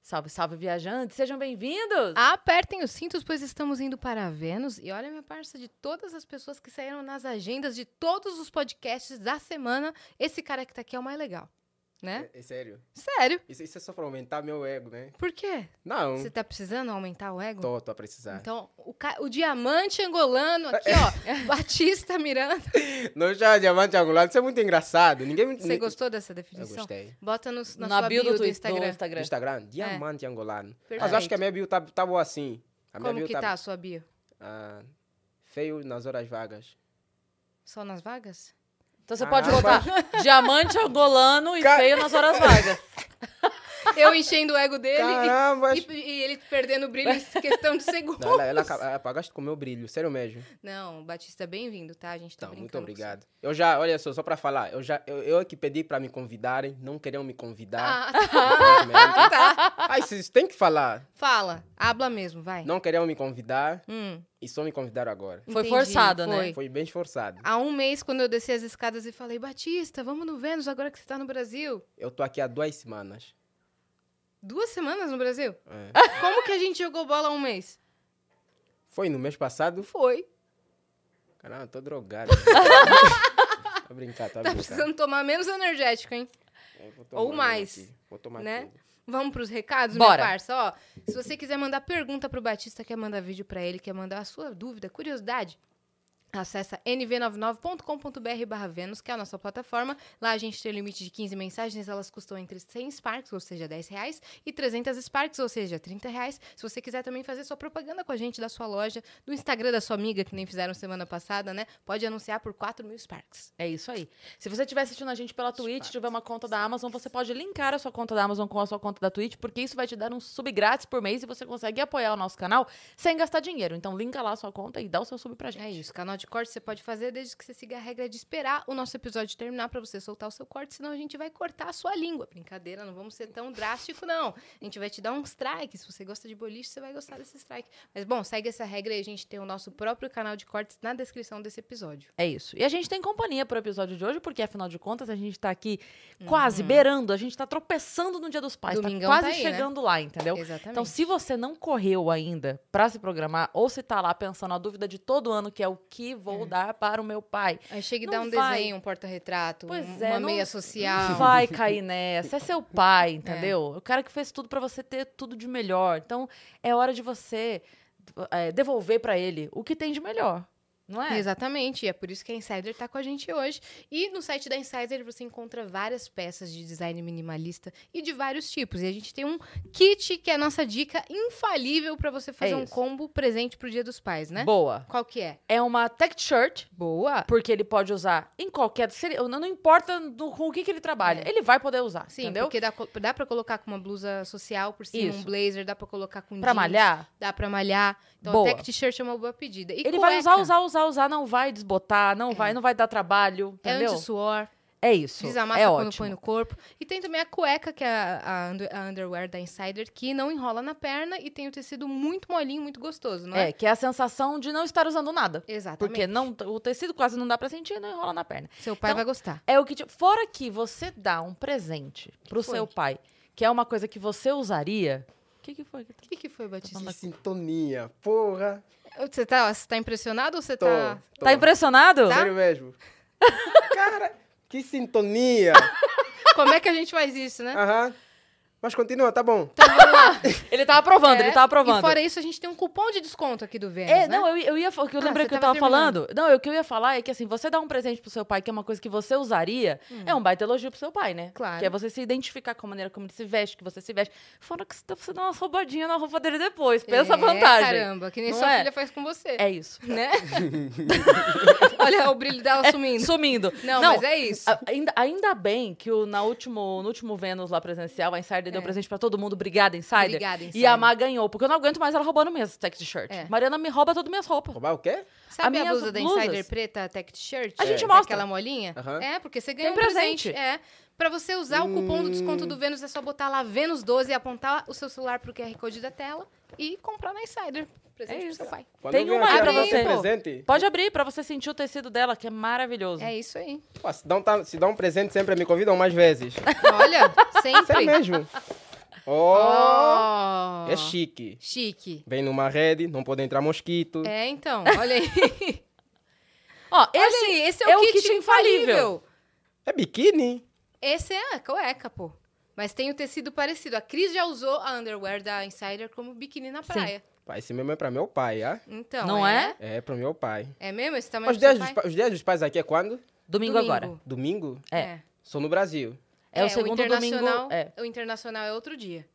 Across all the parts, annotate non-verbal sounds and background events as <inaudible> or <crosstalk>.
Salve, salve, viajantes! Sejam bem-vindos! Apertem os cintos, pois estamos indo para a Vênus. E olha, minha parça, de todas as pessoas que saíram nas agendas de todos os podcasts da semana, esse cara que tá aqui é o mais legal, né? É, é sério. Sério? Isso, isso é só pra aumentar meu ego, né? Por quê? Não. Você tá precisando aumentar o ego? Tô, tô a precisar. Então, o, ca- o diamante angolano aqui, <laughs> ó, Batista Miranda. Não já diamante angular, isso é muito engraçado. Ninguém me. Você gostou dessa Eu definição? gostei. Bota no, na, Na sua bio do, do twi- Instagram. do Instagram. No Instagram, diamante angolano. Mas É. Perfeito. eu acho que a minha bio tá, tá boa assim. A minha Como bio que tá a sua bio? ah, feio nas horas vagas. Só nas vagas? Então você Ah, pode mas- botar <laughs> diamante angolano e Ca- feio nas horas vagas. Eu enchendo o ego dele e- Caramba! e, e ele perdendo o brilho em questão de segundos. Não, ela, ela acaba- apagaste com o meu brilho, sério mesmo. Não, Batista, bem-vindo, tá? A gente tá Então, brincando. muito com você. obrigado. Eu já, olha só, só pra falar, eu já, eu, eu é que pedi pra me convidarem, não queriam me <laughs> convidar. Ah, tá. Ah. <laughs> Ah, tá. Ai, vocês têm que falar. Fala, habla mesmo, vai. Não queriam me convidar Hum, e só me convidaram agora. Foi entendi, forçado, né? foi. Foi bem esforçado. Há um mês, quando eu desci as escadas e falei, Batista, vamos no Vênus agora que você tá no Brasil. Eu tô aqui há duas semanas. Duas semanas no Brasil? É. Como que a gente jogou bola há um mês? Foi no mês passado? Foi. Caramba, eu tô drogado. tá brincar, tá Tá brincar. precisando tomar menos energético, hein? É, vou tomar ou um mais, aqui. Vou tomar né? tudo. Vamos pros recados, Bora. minha parça? Ó, se você quiser mandar pergunta pro Batista, quer mandar vídeo pra ele, quer mandar a sua dúvida, curiosidade, acessa nv99.com.br barra Vênus, que é a nossa plataforma. Lá a gente tem o limite de 15 mensagens, elas custam entre 100 Sparks, ou seja, 10 reais, e 300 Sparks, ou seja, 30 reais. Se você quiser também fazer sua propaganda com a gente da sua loja, do Instagram da sua amiga, que nem fizeram semana passada, né? Pode anunciar por 4 mil Sparks. É isso aí. Se você estiver assistindo a gente pela Twitch, tiver uma conta da Amazon, você pode linkar a sua conta da Amazon com a sua conta da Twitch, porque isso vai te dar um sub grátis por mês e você consegue apoiar o nosso canal sem gastar dinheiro. Então linka lá a sua conta e dá o seu sub pra gente. É isso, canal de corte você pode fazer desde que você siga a regra de esperar o nosso episódio terminar pra você soltar o seu corte, senão a gente vai cortar a sua língua. Brincadeira, não vamos ser tão drástico não. A gente vai te dar um strike, se você gosta de boliche, você vai gostar desse strike. Mas bom, segue essa regra e a gente tem o nosso próprio canal de cortes na descrição desse episódio. É isso. E a gente tem companhia pro episódio de hoje, porque afinal de contas a gente tá aqui quase beirando, a gente tá tropeçando no Dia dos Pais, Uhum. Domingão tá tá quase aí, né? chegando lá, entendeu? Exatamente. Então, se você não correu ainda pra se programar, ou se tá lá pensando a dúvida de todo ano, que é o que vou dar para o meu pai, Aí chega e não dá um vai. desenho, um porta-retrato, Pois um- é, uma não- meia social. <laughs> não vai cair nessa. É seu pai, entendeu? O cara que fez tudo pra você ter tudo de melhor. Então, é hora de você é, devolver pra ele o que tem de melhor, não é? Exatamente, e é por isso que a Insider tá com a gente hoje. E no site da Insider você encontra várias peças de design minimalista e de vários tipos. E a gente tem um kit que é a nossa dica infalível para você fazer um É isso. combo presente pro Dia dos Pais, né? Boa. Qual que é? É uma tech shirt Boa. Porque ele pode usar em qualquer. se ele- não, não importa no- com o que, que ele trabalha, É. ele vai poder usar. Sim, entendeu? porque dá, co- dá para colocar com uma blusa social por cima, Isso. um blazer, dá para colocar com Pra jeans, malhar, dá para malhar. Então Boa. a tech t-shirt é uma boa pedida. E ele vai usar, cueca? usar, usar, usar, não vai desbotar, não vai, não vai dar trabalho. É Entendeu? anti-suor. É isso. Desamassa é quando ótimo. põe no corpo. E tem também a cueca, que é a, a under- a underwear da Insider, que não enrola na perna e tem o tecido muito molinho, muito gostoso, não é? É, que é a sensação de não estar usando nada. Exatamente. Porque não, o tecido quase não dá pra sentir, não enrola na perna. Seu pai Então, vai gostar. É o que. te- fora que você dá um presente pro seu pai, que é uma coisa que você usaria. tá O que, que foi? O que, que foi, Batista? Que tá sintonia, porra. Você tá, você tá impressionado ou você Tô, <laughs> tá... tô. Tá impressionado? Sério mesmo. Cara, que sintonia. Como é que a gente faz isso, né? Aham. Mas continua, tá bom. Então vamos lá. Ele tá aprovando, É, ele tá aprovando. E fora isso, a gente tem um cupom de desconto aqui do Vênus, né? É, não, eu, eu ia. fa- que Eu Ah, lembrei você que eu tava tava falando. Não, eu- o que eu ia falar é que assim, você dar um presente pro seu pai, que é uma coisa que você usaria, é um baita elogio pro seu pai, né? Hum. Claro. Que é você se identificar com a maneira como ele se veste, que você se veste. Fora que você dá- você dá uma roubadinha na roupa dele depois. Pensa a É, vantagem. Caramba, que nem Não sua é? filha faz com você. É isso. Né? Olha o brilho dela sumindo. <laughs> Sumindo. Não, mas é isso. É. a- Ainda, ainda bem que o, na último, no último Vênus lá presencial, a Insider deu presente pra todo mundo. Obrigada, Insider. É. Obrigada, E Insider. a Má ganhou, porque eu não aguento mais ela roubando minhas tech t-shirt. É. Mariana me rouba todas minhas roupas. Roubar o quê? Sabe a, minhas blusa da blusas. Insider preta, a tech t-shirt? A gente É. mostra. Aquela molinha? Aham. É, porque você ganha Tem um presente. presente. É. Pra você usar o cupom do desconto Hum. do Vênus, é só botar lá Vênus 12 e apontar o seu celular pro QR Code da tela e comprar na Insider. Presente É pro isso. seu pai. Quando Tem eu uma aqui, aí ela pra vai ser você. presente. Pode abrir pra você sentir o tecido dela, que é maravilhoso. É isso aí. <laughs> Pô, se, dá um, ta- se dá um presente, sempre me convidam mais vezes. Olha, Sério sempre. mesmo. Oh, Ó. É chique. Chique. Vem numa rede, não pode entrar mosquito. É, então, olha aí. Ó, Esse, <laughs> esse esse é, o kit, infalível. É biquíni? Esse é a cueca, pô. Mas tem o tecido parecido. A Cris já usou a underwear da Insider como biquíni na praia. Pai, esse mesmo é pra meu pai, ah? Então, Não é? É pro meu pai. É mesmo esse tamanho Os do seu dias, dos, pai? pa- os dias dos pais aqui é quando? domingo, Domingo. agora. Domingo? É. Sou no Brasil. É, o segundo domingo. internacional, É. O internacional é outro dia.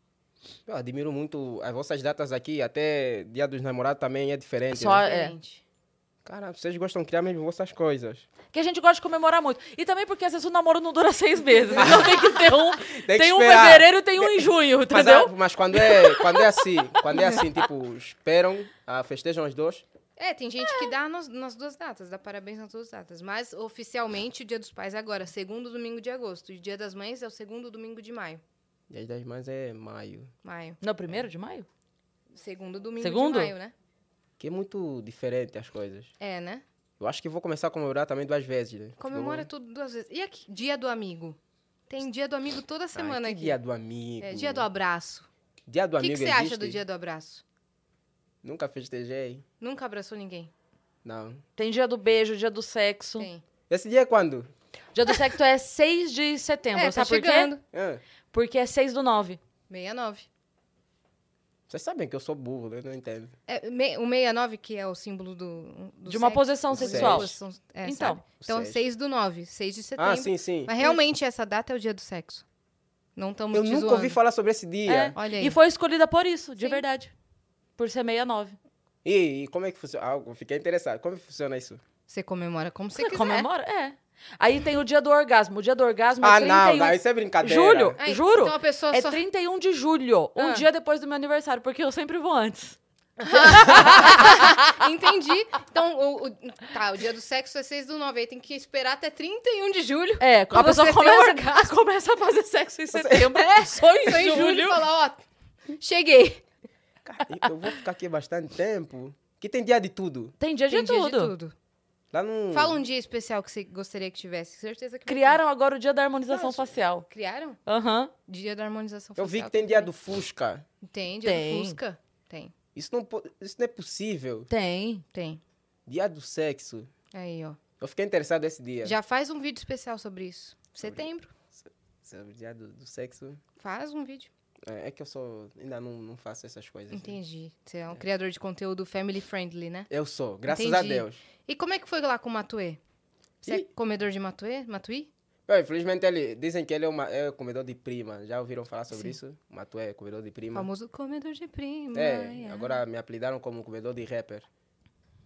Eu admiro muito as vossas datas aqui, até dia dos namorados também é diferente. Só- né? é. Diferente. Caramba, vocês gostam de criar mesmo vossas coisas. Que a gente gosta de comemorar muito. E também porque às vezes o namoro não dura <laughs> seis meses. Então tem que ter um. tem que um em esperar. fevereiro e tem um em junho, Mas, entendeu? ah, mas quando, é, quando é assim, quando é assim, tipo, esperam, ah, festejam as duas. É, tem gente que dá nas, nas duas datas, dá parabéns nas duas datas. Mas oficialmente o dia dos pais é agora, segundo domingo de agosto. E o dia das mães é o segundo domingo de maio. Dia das mães é maio. Maio. Não, primeiro de maio? Segundo domingo Segundo? de maio, né? Que é muito diferente as coisas. É, né? Eu acho que vou começar a comemorar também duas vezes, né? Comemora Tipo, tudo duas vezes. E aqui, dia do amigo? Tem dia do amigo toda ai, semana que aqui. Dia do amigo. É, dia do abraço. Dia do O que, amigo que você existe? acha do dia do abraço? Nunca festejei. Nunca abraçou ninguém? Não. Tem dia do beijo, dia do sexo. Tem. Esse dia é quando? Dia do sexo é 6 de setembro. <laughs> É, tá sabe por chegando. quê? Ah, Porque é 6 do 9. 69. vocês sabem que eu sou burro, né? Não entendo. É, me, o 69, que é o símbolo do, do de uma sexo, posição de uma sexual. posição- é, Então. sabe? Então, Seis. 6 do 9, 6 de setembro. Ah, sim, sim. Mas realmente essa data é o dia do sexo. Não estamos Eu te nunca zoando. ouvi falar sobre esse dia. É. Olha aí. E foi escolhida por isso, de Sim. verdade. Por ser 69. E, e como é que funciona? Ah, eu fiquei interessado. Como é que funciona isso? Você comemora como você, Você quiser. comemora? É. Aí tem o dia do orgasmo. O dia do orgasmo é ah, 31. não, um não, isso é brincadeira. Julho, Ai, juro. Então a pessoa É só... 31 de julho, um Ah. dia depois do meu aniversário, porque eu sempre vou antes. <laughs> Entendi. Então, o, o- tá, o dia do sexo é 6 do 9. Aí tem que esperar até 31 de julho. É, Pra a pessoa você ter começa, começa a fazer sexo <laughs> em setembro, só em Só em É, julho É, julho. e falar, ó, cheguei. Cara, eu vou ficar aqui bastante tempo. Que tem dia de tudo. Tem dia, Tem É de, tudo. dia de tudo. Lá no... Fala um dia especial que você gostaria que tivesse. Certeza que vai ter. Criaram agora o dia da harmonização facial. Criaram? Aham. Dia da harmonização Eu vi facial que tem dia do também. Fusca. Tem, dia Tem. do Fusca. Tem, Isso não, po- isso não é possível. Tem. tem. Dia do sexo. Aí, ó. Eu fiquei interessado nesse dia. Já faz um vídeo especial sobre isso. Setembro. Sobre dia do, do sexo. Faz um vídeo. É, é que eu sou... Ainda não, não faço essas coisas. né? Entendi. Você é um criador de conteúdo family friendly, né? Eu sou, graças a Entendi. Deus. E como é que foi lá com o Matuê? Você é Ih. comedor de Matuê? Matuí? Bem, infelizmente, ele, dizem que ele é, uma, é comedor de prima. Já ouviram falar sobre Sim. isso? O Matu é comedor de prima. Famoso né? comedor de prima. ai, É, ai. agora me apelidaram como comedor de rapper.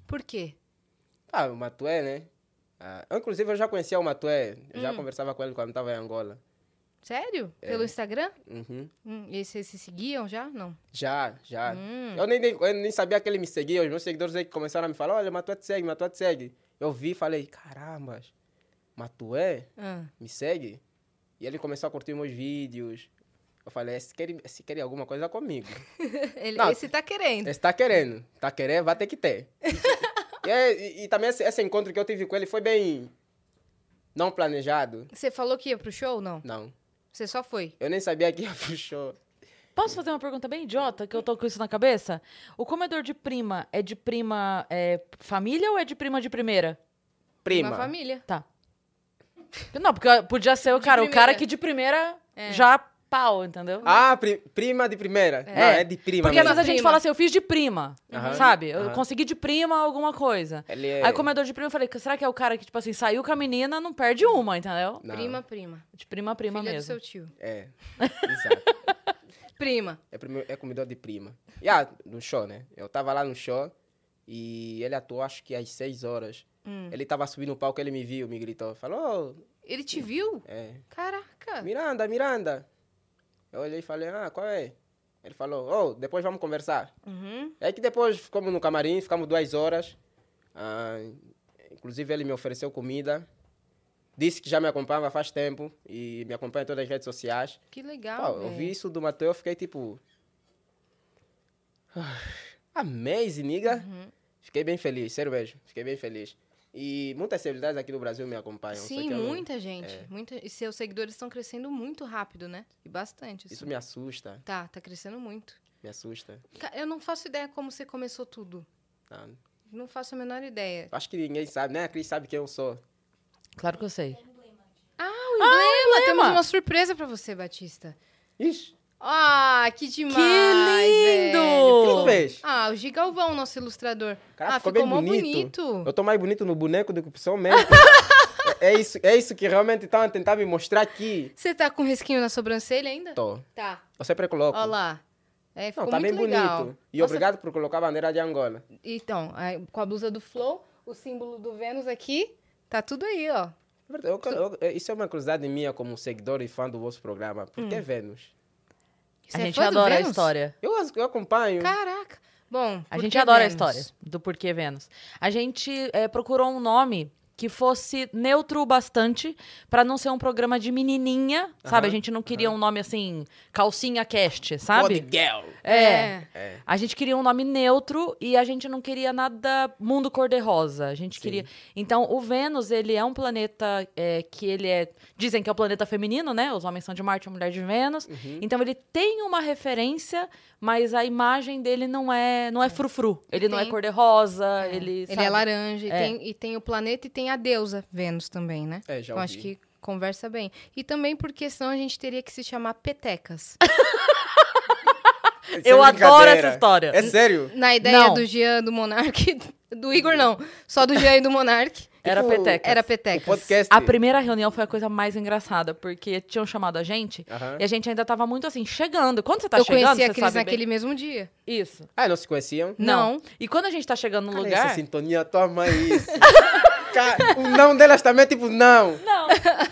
Por quê? Ah, o Matué, né? Ah, inclusive, eu já conhecia o Matué. Eu Hum. já conversava com ele quando estava em Angola. Sério? É. Pelo Instagram? Uhum. Hum, e vocês se seguiam já? Não. Já, já. Hum. Eu, nem, nem- eu nem sabia que ele me seguia. Os meus seguidores aí que começaram a me falar, olha, Matué te segue, Matué te segue. Eu vi e falei, caramba, Matué Ah, me segue? E ele começou a curtir meus vídeos. Eu falei, "É, "Esse quer, esse quer alguma coisa é comigo. <laughs> ele, Não. esse tá querendo. Esse tá querendo. Tá querendo, vai ter que ter. e, é- e- e também esse, esse encontro que eu tive com ele foi bem... Não planejado. Você falou que ia pro show ou não? Não. Você só foi. Eu nem sabia que <laughs> ia pro show. Posso fazer uma pergunta bem idiota, que eu tô com isso na cabeça? O comedor de prima é de prima é, família ou é de prima de primeira? Prima. Uma família. Tá. Não, porque podia ser o cara, o primeira. É. cara que de primeira já pau, entendeu? Ah, pri- prima de primeira. Não, é de prima né? Porque às mesmo. vezes a gente Prima. fala assim, eu fiz de prima, Aham. sabe? Eu Aham. consegui de prima alguma coisa. Ele é- Aí comedor de prima, eu falei, será que é o cara que, tipo assim, saiu com a menina, não perde uma, entendeu? Não, Prima, prima. De prima a prima Filha do mesmo. seu tio. É, exato. Prima. É, prime- é comedor de prima. E ah, no show, né? Eu tava lá no show e ele atuou acho que às 6 horas. Ele tava subindo no palco, ele me viu, me gritou. Falou, Ele te viu? é, Caraca. Miranda, Miranda. Eu olhei e falei, ah, qual é? Ele falou, oh, depois vamos conversar. Uhum. É que depois ficamos no camarim, ficamos duas horas. Ah, inclusive, ele me ofereceu comida. Disse que já me acompanhava faz tempo e me acompanha em todas as redes sociais. Que legal, Pô, eu velho. vi isso do Mateus, eu fiquei tipo... ah, Amazing, nigga. Uhum. Fiquei bem feliz, sério mesmo. Fiquei bem feliz. E muitas celebridades aqui do Brasil me acompanham. só Sim, que ah, é um- eu não- muita gente. Muita... E seus seguidores estão crescendo muito rápido, né? E bastante. Isso assim. me assusta, Tá, tá crescendo muito. me assusta. Ca- Eu não faço ideia como você começou tudo. Ah, Não faço a menor ideia. acho que ninguém sabe, né? A Cris sabe quem eu sou. Claro que eu sei. Ah, o emblema! Temos emblema! uma surpresa pra você, Batista. Ixi, Ah, que demais! lindo! velho. quem fez? Ah, o Gigalvão, nosso ilustrador. Caraca, ah, ficou ficou, bem mó bonito. bonito. Eu tô mais bonito no boneco do que o pessoal mesmo. <laughs> é, isso, é isso que realmente estão tentando me mostrar aqui. Você tá com risquinho na sobrancelha ainda? Tô. Tá. Eu sempre coloco. Ó lá. É, ficou Não, tá bem muito legal. bonito. E Nossa, obrigado por colocar a bandeira de Angola. Então, aí, com a blusa do Flow, o símbolo do Vênus aqui, tá tudo aí, ó. É verdade, eu quero- eu- isso é uma curiosidade minha como seguidor e fã do vosso programa. Por que Vênus? Você a é gente fã do adora a Vênus? história. Eu, as- eu acompanho. Caraca. Bom, A por gente que adora Vênus? a história do porquê Vênus. A gente eh, procurou um nome que fosse neutro o bastante pra não ser um programa de menininha, sabe? A Aham, gente não queria um nome assim, calcinha cast, Pod sabe? Girl. É. É. É. A gente queria um nome neutro e a gente não queria nada mundo cor-de-rosa. A gente queria. Então, o Vênus, ele é um planeta é, que ele é. Dizem que é o planeta feminino, né? Os homens são de Marte, a mulher de Vênus. Uhum. Então, ele tem uma referência, mas a imagem dele não é não é frufru. Ele não é tem- cor-de-rosa, ele. Ele sabe? é laranja e, É. tem, e tem o planeta e tem a deusa Vênus também, né? É, já então ouvi. acho que conversa bem. E também porque senão a gente teria que se chamar Petecas. Isso é Eu adoro brincadeira. essa história. É sério? Na ideia Não. do Jean do Monark, <laughs> do Igor não, só do Jean e do Monark. Era Tipo, petecas. Era O Petecas. podcast. A primeira reunião foi a coisa mais engraçada, porque tinham chamado a gente Aham. e a gente ainda tava muito assim, chegando. Quando você tá Eu chegando, conheci a você Cris sabe bem- naquele mesmo dia. Isso. Ah, não se conheciam? Não. Não. E quando a gente tá chegando no Cara, lugar. Essa sintonia, tua mãe isso. <laughs> Cara, o não delas também é tipo, não. Não.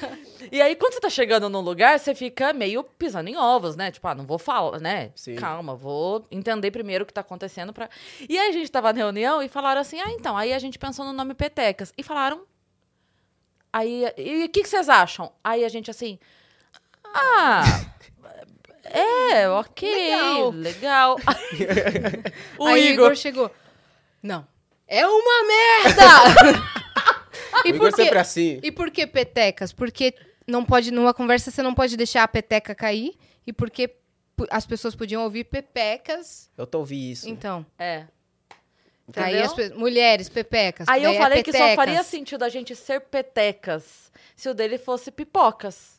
<laughs> e aí, quando você tá chegando num lugar, você fica meio pisando em ovos, né? Tipo, ah, não vou falar, né? Sim. Calma, vou entender primeiro o que tá acontecendo pra. E aí a gente tava na reunião e falaram assim: ah, então. Aí a gente pensou no nome Petecas. E falaram. Aí. E o que, que vocês acham? Aí a gente assim. Ah. É, ok. Legal. Legal. <laughs> o Aí o Igor. Igor chegou. Não. É uma <laughs> merda! E e, o Igor por que, sempre assim. e por que Petecas? Porque não pode, numa conversa você não pode deixar a peteca cair. E porque pu- as pessoas podiam ouvir pepecas. Eu tô ouvindo isso. Então, É. aí Entendeu? as pe- mulheres, pepecas. Aí eu daí é falei que só petecas. faria assim. sentido a gente ser petecas se o dele fosse pipocas.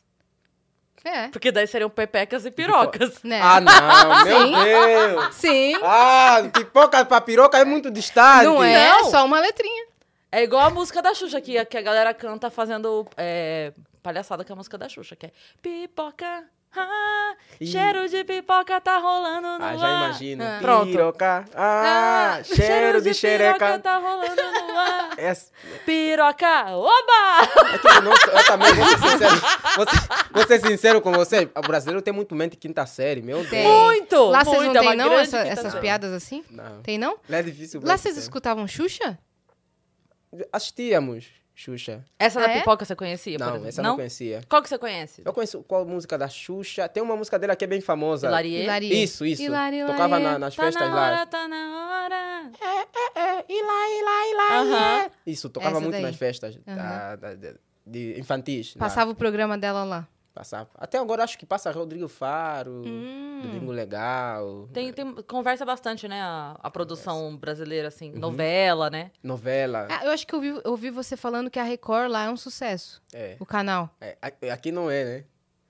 É. Porque daí seriam pepecas e pirocas. Né? Ah, não, Sim. meu Deus. Sim. Ah, pipoca pra piroca é muito distante. Não é, Não. só uma letrinha. É igual a música da Xuxa, que, a- que a galera canta fazendo é, palhaçada com a música da Xuxa, que é pipoca, ah, Ih. cheiro de pipoca tá rolando no Ah, ar. já imagino. Ah. Pronto. Piroca. Ah, cheiro, de, xereca. piroca tá rolando no ar. É, s- Piroca, oba! é que, nossa, eu também vou ser sincero. Vou ser, vou ser sincero com você. O brasileiro tem muito mente quinta série, meu Deus. Tem. Muito! Lá vocês não então, muito, é uma tem, não, grande essa- quinta essas série. piadas assim? Não, Tem, não? não é difícil. Lá mas vocês tem. escutavam Xuxa? Assistíamos, Xuxa. Essa da É? pipoca você conhecia? por não, exemplo? essa eu não conhecia. Qual que você conhece? Eu conheço qual música da Xuxa? Tem uma música dela que é bem famosa. Hilarie? Hilarie. Isso, isso. Hilari, Tocava na- hilari. nas tá festas na lá. hora, tá na hora. É, e lá, e lá, e lá, Aham. é. Isso, tocava Essa muito daí. nas festas da- da- da- de infantis. lá. Passava o programa dela lá. Passava. Até agora acho que passa Rodrigo Faro, Hum. Domingo Legal, Tem, tem- conversa bastante, né? A, a produção brasileira, assim, Uhum. novela, né? novela. Ah, eu acho que eu ouvi, eu ouvi você falando que a Record lá é um sucesso. É. O canal. É, a- Aqui não é, né?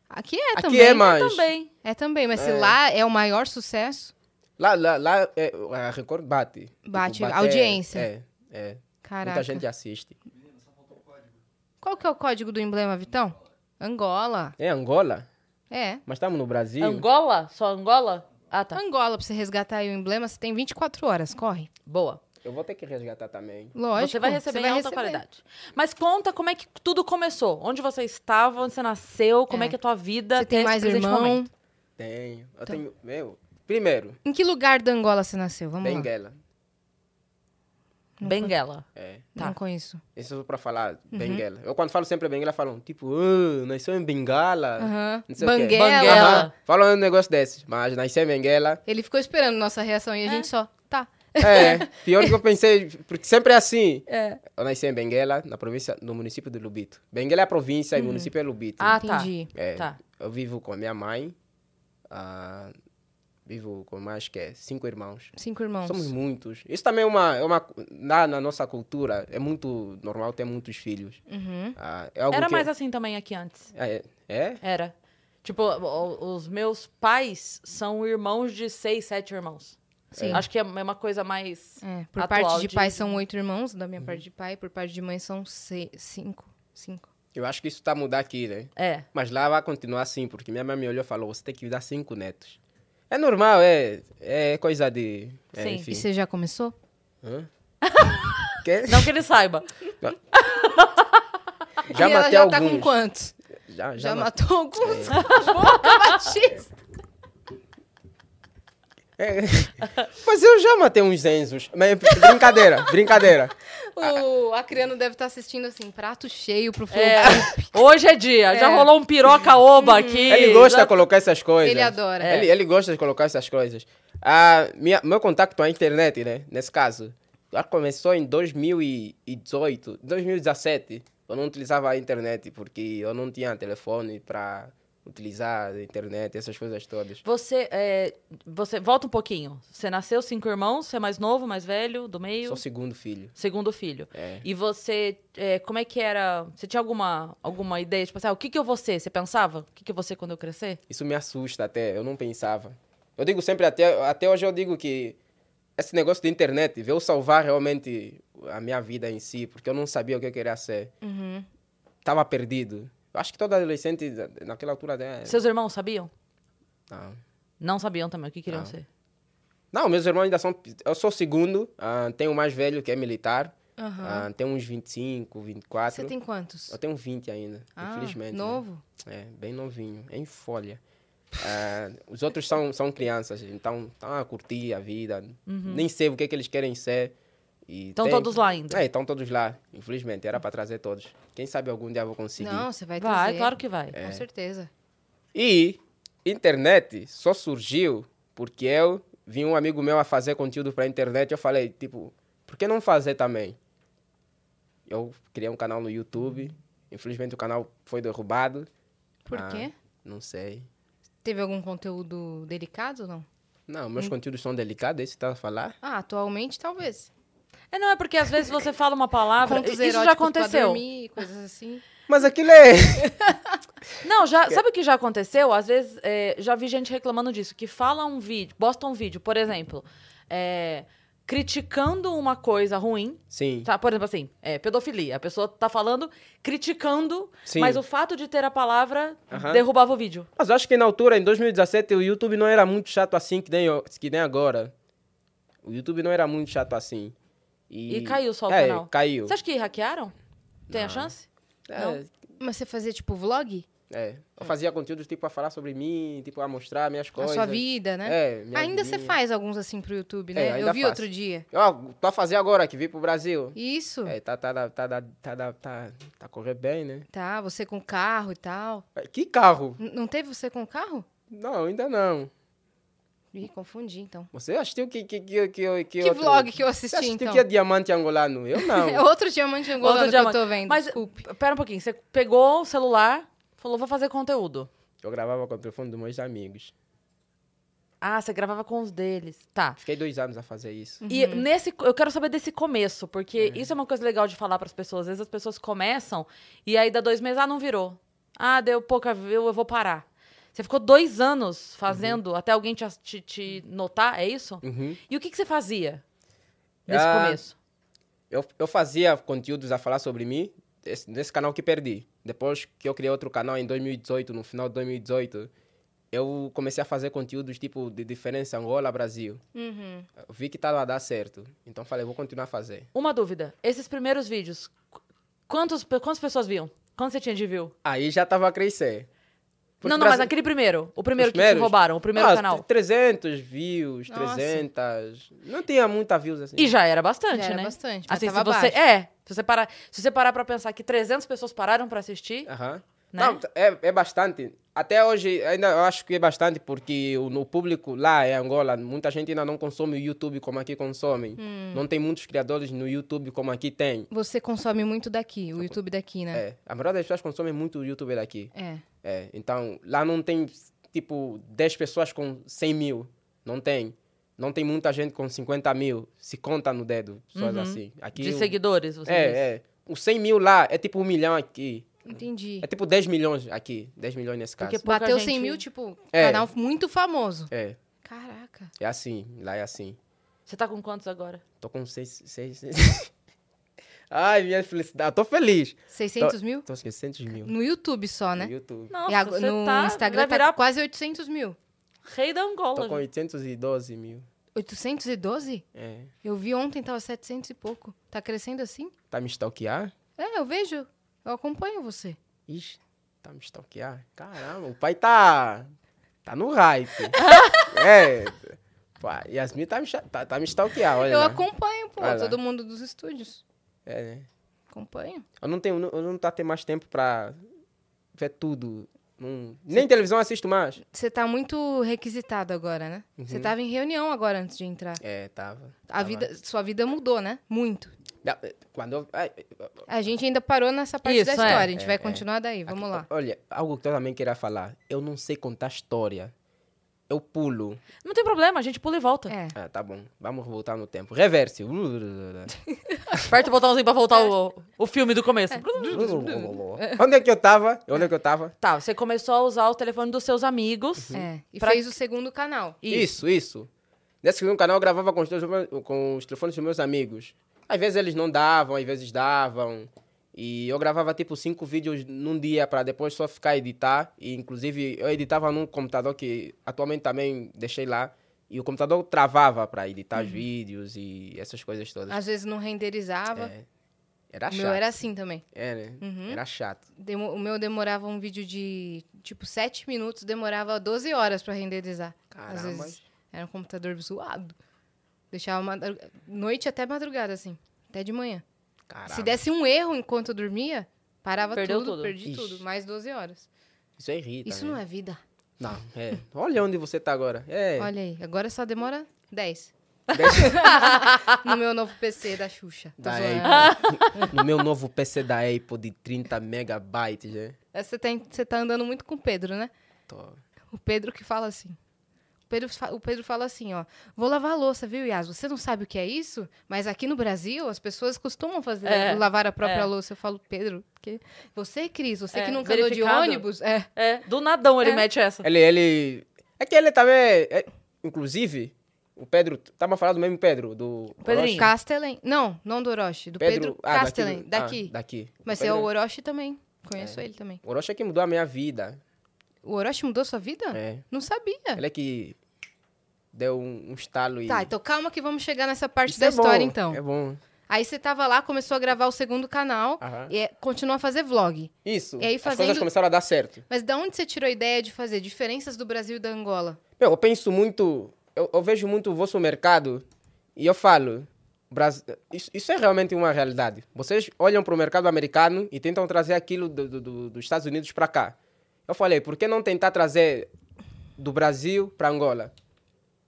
Aqui é Aqui também. Bem, é, eu mas- também. É também, mas se lá é o maior sucesso, Lá, lá, lá é, a Record bate. Bate, é- audiência. É, é. caraca. Muita gente assiste. Qual que é o código do emblema, Vitão? Angola. É Angola? É. Mas estamos no Brasil. Angola? Só Angola? Ah, tá. Angola, pra você resgatar aí o emblema, você tem 24 horas, corre. Boa. Eu vou ter que resgatar também. Lógico. você vai receber você em alta receber. qualidade. Mas conta como é que tudo começou. Onde você estava, onde você nasceu, como é, É. que a tua vida Você tem até mais esse presente irmão. momento. Tenho. Eu Tá. tenho. Meu. Primeiro, Em que lugar da Angola você nasceu? Vamos lá. Benguela. Benguela. É. Tá. Não conheço. Isso é pra falar Uhum. Benguela. Eu quando falo sempre Benguela, falam tipo, "Ah, nasceu em Bengala. Aham. Não sei o quê. Banguela. Banguela. Aham. Falam um negócio desses. Mas nasceu em Benguela. Ele ficou esperando nossa reação e a gente só, tá. É. Pior que eu pensei, porque sempre é assim. Eu nasci em Benguela, na província, no município de Lubito. Benguela é a província e o município é Lubito. Ah, Entendi. tá. É, Tá. Eu vivo com a minha mãe, ah, vivo com mais que é, cinco irmãos. Cinco irmãos. Somos muitos. Isso também é uma. É uma na, na nossa cultura, é muito normal ter muitos filhos. Uhum. Ah, é algo Era que- mais assim também aqui antes. É? é? Era. Tipo, o- o- os meus pais são irmãos de seis, sete irmãos. Sim. Acho que é uma coisa mais. É, por Atual parte de de- pai são oito irmãos, da Uhum. minha parte de pai, por parte de mãe são se- cinco. Cinco. Eu acho que isso tá a mudar aqui, né? É. Mas lá vai continuar assim, porque minha mãe me olhou e falou: você tem que dar cinco netos. É normal, é, é coisa de. É, Sim. enfim. E você já começou? Hã? Quê? Não que ele saiba. Já e ela matei já tá alguns. com quantos? Já, já Já, É. matei. matou alguns? <laughs> Boca Batista! É. <laughs> Mas eu já matei uns Enzos. Mas, <laughs> brincadeira, brincadeira. O Acriano deve estar assistindo assim, prato cheio pro Flow. É. <laughs> Hoje é dia. Já rolou um piroca oba aqui. Ele gosta Já- de colocar essas coisas. Ele adora. É. Ele, ele gosta de colocar essas coisas. Ah, minha, meu contato à internet, né? Nesse caso, já começou em 2018, 2017. Eu não utilizava a internet porque eu não tinha telefone para utilizar a internet, essas coisas todas. Você, é, você volta um pouquinho. Você nasceu cinco irmãos, você é mais novo, mais velho, do meio, Sou segundo filho. segundo filho. É. E você, é, como é que era? Você tinha alguma alguma ideia tipo assim, ah, o que que eu vou ser? Você pensava? O que que eu vou ser quando eu crescer? Isso me assusta até, eu não pensava. Eu digo sempre, até, até hoje eu digo que esse negócio de internet veio salvar realmente a minha vida em si, porque eu não sabia o que eu queria ser. Uhum. Tava perdido. Eu acho que todo adolescente da- naquela altura... Né? Seus irmãos sabiam? Não. Não sabiam também o que queriam Não. ser. Não, meus irmãos ainda são... Eu sou o segundo, ah, tenho o mais velho que é militar, Aham. ah, tenho uns 25, 24. Você tem quantos? Eu tenho 20 ainda, Ah, infelizmente. né? Novo? É, bem novinho, em folha. Ah, os outros são, são crianças, então estão a curtir a vida, nem sei o que é que eles querem ser. e Estão tem- Uhum. todos lá ainda? É, estão todos lá, infelizmente, era para trazer todos. Quem sabe algum dia eu vou conseguir. Não, você vai trazer. Vai, claro que vai. É. Com certeza. E internet só surgiu porque eu vi um amigo meu a fazer conteúdo para internet, eu falei, tipo, por que não fazer também? Eu criei um canal no Uhum. YouTube, infelizmente o canal foi derrubado. Por Ah, quê? Não sei. Teve algum conteúdo delicado ou não? Não, meus conteúdos são delicados, esse tá a falar? Ah, atualmente talvez. É, não, é porque às vezes você <laughs> fala uma palavra. Contos Ah, Isso já eróticos Pra aconteceu. dormir, coisas assim. Mas aquilo é. <laughs> Não, já, sabe o que já aconteceu? Às vezes, é, já vi gente reclamando disso, que fala um vídeo, posta um vídeo, por exemplo, é, criticando uma coisa ruim, Sim. tá? Por exemplo, assim, é, pedofilia. A pessoa tá falando, criticando, Sim. mas o fato de ter a palavra Aham. derrubava o vídeo. Mas eu acho que na altura, em 2017, o YouTube não era muito chato assim que nem, o- que nem agora. O YouTube não era muito chato assim. E, E caiu só o é, canal. Caiu. Você acha que hackearam? Tem a chance? É, Não? Mas você fazia tipo vlog? é. Eu fazia conteúdos tipo a falar sobre mim, tipo a mostrar minhas coisas. A sua vida, né? É, minha ainda você vidinha. faz alguns assim pro YouTube, É, né? ainda Eu vi faço. outro dia. Ó, tô a fazer agora que vim pro Brasil. Isso. É, tá, tá, tá, tá, tá, tá, tá, tá correr bem, né? É, Tá, você com carro e tal. Que carro? N- não teve você com carro? Não, ainda não. Ih, confundi então. Você assistiu que que que que que, que outro- vlog que eu Você assisti assistiu então? <laughs> que é diamante angolano? Eu não. <laughs> É outro diamante angolano Outro que eu tô diamante. vendo. Mas- Desculpe. Pera um pouquinho, você pegou o celular, falou, vou fazer conteúdo. Eu gravava com o telefone dos meus amigos. Ah, você gravava com os deles. Tá. Fiquei dois anos a fazer isso. E nesse, eu quero saber desse começo, é porque isso é uma coisa legal de falar para as pessoas. Às vezes as pessoas começam e aí dá dois meses, ah, não virou. Ah, deu pouca view, eu vou parar. Você ficou dois anos Uhum. fazendo até alguém te, as- te, te notar, é isso? E o que, que você fazia nesse Ah, começo? Eu, eu fazia conteúdos a falar sobre mim esse- nesse canal que perdi. Depois que eu criei outro canal em 2018, no final de 2018, eu comecei a fazer conteúdos tipo de diferença Angola-Brasil. Uhum. Eu Vi que estava a dar certo. Então falei, vou continuar a fazer. Uma dúvida. Esses primeiros vídeos, qu- quantos, pe- quantas pessoas viam? Quanto você tinha de view? Aí já estava a crescer. Porque não, não, Brasi- mas aquele primeiro. O primeiro os que te primeiros? roubaram, o primeiro Ah, canal. 300 views, Nossa. 300. Não tinha muita views assim. E já era bastante, Já era né? bastante, mas Assim, se tava você, baixo. é, se você parar, se você parar pra pensar que 300 pessoas pararam pra assistir, Aham. Né? Não, t- é, é bastante. Até hoje, ainda eu acho que é bastante, porque o, no público lá em Angola, muita gente ainda não consome o YouTube como aqui consomem. Hum. Não tem muitos criadores no YouTube como aqui tem. Você consome muito daqui, o YouTube daqui, né? É, a maioria das pessoas consomem muito o YouTube daqui. É. É, então, lá não tem, tipo, 10 pessoas com 100 mil. Não tem. Não tem muita gente com 50 mil. Se conta no dedo, pessoas assim. Aqui, Uhum. de o- seguidores, você diz. É, é. O 100 mil lá é tipo um milhão aqui. Entendi. É tipo 10 milhões aqui. 10 milhões nesse caso. Porque pouca Bateu gente- 100 mil, tipo, É. canal muito famoso. É, Caraca. é assim, lá é assim. Você tá com quantos agora? Tô com seis, seis, <laughs> seis. Ai, minha felicidade, tô feliz. 600 mil? Tô com 600 mil No YouTube só, né? Então, no YouTube. Nossa, E agora- você no tá, Instagram vai virar tá quase 800 mil. rei da Angola. Tô Tá com 812 mil. 812? É. Eu vi ontem, tava 700 e pouco. Tá crescendo assim? Tá me stalkear? É, eu vejo. Eu acompanho você. Ixi, tá me stalkear? Caramba, o pai tá... Tá no hype. <laughs> é. Pá, Yasmin tá me, cha- tá, tá me stalkear, olha eu lá. acompanho, pô, Vai lá. todo mundo dos estúdios. É, né? Acompanho. Eu não tenho, eu não tá tendo mais tempo pra ver tudo. Não- nem televisão assisto mais. Você tá muito requisitado agora, né? Você tava em reunião agora antes de entrar. É, tava. A Uhum. tava. vida, sua vida mudou, né? Muito. Não, Quando eu... ai, A gente ainda parou nessa parte da Isso, é. história. A gente vai é. continuar daí. Vamos Aqui, lá. o- Olha, algo que eu também queria falar. Eu não sei contar história. Eu pulo. Não tem problema, a gente pula e volta. É. Ah, tá bom. Vamos voltar no tempo. <laughs> Reverse. Aperta o botãozinho pra É. voltar o, o filme do começo. onde é que eu tava? Onde é que eu tava? Tá, você começou a usar o telefone dos seus amigos. Uhum. É. E Pra- fez o segundo canal. Isso, isso. Nesse segundo canal eu gravava com os, telefones- com os telefones dos meus amigos. Às vezes eles não davam, às vezes davam. E eu gravava tipo cinco vídeos num dia para depois só ficar a editar. E inclusive eu editava num computador que atualmente também deixei lá. E o computador travava para editar os vídeos e essas coisas todas. Uhum. Às vezes não renderizava. É. Era o chato. meu era assim também. É, né? Uhum. Era chato. Demo- o meu demorava um vídeo de tipo 7 minutos, demorava 12 horas pra renderizar. Às Caramba. vezes era um computador zoado. Deixava madru- noite até madrugada, assim, até de manhã. Caramba. Se desse um erro enquanto eu dormia, parava Perdeu tudo, tudo. perdi Ixi. tudo, mais 12 horas. Isso é irrita, Isso né? não é vida. Não, é. Olha onde você tá agora. É. Olha aí, agora só demora <laughs> 10 Deixa- no meu novo PC da Xuxa. Tô Da zoando. Apple. Tá no meu novo PC da Apple de 30 megabytes, né? Você tá, você tá andando muito com o Pedro, né? Tô. O Pedro que fala assim. O Pedro, fa- o Pedro fala assim, ó. Vou lavar a louça, viu, Yas? Você não sabe o que é isso? Mas aqui no Brasil, as pessoas costumam fazer É, lavar a própria é. louça. Eu falo, Pedro, que... você, Cris, você É, que nunca andou de verificado. ônibus? É. É, do nadão ele mete essa. Ele, ele... É que ele também... é- Inclusive, o Pedro... Tava falando do mesmo Pedro, do... Pedrinho. Orochi? Castellan. Não, não do Orochi. Do Pedro, ah, Castellan, do- daqui. ah, daqui. Mas O é o Pedro- Orochi também. Conheço ele também. O Orochi é que mudou a minha vida. O Orochi mudou sua vida? É. Não sabia. Ele é que deu um, um estalo e... Ah. Tá, então calma que vamos chegar nessa parte Isso da é bom, história, então. É bom. Aí você tava lá, começou a gravar o segundo canal Aham. e é, continua a fazer vlog. Isso. E aí, As fazendo- coisas começaram a dar certo. Mas da onde você tirou a ideia de fazer diferenças do Brasil e da Angola? Meu, eu penso muito, eu, eu vejo muito o vosso mercado e eu falo, Bras- isso, isso é realmente uma realidade. Vocês olham para o mercado americano e tentam trazer aquilo do- do- do- dos Estados Unidos para cá. Eu falei, por que não tentar trazer do Brasil para Angola?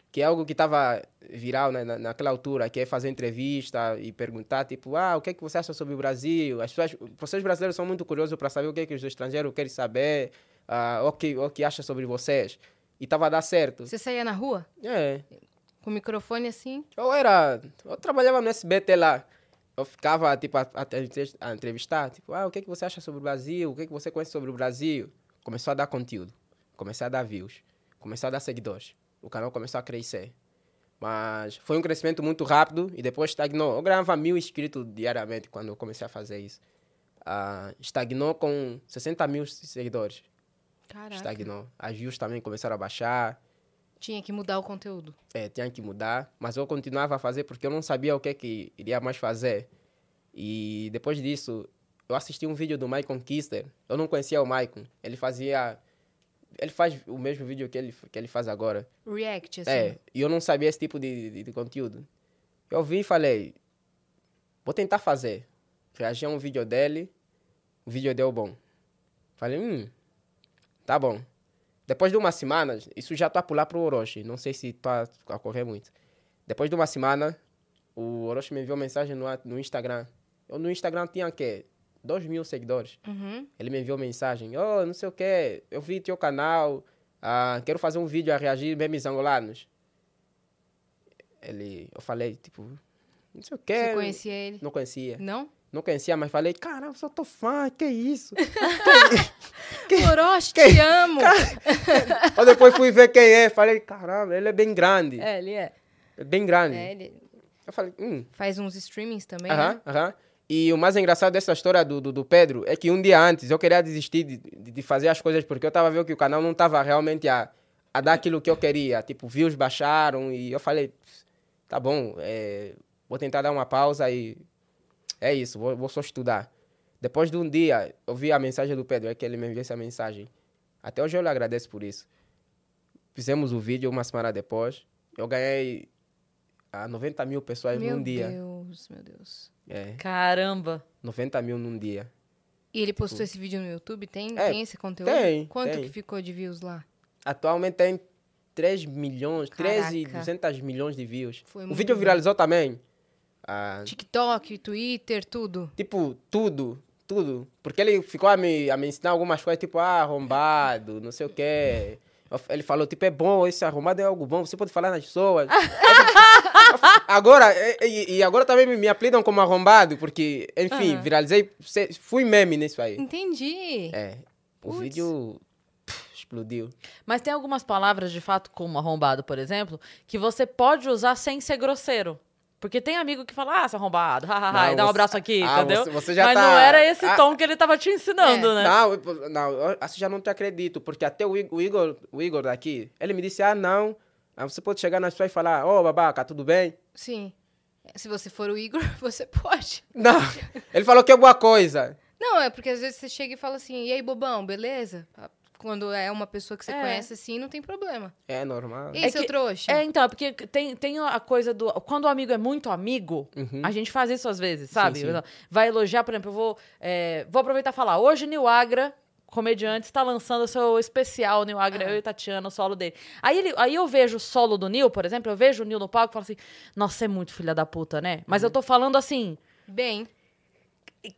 Que é algo que estava viral né, na, naquela altura, que é fazer entrevista e perguntar, tipo, ah, o que é que você acha sobre o Brasil? As pessoas, vocês brasileiros são muito curiosos para saber o que é que os estrangeiros querem saber, ah, o, que, o que acham sobre vocês. E estava a dar certo. Você saía na rua É. com o microfone assim? Eu era. Eu trabalhava no SBT lá. eu ficava, tipo, a, a- a entrevist- a entrevistar, tipo, ah, o que, que você acha sobre o Brasil? O que, que você conhece sobre o Brasil? Começou a dar conteúdo, começou a dar views, começou a dar seguidores. O canal começou a crescer. Mas foi um crescimento muito rápido e depois estagnou. Eu ganhava mil inscritos diariamente quando eu comecei a fazer isso. Ah, estagnou com 60 mil seguidores. Caraca. Estagnou. As views também começaram a baixar. Tinha que mudar o conteúdo. É, tinha que mudar, mas eu continuava a fazer porque eu não sabia o que é que iria mais fazer. E depois disso, eu assisti um vídeo do Michael Kister. Eu não conhecia o Michael. Ele fazia. Ele faz o mesmo vídeo que ele, que ele faz agora. React, assim. É, e eu não sabia esse tipo de, de, de conteúdo. Eu vi e falei, vou tentar fazer. Reagi a um vídeo dele, o vídeo deu bom. Falei, hum, tá bom. Depois de uma semana, isso já tá a pular pro Orochi, não sei se tá a correr muito. Depois de uma semana, o Orochi me enviou mensagem no, at- no Instagram. Eu no Instagram tinha o quê? 2 mil seguidores. Uhum. Ele me enviou mensagem, oh, não sei o que, eu vi teu canal, ah, quero fazer um vídeo a reagir memes angolanos. Ele, eu falei, tipo, não sei o que. Você conhecia ele? Não conhecia. <laughs> Não? Não conhecia, mas falei, caramba, sou teu fã, <laughs> que isso? Orochi, te amo! Aí depois fui ver quem é, falei, caramba, ele é bem grande, é, É, ele é. bem grande. É, ele Eu falei, hum, faz uns streamings também, Aham, né? aham. E o mais engraçado dessa história do, do, do Pedro é que um dia antes eu queria desistir de, de- de fazer as coisas porque eu tava vendo que o canal não tava realmente a, a dar aquilo que eu queria. Tipo, views baixaram e eu falei, "Pss, tá bom, é, vou tentar dar uma pausa e é isso, vou, vou só estudar. Depois de um dia, eu vi a mensagem do Pedro, é que ele me enviou essa mensagem. Até hoje eu lhe agradeço por isso. Fizemos o vídeo uma semana depois. Eu ganhei ah, 90 mil pessoas meu num dia. Deus, meu Deus. É. Caramba. 90 mil num dia. E ele postou esse vídeo no YouTube? Tem, Tipo É, tem esse conteúdo? tem, Quanto tem. que ficou de views lá? Atualmente tem 3 milhões, Caraca. 13 e 200 milhões de views. Foi o muito vídeo bom. viralizou também. Ah, TikTok, Twitter, tudo. tipo, tudo, tudo. Porque ele ficou a me, a me ensinar algumas coisas, tipo, ah, arrombado, não sei o quê. Eu- Ele falou, tipo, é bom, esse arrombado é algo bom, você pode falar nas pessoas. <laughs> tipo, agora, e- e, e agora também me, me apelidam como arrombado, porque, enfim, viralizei, se- fui meme nisso aí. Entendi. É, o Hum. Putz. vídeo pff, explodiu. Mas tem algumas palavras, de fato, como arrombado, por exemplo, que você pode usar sem ser grosseiro. Porque tem amigo que fala, ah, seu arrombado, hahaha, Não, e dá um você- abraço aqui, Ah, entendeu? você- você já Mas tá- não era esse Ah. é. tom que ele tava te ensinando, né? Não, eu- não, eu- assim já não te acredito, porque até o I- o Igor, o Igor daqui, ele me disse, ah, não, ah, você pode chegar nas pessoas e falar, ô, babaca, tudo bem? <laughs> Sim. Se você for o Igor, você pode. Não, ele falou que é boa coisa. Não, é porque às vezes você chega e fala assim, e aí, bobão, beleza? Quando é uma pessoa que você É. conhece assim, não tem problema. É normal. E aí, seu que- trouxa? É, então, é porque tem, tem a coisa do. Quando o amigo é muito amigo, a gente faz isso às vezes, sabe? Então, sim. Vai elogiar, por exemplo, eu vou, é, vou aproveitar e falar. Hoje, Nil Agra, comediante, está lançando o seu especial, Nil Agra, eu e Tatiana, o solo dele. Aí, ele, aí eu vejo o solo do Nil, por exemplo, eu vejo o Nil no palco e falo assim: Nossa, é muito filha da puta, né? Mas eu tô falando assim. Bem,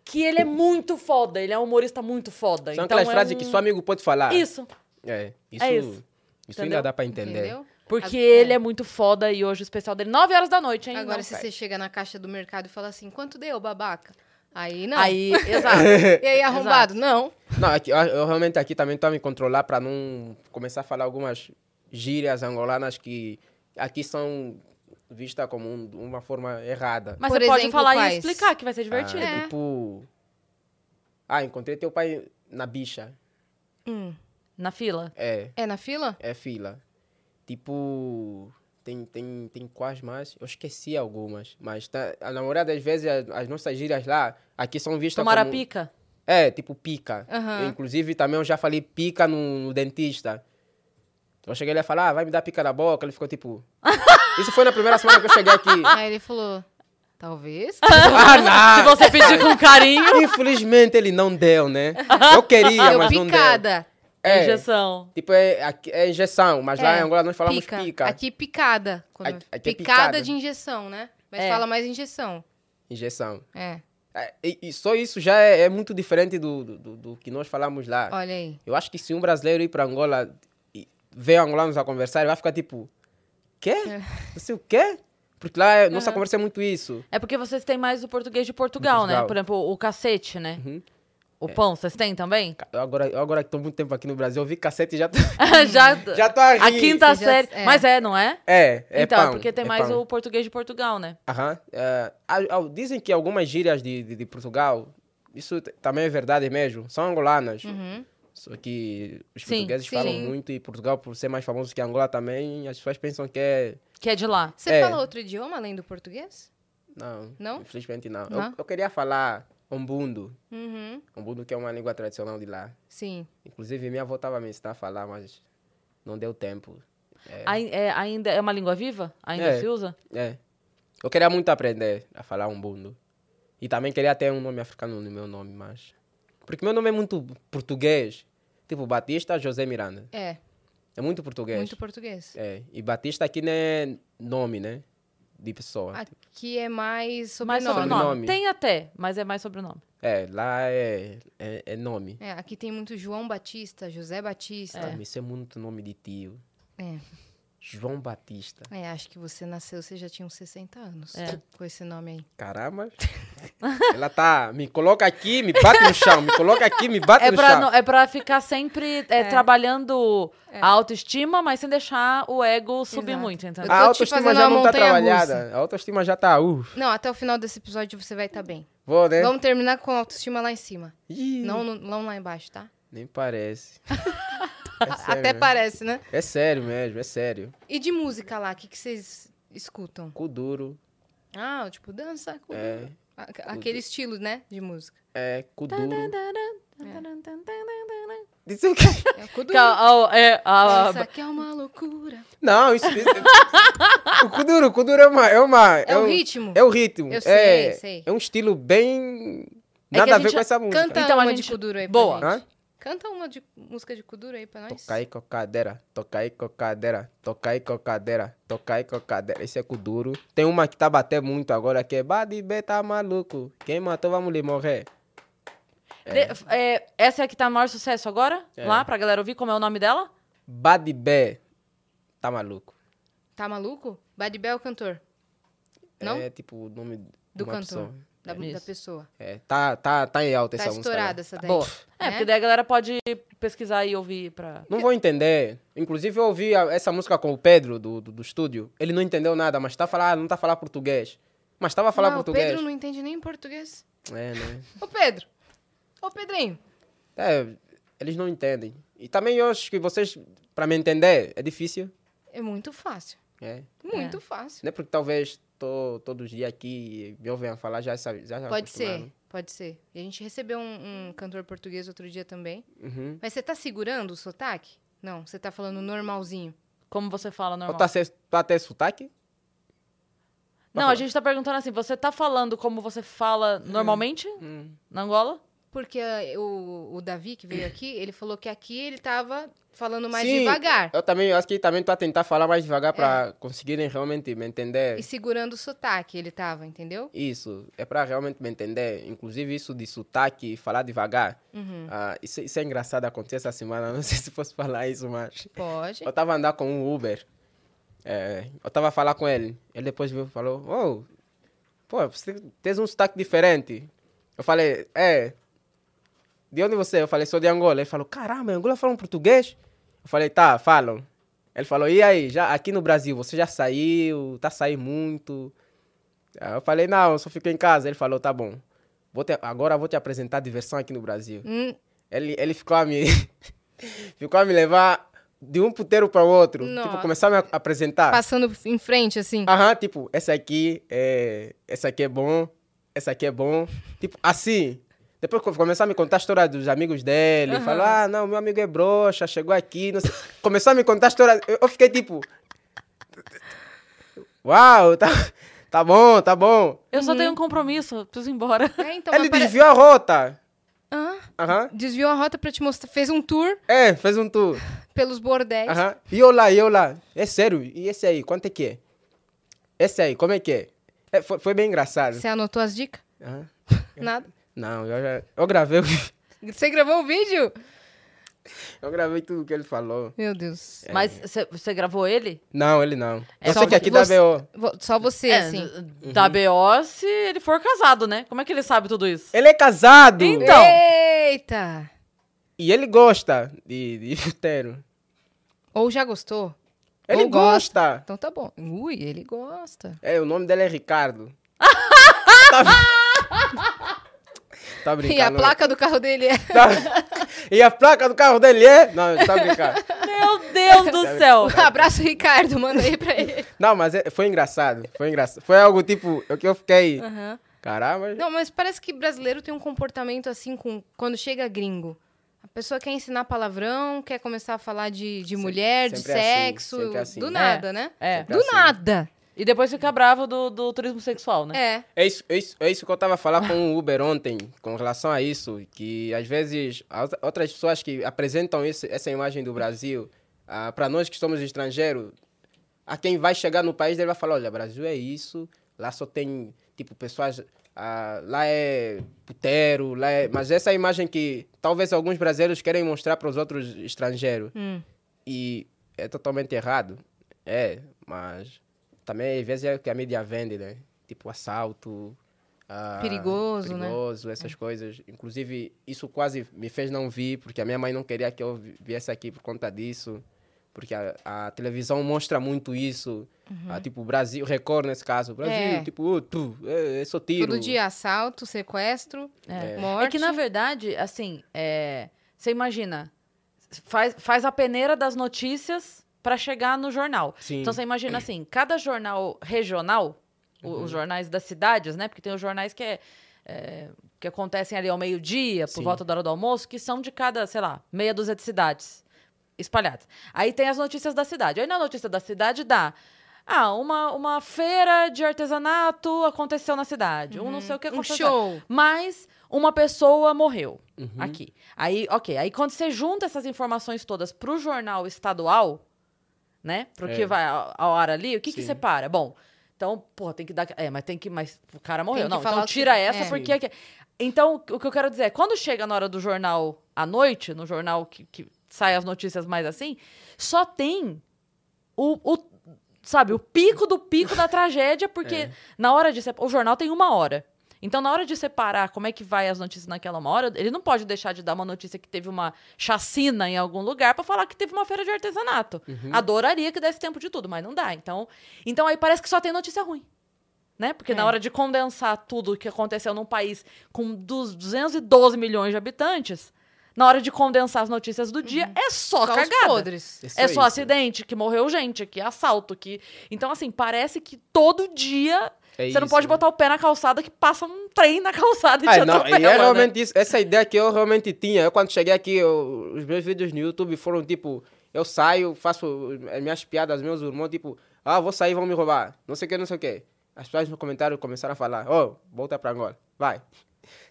Que ele é muito foda, ele é um humorista muito foda. São então aquelas é frases um- que só amigo pode falar. Isso. É, isso, É isso. isso. Entendeu? ainda dá pra entender. entendeu? Porque Ag- ele é muito foda e hoje o especial dele, 9 horas da noite, hein? Agora, Não se perde. você chega na caixa do mercado e fala assim, quanto deu, babaca? Aí não. Aí, exato. <laughs> <laughs> E aí, arrombado? Não. Não, aqui, eu, eu realmente aqui também tô a me controlar para não começar a falar algumas gírias angolanas que aqui são vistas como um- uma forma errada. Mas Por você pode exemplo, falar quais? e explicar que vai ser divertido. Ah, É. Tipo. Ah, encontrei teu pai na bicha. Hum. Na fila. É, É na fila? é fila. Tipo. Tem, tem, tem quais mais? Eu esqueci algumas. Mas tá, a namorada, às vezes, as, as nossas gírias lá, aqui são vistas Tomar a como... pica. É, tipo pica. Aham. Eu, inclusive, também eu já falei pica no, no dentista. Eu cheguei ele a falar, ah, vai me dar pica na boca. Ele ficou <laughs> tipo... Isso foi na primeira semana que eu cheguei aqui. Aí ele falou, talvez. Ah! Ah, Se <laughs> você pedir com carinho, Infelizmente, ele não deu, né? Eu queria, Deu mas não Ah, deu. picada. É. injeção. Tipo, é, aqui- é injeção, mas lá É, em Angola nós falamos pica. Aqui picada. Quando- Aqui- aqui é picada, picada. de injeção, né? Mas É. fala mais injeção. Injeção. É. É, E, e só isso já é, é muito diferente do, do, do- do que nós falamos lá. Olha aí. Eu acho que se um brasileiro ir para Angola e ver angolanos a conversar, ele vai ficar tipo, quê? Não sei o quê? Porque lá é- nossa conversa é muito isso. É porque vocês têm mais o português de Portugal, né? Portugal. Uhum. É. Por exemplo, o cacete, né? O pão, vocês têm também? Ca- Eu agora, eu agora que tô muito tempo aqui no Brasil, eu vi cacete e já tô... <laughs> já, <laughs> Já tô a a rir. quinta Você já- série. é. Mas é, não é? É, é então, pão, porque tem é mais pão. o português de Portugal, né? Aham. é, a- a- dizem que algumas gírias de, de, de Portugal, isso t- também é verdade mesmo, são angolanas. Só que os Sim, portugueses Uhum. sim. falam muito e Portugal, por ser mais famoso que Angola também, as pessoas pensam que é... Que é de lá. Você É. fala outro idioma além do português? Não, Não? infelizmente não. Eu- Não? Eu, queria falar Ombundo. Uhum. Ombundo que é uma língua tradicional de lá. Sim. Inclusive, minha avó estava me ensinando a falar, mas não deu tempo. Ai- é- ainda é uma língua viva? Ainda É. se usa? É. Eu queria muito aprender a falar umbundo. E também queria ter um nome africano no meu nome, mas. Porque meu nome é muito português. Tipo, Batista José Miranda. É, É muito português. muito português. É. E Batista aqui não é nome, né? De pessoa. Aqui é mais sobrenome. Mais sobrenome. Sobrenome. Tem até, mas é mais sobrenome. É, lá é, é, é nome. É, aqui tem muito João Batista, José Batista. Isso é muito nome de tio. É. João Batista. É, acho que você nasceu, você já tinha uns 60 anos É. com esse nome aí. Caramba. <laughs> Ela tá. Me coloca aqui, me bate no chão. Me coloca aqui, me bate É no pra, chão. não- é pra ficar sempre é, trabalhando a autoestima, mas sem deixar o ego subir Exato. muito, entendeu? Eu- A tô te autoestima fazendo já uma não tá montanha-russa. trabalhada. A autoestima já tá. Uh, Não, até o final desse episódio você vai estar bem. vou, né? Vamos terminar com a autoestima lá em cima. Ih, Não, no- não lá embaixo, tá? Nem parece. É sério Até mesmo. parece, né? É sério mesmo, é sério. E de música lá, o que, que vocês escutam? Cu duro. Ah, tipo, dança. cu- É, a- Aquele estilo, né? De música. é cu duro. Dizem que... <laughs> É o cu Que a- a- é, a- Isso aqui é uma loucura. Não, isso... isso- o cu duro, o cu duro é uma... É, uma, É o um- ritmo. É o ritmo. Eu é, sei, sei. É um estilo bem... É que Nada a a, ver gente com essa música. Canta Então, a uma gente- de Kuduro aí Boa. pra um- Hã? gente. Canta uma de música de Kuduro aí pra nós. Tocai cocadeira, tocai cocadeira, tocai cocadeira, tocai cocadeira. Esse é cu duro. Tem uma que tá batendo muito agora que é Badi B tá maluco. Quem matou vamos lhe morrer. de- é, essa é a que tá maior sucesso agora? Lá, pra galera ouvir como é o nome dela? Badi B tá maluco. Tá maluco? Bad Bell é o cantor. Não? É tipo o nome de Do uma cantor. pessoa. Da, da Isso. pessoa. É, tá, tá, tá em alta Tá essa música. estourada lá. essa daí. Boa. É, Né? porque daí a galera pode pesquisar e ouvir pra. Não vou entender. Inclusive, eu ouvi a- essa música com o Pedro do, do, do estúdio. Ele não entendeu nada, mas tá falando, não tá falando português. Mas tava falando Ah, O português. Pedro não entende nem português. É, né? Ô, Pedro. Ô, Pedrinho. É, eles não entendem. E também eu acho que vocês, pra me entender, é difícil. É muito fácil. É. Muito fácil. Não é porque talvez tô todos os dias aqui e me ouvem a falar, já sabe. Já Pode acostumaram. ser, pode ser. E a gente recebeu um, um cantor português outro dia também. Uhum. Mas você tá segurando o sotaque? Não, você tá falando normalzinho. Como você fala normal. Ou tá, se- tá até sotaque? Não, a gente tá perguntando assim: você tá falando como você fala normalmente Hum. na Angola? Porque ah, o, o Davi, que veio aqui, ele falou que aqui ele tava falando mais Sim, devagar. Eu também, eu acho que também tô a tentar falar mais devagar pra conseguirem realmente me entender. E segurando o sotaque ele tava, entendeu? Isso, é para realmente me entender. Inclusive, isso de sotaque, falar devagar. Ah, isso, isso é engraçado, aconteceu essa semana. <laughs> Não sei se posso falar isso, mas. Pode. Eu tava andando com um Uber. É, eu tava a falar com ele. Ele depois veio e falou: Oh, pô, você tens um sotaque diferente. Eu falei: É. De onde você é? Eu falei: Sou de Angola. Ele falou: Caramba, em Angola falam português? Eu falei: Tá, falam. Ele falou: E aí, já, aqui no Brasil, você já saiu? Tá saindo muito? Aí eu falei: Não, eu só fico em casa. Ele falou: Tá bom. Vou te- agora eu vou te apresentar a diversão aqui no Brasil. Hum, Ele, ele ficou a me. <laughs> ficou a me levar de um puteiro para o outro. Nossa. Tipo, começar a me a- apresentar. passando em frente, assim. Aham, tipo, essa aqui é. Essa aqui é bom. Essa aqui é bom. Tipo, assim. Depois co- começou a me contar a história dos amigos dele. Falou, ah, não, meu amigo é broxa, chegou aqui. Não sei. Começou a me contar a história. Eu eu fiquei tipo. Uau, tá, tá bom, tá bom. Eu só tenho um compromisso, preciso ir embora. É, então, Ah, Ele mas pare- desviou a rota. Hã? Aham. Desviou a rota pra te mostrar. Fez um tour É, fez um tour. pelos bordéis. Aham. E eu lá, e eu lá. É sério, e esse aí, quanto é que é? Esse aí, como é que é? É, foi, foi bem engraçado. Você anotou as dicas? Aham. Nada. Não, eu, já- eu gravei. o <laughs> vídeo. Você gravou o vídeo? Eu gravei tudo que ele falou. Meu Deus. É. Mas cê- você gravou ele? Não, ele não. eu só sei que aqui dá É você- B.O. Vo- Só você, É, assim. d- Da BO se ele for casado, né? Como é que ele sabe tudo isso? Ele é casado! Então. Eita! E ele gosta de, de <laughs> solteiro. Ou já gostou? Ele Ou gosta. Então tá bom. Ui, ele gosta. É, o nome dele <laughs> é Ricardo. tá... <laughs> tá brincando. E a né? placa do carro dele é. Tá- E a placa do carro dele é... Não, tá brincando. <laughs> Meu Deus do céu! Um é. Abraço, Ricardo. Manda aí <laughs> pra ele. Não, mas é- foi engraçado. Foi engraçado. Foi algo tipo... O que eu fiquei... Aham. Caramba. Ah. Não, mas parece que brasileiro tem um comportamento assim com quando chega gringo. A pessoa quer ensinar palavrão, quer começar a falar de, de mulher, de sempre é assim, sexo. sempre é assim. Do É, assim. nada, né? é. Do nada. E depois fica bravo do, do turismo sexual, né? É. É isso, é, isso, é isso que eu estava a falar com o Uber ontem, com relação a isso, que às vezes as outras pessoas que apresentam esse, essa imagem do Brasil, para nós que somos estrangeiros, a quem vai chegar no país, ele vai falar, olha, Brasil é isso, lá só tem, tipo, pessoas, ah, lá é puteiro, lá é... Mas essa é a imagem que talvez alguns brasileiros querem mostrar para os outros estrangeiros. Hum. E é totalmente errado. É, mas também às vezes é o que a mídia vende, né? Tipo assalto. ah, Perigoso, né? perigoso, essas coisas. Inclusive, isso quase me fez não vir, porque a minha mãe não queria que eu vi- viesse aqui por conta disso. Porque a, a televisão mostra muito isso. Uhum. Ah, tipo, o Brasil, Record nesse caso. o Brasil, É. tipo, uh, tu, é, é só tiro. Todo dia assalto, sequestro, É. morte. É que, na verdade, assim, é, você imagina, faz, faz a peneira das notícias para chegar no jornal. Sim. Então, você <clears throat> imagina assim, cada jornal regional, o- Uhum. os jornais das cidades, né? Porque tem os jornais que é, é, que acontecem ali ao meio-dia, por Sim. volta da hora do almoço, que são de cada, sei lá, meia dúzia de cidades espalhadas. Aí tem as notícias da cidade. Aí na notícia da cidade dá... Ah, uma, uma feira de artesanato aconteceu na cidade. Um não Uhum. sei o que Um aconteceu. show. Mas uma pessoa morreu Uhum. aqui. Aí, ok. Aí quando você junta essas informações todas pro jornal estadual, né? Pro que É. vai ao ao ar ali, o que que Sim. separa? Bom, então, porra, tem que dar... É, mas tem que... Mas o cara morreu. que Não, falar então o que- tira essa é. porque... é que- Então, o que eu quero dizer é, quando chega na hora do jornal à noite, no jornal que, que sai as notícias mais assim, só tem o... o- Sabe, o pico do pico da tragédia, porque É. na hora de... sep- O jornal tem uma hora. Então, na hora de separar como é que vai as notícias naquela uma hora, ele não pode deixar de dar uma notícia que teve uma chacina em algum lugar pra falar que teve uma feira de artesanato. Uhum. Adoraria que desse tempo de tudo, mas não dá. Então, então aí parece que só tem notícia ruim. Né? Porque na hora de condensar tudo o que aconteceu num país com dos 212 milhões de habitantes, na hora de condensar as notícias do dia, é só, Só os cagada. podres. Isso É é só isso. acidente, que morreu gente, que assalto, que. Então, assim, parece que todo dia É você não isso, pode né? botar o pé na calçada que passa um trem na calçada e te Ah, não, atropela. e é né? realmente isso. Essa ideia que eu realmente tinha. Eu, quando cheguei aqui, eu- os meus vídeos no YouTube foram tipo: eu saio, faço as minhas piadas, meus irmãos, tipo, ah, vou sair, vão me roubar. Não sei o que, não sei o que. As pessoas no comentário começaram a falar: oh, volta pra Angola, vai.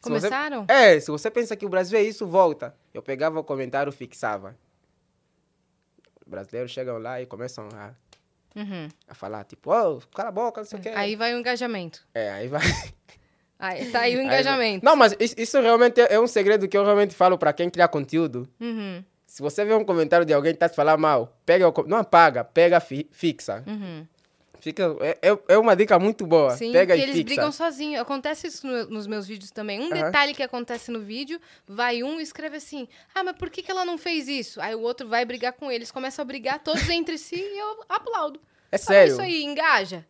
Se você- Começaram? É, se você pensa que o Brasil é isso, volta. Eu pegava o comentário, fixava. Os brasileiros chegam lá e começam a, Uhum. a falar, tipo, oh, cala a boca, não sei o que. Aí vai o engajamento. É, aí vai. Aí, tá aí o Aí vai. <laughs> engajamento. Não, mas isso, isso realmente é um segredo que eu realmente falo pra quem cria conteúdo. Uhum. Se você vê um comentário de alguém que tá te falando mal, pega o com- não apaga, pega fi- fixa. Uhum. Fica, é, é- é uma dica muito boa. Sim, pega que e eles fixa. brigam sozinhos. Acontece isso no- nos meus vídeos também. Um Aham. detalhe que acontece no vídeo, vai um e escreve assim: Ah, mas por que, que ela não fez isso? Aí o outro vai brigar com eles, começa a brigar todos entre si e eu aplaudo. É Fala sério. Isso aí, engaja.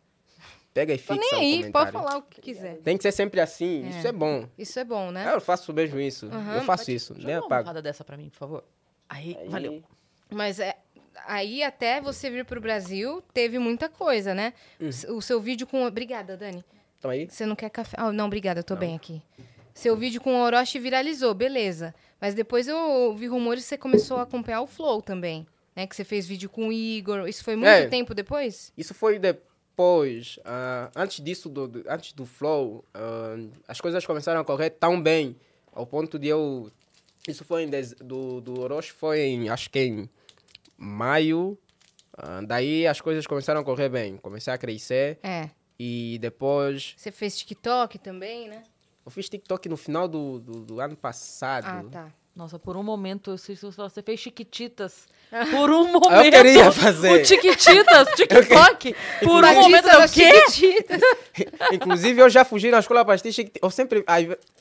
Pega e Tô nem fixa. o aí, pode comentário. falar o que quiser. Tem que ser sempre assim. Isso é bom. Isso é bom, né? Eu faço mesmo isso. Aham, eu faço isso. né, Joga Nem uma apago. almofada dessa pra mim, por favor. Aí, valeu. Mas é, aí até você vir pro Brasil, teve muita coisa, né? Uhum. O seu vídeo com. Obrigada, Dani. Então aí. Você não quer café? Ah, não, obrigada, eu tô bem aqui. Seu vídeo com o Orochi viralizou, beleza. Mas depois eu ouvi rumores que você começou a acompanhar o Flow também, né? Que você fez vídeo com o Igor. Isso foi muito É. tempo depois? Isso foi depois. ah, antes disso, do, do- antes do Flow, ah, as coisas começaram a correr tão bem. Ao ponto de eu. Isso foi em. dez- do, do Orochi foi em. Acho que em maio. Ah, daí as coisas começaram a correr bem. Comecei a crescer. É. E depois. Você fez TikTok também, né? Eu fiz TikTok no final do, do, do ano passado. Ah, tá. Nossa, por um momento, eu sei se você fez Chiquititas. Por um momento. queria fazer. O Chiquititas, TikTok. Por um Batista momento, eu, o das quê? <laughs> Chiquititas. Inclusive, eu já fugi na escola para assistir. Chiquiti- Eu sempre a,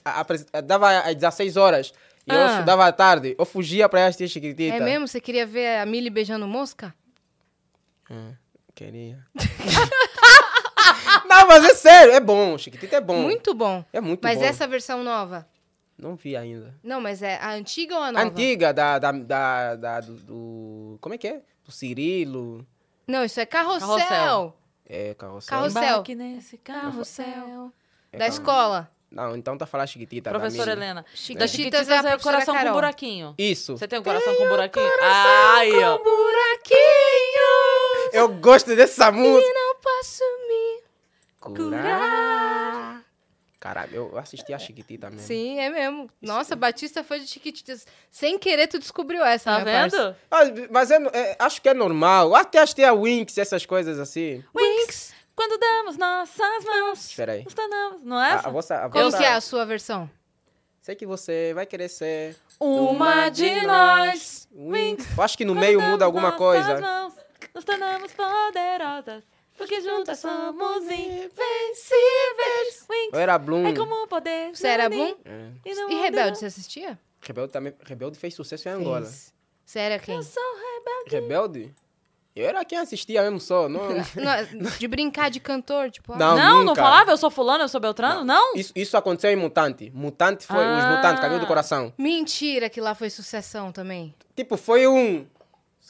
a- a- dava às 16 horas e eu Ah. estudava à tarde. Eu fugia para assistir Chiquitita. É mesmo? Você queria ver a Millie beijando mosca? Queria. <laughs> Não, mas é sério, é bom. Chiquitita é bom. Muito bom. É muito Mas bom. essa versão nova? Não vi ainda. Não, mas é a antiga ou a A nova? antiga da, da, da, da- do, do- Como é que é? Do Cirilo. Não, isso é carrossel. Carrossel. É, carrossel. Carrossel. Embarque nesse carrossel. Carrossel. É Da escola. Não, então tá falando Chiquitita. da Professora minha. Helena. Da Chiquititas Chiquititas é a é o professora coração com Carol. buraquinho. né? Isso. Você tem um coração com buraquinho? Ah, aí, ó. buraquinho. Eu gosto dessa música. Não posso me. Curar. Caralho, eu assisti a Chiquitita mesmo. Sim, é mesmo. Nossa, Batista foi de Chiquititas. Sem querer, tu descobriu essa, Tá né, vendo? parça? Ah, Mas é no- é- acho que é normal. Até achei a Winx, essas coisas assim. Winx, quando damos nossas mãos, Espera aí. nos tornamos, não é A, a essa? vossa, a Como vossa- que é a sua versão? Sei que você vai querer ser... Uma de nós. Winx. Eu acho que no meio Quando muda alguma damos nossas coisa. Mãos, nos tornamos poderosas, porque juntas somos invencíveis. Winx, Eu era um. Bloom. é como o poder. Você era de Bloom? unir É. e não E Rebelde, mudar. você assistia? Rebelde, também, Rebelde fez sucesso em É Angola. Fez. Você era quem? Eu sou rebelde. Rebelde? Eu era quem assistia mesmo só. Não, Não, de brincar de cantor, tipo... ah, Não, não, não nunca. falava eu sou fulano, eu sou beltrano? Não? Isso, isso aconteceu em Mutante. Mutante foi os Ah. Mutantes, Caminho do Coração. Mentira que lá foi sucessão também. Tipo, foi um...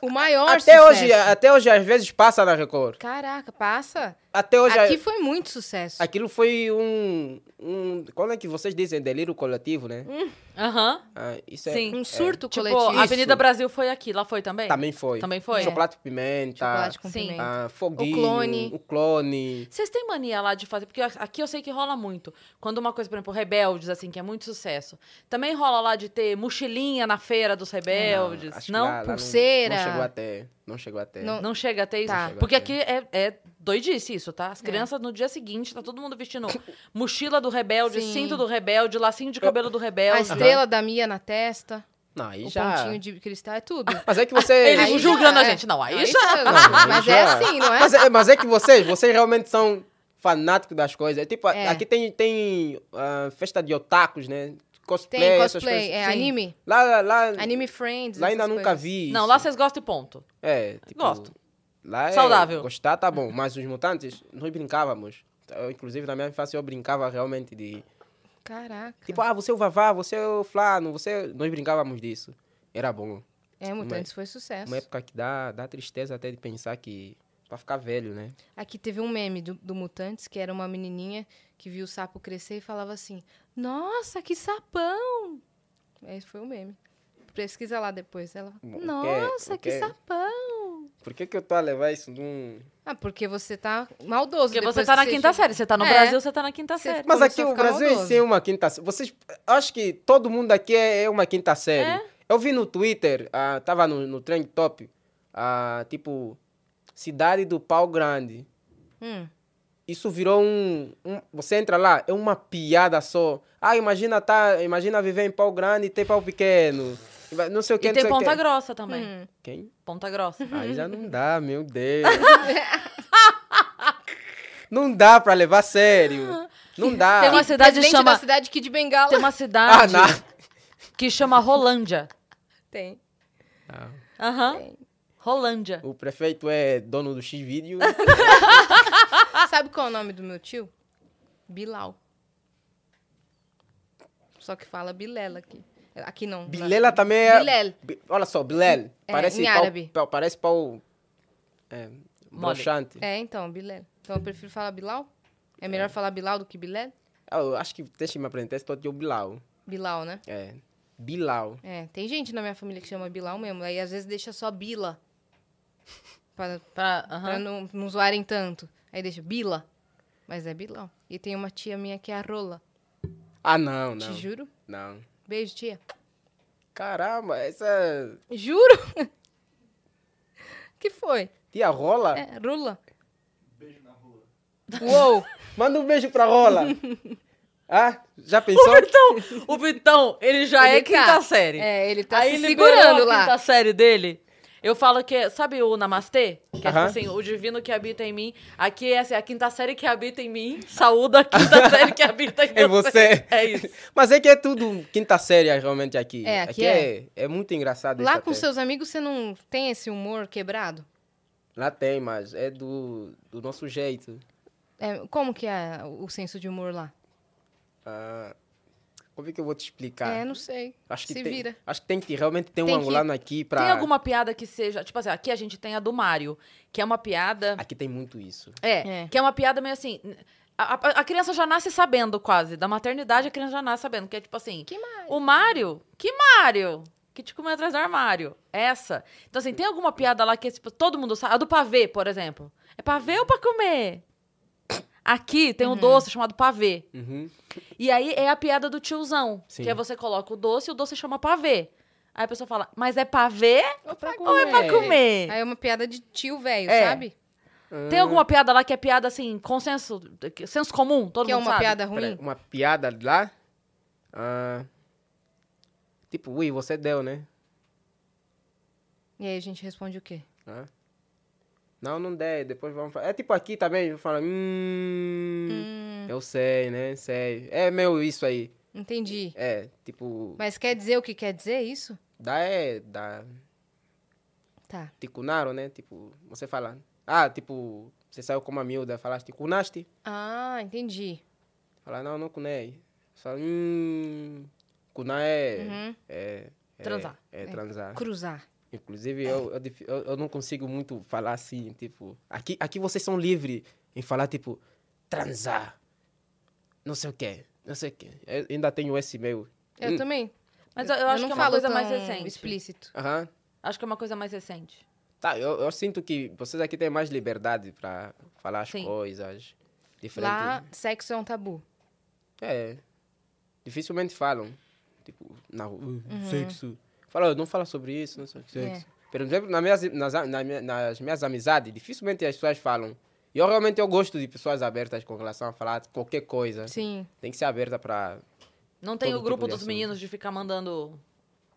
O maior Até sucesso. hoje, é. até hoje, às vezes, passa na Record. Caraca, passa. Até hoje... é. Aqui foi muito sucesso. Aquilo foi um, um. Qual é que vocês dizem? Delírio coletivo, né? Hum. Aham. Ah, isso é- Sim. Um surto Tipo, coletivo. a Tá. Avenida Brasil foi aqui, lá foi também? Também foi. Também foi? Chocolate com pimenta. é. Chocolate com Sim. pimenta. ah, foguinho. O clone. O clone. Vocês têm mania lá de fazer, porque aqui eu sei que rola muito. Quando uma coisa, por exemplo, Rebeldes, assim, que é muito sucesso. Também rola lá de ter mochilinha na feira dos É, Rebeldes, Ah, acho que não? lá- lá Pulseira. Não, chegou até. Não chegou até. Não- Não chega até isso? Tá. Porque aqui é, é doidice isso, tá? É. As crianças, no dia seguinte, tá todo mundo vestindo mochila do Rebelde, Sim. cinto do Rebelde, lacinho de cabelo do Rebelde. A estrela da Mia na testa, Não, é aí o já. pontinho de cristal, é tudo. Mas é que vocês. Ele Aí Mas julga- já julgando a é. gente. Não, aí Aí já... <laughs> já- aí Mas é assim, não é? Mas é, mas é que vocês, vocês realmente são fanáticos das coisas. É Tipo, É. aqui tem, tem ah, festa de otakus, né? Cosplay, Tem essas cosplay, coisas. é Sim. anime, Lá, lá, lá, anime friends. lá ainda essas nunca coisas. vi. Não, isso. lá vocês gostam e ponto. É, tipo, Gosto. Lá é, Saudável. Gostar tá bom, mas os mutantes, nós brincávamos. Eu, inclusive, na minha infância, eu brincava realmente de... Caraca. Tipo, ah, você é o Vavá, você é o Flano, você... Nós brincávamos disso. Era bom. é, Mutantes foi sucesso. Uma época que dá, dá tristeza até de pensar que... Pra ficar velho, né? Aqui teve um meme do, do Mutantes, que era uma menininha que viu o sapo crescer e falava assim, nossa, que sapão! Esse foi o meme. Pesquisa lá depois. Ela, O que é- nossa, o que que é?" sapão! Por que que eu tô a levar isso um num... Ah, porque você tá maldoso. Porque depois você tá que na quinta chega- série. Você tá no É. Brasil, você tá na quinta Você- série. Mas Começou aqui a o ficar Brasil em maldoso. si é uma quinta série. Vocês... Acho que todo mundo aqui é, é uma quinta série. É. Eu vi no Twitter, ah, tava no, no Trend Top, ah, tipo... Cidade do Pau Grande. Hum. isso virou um, um- você entra lá é uma piada só ah imagina tá imagina viver em pau grande e ter pau pequeno não sei o que E não tem sei o Ponta que. Grossa também. Hum. quem <laughs> Ponta Grossa. aí já não dá meu <laughs> Deus não dá pra levar a sério não dá Tem uma cidade que Presidente chama... da cidade aqui de Bengala. Tem uma ah, cidade não. que chama Rolândia. Tem. Aham. Rolândia. o prefeito é dono do X <laughs> vídeo Sabe qual é o nome do meu tio? Bilal. Só que fala Bilela aqui. Aqui não. Bilela também é Bilel. Bi- olha só Bilel É, parece em pau, árabe. pau- parece pau é, broxante É, então, Bilela. Então eu prefiro falar Bilal. É melhor falar Bilal do que Bilel? eu acho que deixa eu me apresentar esse todo de Bilal Bilal, né? É. Bilal. É, tem gente na minha família que chama Bilal mesmo. Aí às vezes deixa só Bila. <laughs> Pra, Pra, pra Tá, aham. não, não zoarem tanto. Aí deixa Bila. Mas é Bilal. E tem uma tia minha que é a Rola. Ah, não, Te não. juro. Não. Beijo, tia. Caramba, essa Juro? <laughs> que foi? tia Rola? É, Rula. Beijo na rua. Uou! <laughs> Manda um beijo pra Rola. Ah, já O pensou? Vitão, <laughs> o Vitão, ele já é Ele tá. quinta série. É, ele tá Aí se liberou segurando a lá. quinta série dele. Eu falo que, é- sabe o Namastê? Que é tipo Aham. assim, o divino que habita em mim. Aqui é assim, a quinta série que habita em mim, saúda a <laughs> quinta série que habita em É você. É isso. <laughs> Mas é que é tudo quinta série realmente aqui. É, aqui é. é muito engraçado isso Lá com até. seus amigos você não tem esse humor quebrado? Lá tem, mas é do, do nosso jeito. É, como que é o senso de humor lá? Ah, como é que eu vou te explicar? É, não sei. Acho que Se tem, vira. Acho que tem que realmente ter um Tem que- angolano aqui pra... Tem alguma piada que seja... Tipo assim, aqui a gente tem a do Mário, que é uma piada... Aqui tem muito isso. É, É. que é uma piada meio assim... A, a- a criança já nasce sabendo, quase. Da maternidade, a criança já nasce sabendo. Que é tipo assim... Que mais? O Mário? Que Mário? Que te comeu atrás do armário. Essa. Então, assim, tem alguma piada lá que tipo, todo mundo sabe? A do pavê, por exemplo. É pavê ou pra comer? Aqui Uhum. tem um doce chamado pavê. Uhum. E aí é a piada do tiozão. Sim. Que é você coloca o doce e o doce chama pavê. Aí a pessoa fala, mas é pavê? Ou pra Ou é pra comer? Aí é uma piada de tio velho, É. sabe? Tem alguma piada lá que é piada, assim, consenso, que- senso comum? Todo que é mundo uma sabe? piada Peraí, ruim. uma piada lá. ah, tipo, ui, você deu, né? E aí a gente responde o quê? Ah. Não, não der, depois vamos falar. É tipo aqui também, fala, hum, eu sei, né, sei. É meu isso aí. Entendi. É, tipo, Mas quer dizer o que quer dizer isso? dá é, dá, Tá. ticunaram, né, tipo, você fala, ah, tipo, você saiu com uma miúda, falaste, ticunaste? Ah, entendi. Fala, não, não cunei. Fala, hum, cunar é, é, é- Transar. É, transar. Cruzar. Inclusive, eu, eu, dif- eu, eu não consigo muito falar assim, tipo... Aqui, aqui vocês são livres em falar, tipo, transar, não sei o quê, não sei o quê. Eu ainda tenho esse meu. Eu também. Mas eu, eu acho não que é uma falo coisa tão mais recente. explícito. Aham. Acho que é uma coisa mais recente. Tá, eu, eu sinto que vocês aqui têm mais liberdade para falar as Sim. coisas. Diferente. Lá, sexo é um tabu. É. Dificilmente falam. Tipo, na rua, sexo. Fala, "Oh, não fala sobre isso, não sei o que, sexo. Por exemplo, nas minhas, nas, a- na minha- nas minhas amizades, dificilmente as pessoas falam. E eu realmente eu gosto de pessoas abertas com relação a falar qualquer coisa. Sim. Tem que ser aberta para. Não tem Todo o grupo tipo de dos assunto. meninos de ficar mandando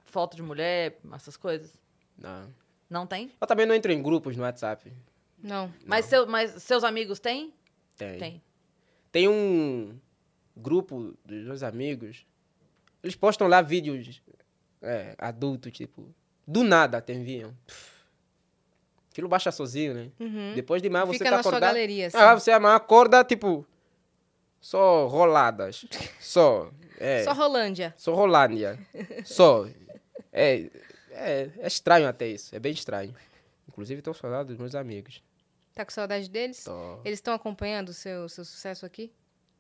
foto de mulher, essas coisas? Não. Não tem? Eu também não entro em grupos no WhatsApp. Não. Mas, seu- mas seus amigos têm? Tem. Tem. Tem um grupo dos meus amigos. Eles postam lá vídeos é, adultos, tipo. Do nada te enviam. Pff. Aquilo baixa sozinho, né? Depois de mais você Uhum. Fica tá na sua acordado. galeria, assim. Ah, você amanhã acorda, tipo. <laughs> Só roladas. Só. É, Só Rolândia. só Rolândia. Só. É, é, é estranho até isso. É bem estranho. Inclusive, estou falando dos meus amigos. Tá com saudade deles? Tô, Eles estão acompanhando o seu, seu sucesso aqui?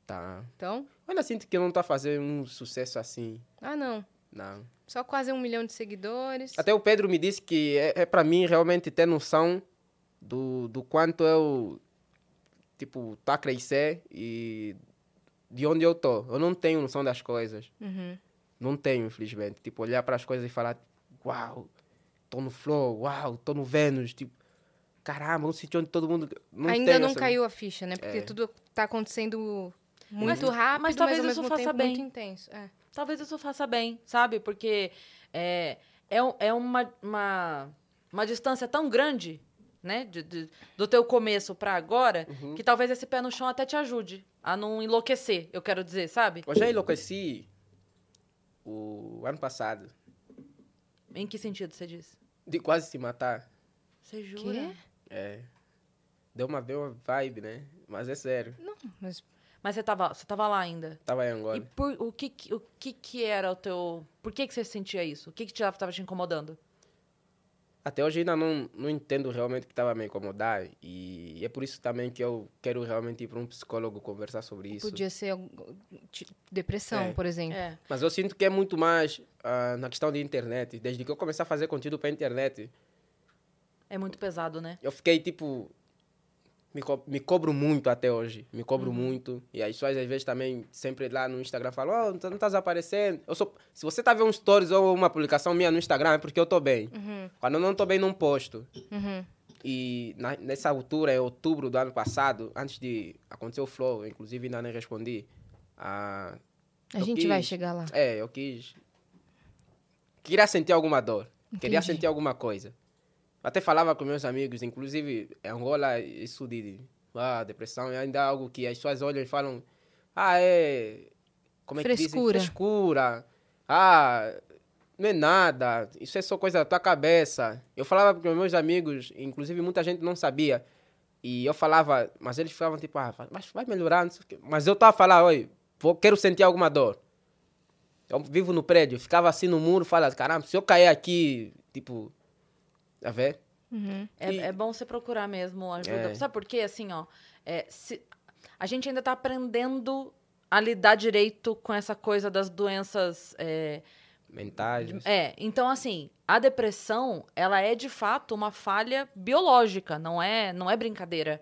tá. Então? Olha, sinto que não tá fazendo um sucesso assim. Ah, não. Não. Só quase um milhão de seguidores. Até o Pedro me disse que é, é para mim realmente ter noção do, do quanto eu, tipo, tá a crescer e de onde eu tô. Eu não tenho noção das coisas. Uhum. Não tenho, infelizmente. Tipo, olhar para as coisas e falar, uau, tô no flow, uau, tô no Vênus, tipo, caramba, um sítio onde todo mundo... Não Ainda tenho não essa- É. caiu a ficha, né? Porque tudo tá acontecendo muito Mas- rápido, mas mas, talvez ao isso mesmo faça tempo bem. muito intenso. É. Talvez isso faça bem, sabe? Porque é, é, um- é uma, uma, uma distância tão grande, né? de- de- do teu começo pra agora, Uhum. que talvez esse pé no chão até te ajude a não enlouquecer, eu quero dizer, sabe? Eu já enlouqueci o ano passado, Em que sentido você diz? de quase se matar. Você jura? Quê? É. Deu uma boa vibe, né? Mas é sério. Não, Hum. mas Mas você tava, você tava lá ainda. Tava em E Angola. por, o, que, que- o que que era o teu... Por que que você sentia isso? O que que te, tava te incomodando? Até hoje ainda não, não entendo realmente o que estava a me incomodar. E é por isso também que eu quero realmente ir para um psicólogo conversar sobre isso. podia ser algum- ti- depressão, É. por exemplo. É. Mas eu sinto que é muito mais ah, na questão de internet. Desde que eu comecei a fazer conteúdo para internet, É muito pesado, né? eu fiquei tipo. Me, co- me cobro muito até hoje. Me cobro muito. E as pessoas às vezes também, sempre lá no Instagram, falam: Oh, não tá- não estás aparecendo. Eu sou... Se você tá vendo um stories ou uma publicação minha no Instagram, é porque eu tô bem. Quando eu não tô bem, não posto. Uhum. E na- é nessa altura, em outubro do ano passado, antes de acontecer o flow, inclusive ainda nem respondi, Ah, A eu gente quis- vai chegar lá. É, eu quis. Queria sentir alguma dor. Queria Entendi. sentir alguma coisa. Até falava com meus amigos, inclusive em Angola, isso de ah, depressão é ainda algo que as pessoas olham e falam: ah, é. Como é Frescura. que dizem? Frescura. Ah, não é nada. Isso é só coisa da tua cabeça. Eu falava com meus amigos, inclusive muita gente não sabia. E eu falava, mas eles ficavam tipo, ah, mas vai melhorar, não sei o quê. Mas eu tava falando, oi, vou, quero sentir alguma dor. Eu vivo no prédio, ficava assim no muro, fala, caramba, se eu cair aqui, tipo, tá vendo? É, E- é bom você procurar mesmo ajuda. É. Sabe por quê? Assim, ó. é, se- a gente ainda tá aprendendo a lidar direito com essa coisa das doenças. é, Mentais. é, então assim, a depressão, ela é de fato uma falha biológica, não é, não é brincadeira.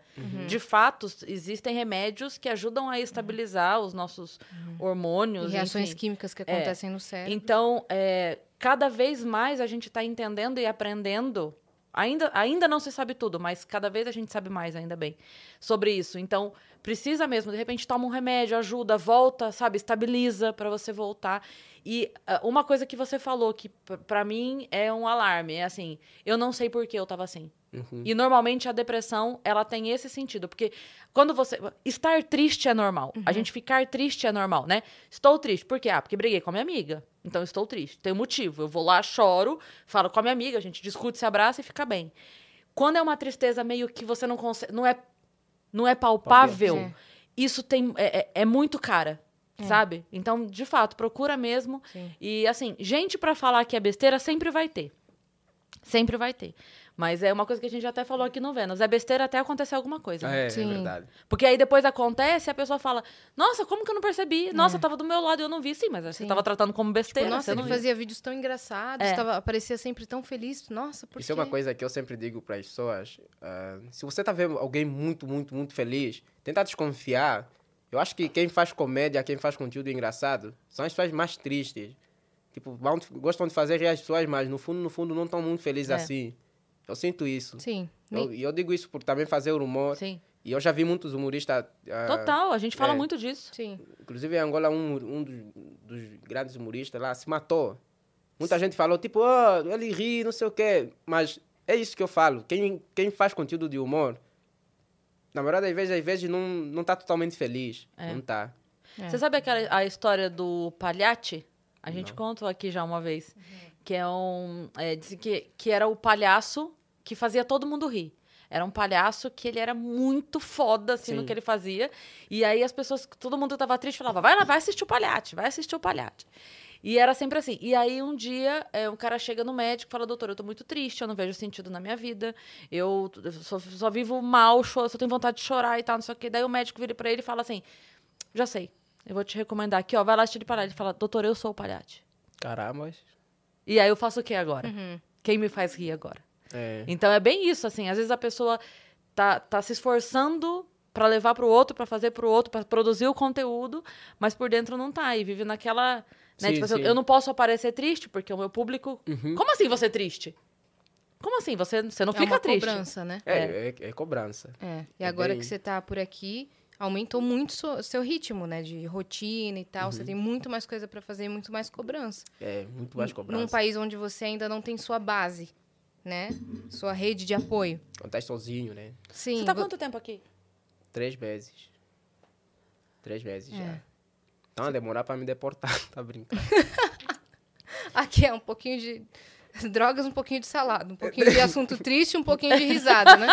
De fato, s- existem remédios que ajudam a estabilizar os nossos E hormônios, reações enfim. químicas que É. acontecem no cérebro. Então, é, cada vez mais a gente está entendendo e aprendendo. Ainda, ainda não se sabe tudo, mas cada vez a gente sabe mais, ainda bem, sobre isso. Então, precisa mesmo, de repente, toma um remédio, ajuda, volta, sabe, estabiliza para você voltar. E ah, uma coisa que você falou, que p- pra mim é um alarme, é assim, eu não sei por que eu tava assim. E normalmente a depressão, ela tem esse sentido, porque quando você estar triste é normal. A gente ficar triste é normal, né? Estou triste, por quê? Ah, porque briguei com a minha amiga. Então estou triste. Tem um motivo. Eu vou lá, choro, falo com a minha amiga, a gente discute, se abraça e fica bem. Quando é uma tristeza meio que você não consegue, não é não é palpável, É. isso tem é, é- é muito cara. Sabe? Então, de fato, procura mesmo. Sim. E, assim, gente pra falar que é besteira sempre vai ter. Sempre vai ter. Mas é uma coisa que a gente já até falou aqui no Vênus. É besteira até acontecer alguma coisa. né? É, Sim. é verdade. Porque aí depois acontece e a pessoa fala: Nossa, como que eu não percebi? É. Nossa, tava do meu lado e eu não vi. Sim, mas você Sim. Tipo, tava tratando como besteira. Nossa, você ele não viu. fazia vídeos tão engraçados, um É. tava, parecia sempre tão feliz. Nossa, por Isso é uma quê? coisa que eu sempre digo para as pessoas. ah, se você tá vendo alguém muito, muito, muito feliz, tenta desconfiar. Eu acho que quem faz comédia, quem faz conteúdo engraçado, são as pessoas mais tristes. Tipo, vão- gostam de fazer rir as pessoas, mas no fundo, no fundo, não estão muito felizes É. assim. Eu sinto isso. Sim. Eu- E eu, digo isso por também fazer o humor. Sim. E eu já vi muitos humoristas. ah, Total, a gente fala é. muito disso. Sim. Inclusive, em Angola, um, um dos, dos grandes humoristas lá se matou. Muita gente falou, tipo, "Ah, ele ri, não sei o quê. Mas é isso que eu falo. Quem, quem faz conteúdo de humor, na maioria das vezes, às vezes, não, não tá totalmente feliz. Não tá. É. Você sabe aquela a história do palhate? A gente contou aqui já uma vez. Que é um. É, dizem que, que era o palhaço que fazia todo mundo rir. Era um palhaço que ele era muito foda, assim, no Sim. que ele fazia. E aí as pessoas, todo mundo que tava triste, falava, vai lá, vai assistir o palhate, vai assistir o palhate. E era sempre assim. E aí um dia é, um cara chega no médico e fala, doutor, eu tô muito triste, eu não vejo sentido na minha vida, eu, t- eu só, só vivo mal, cho- só tenho vontade de chorar e tal, não sei o quê. Daí o médico vira pra ele e fala assim, já sei, eu vou te recomendar aqui, ó, vai lá assistir de palhate. Ele fala, doutor, eu sou o palhate. Caramba. E aí eu faço o que agora? Uhum. Quem me faz rir agora? É. Então é bem isso, assim. Às vezes a pessoa tá, tá se esforçando pra levar pro outro, pra fazer pro outro, pra produzir o conteúdo, mas por dentro não tá. E vive naquela. Né, Sim, tipo assim, sim. Uhum. eu não posso aparecer triste, porque o meu público. Como assim você é triste? Como assim? Você, você não é fica uma triste. cobrança, né? É, é, é cobrança. É. E É agora bem- que você tá por aqui, aumentou muito o seu ritmo, né? De rotina e tal. Uhum. Você tem muito mais coisa pra fazer, e muito mais cobrança. É muito mais Num cobrança. país onde você ainda não tem sua base, né? Sua rede de apoio. Quando tá sozinho, né? Sim. Você tá vo- quanto tempo aqui? Três meses. Três meses É. já. Então, vai demorar pra me deportar. <laughs> tá brincando. <laughs> Aqui é um pouquinho de <laughs> drogas, um pouquinho de salada, um pouquinho <laughs> de assunto triste, um pouquinho de risada, né?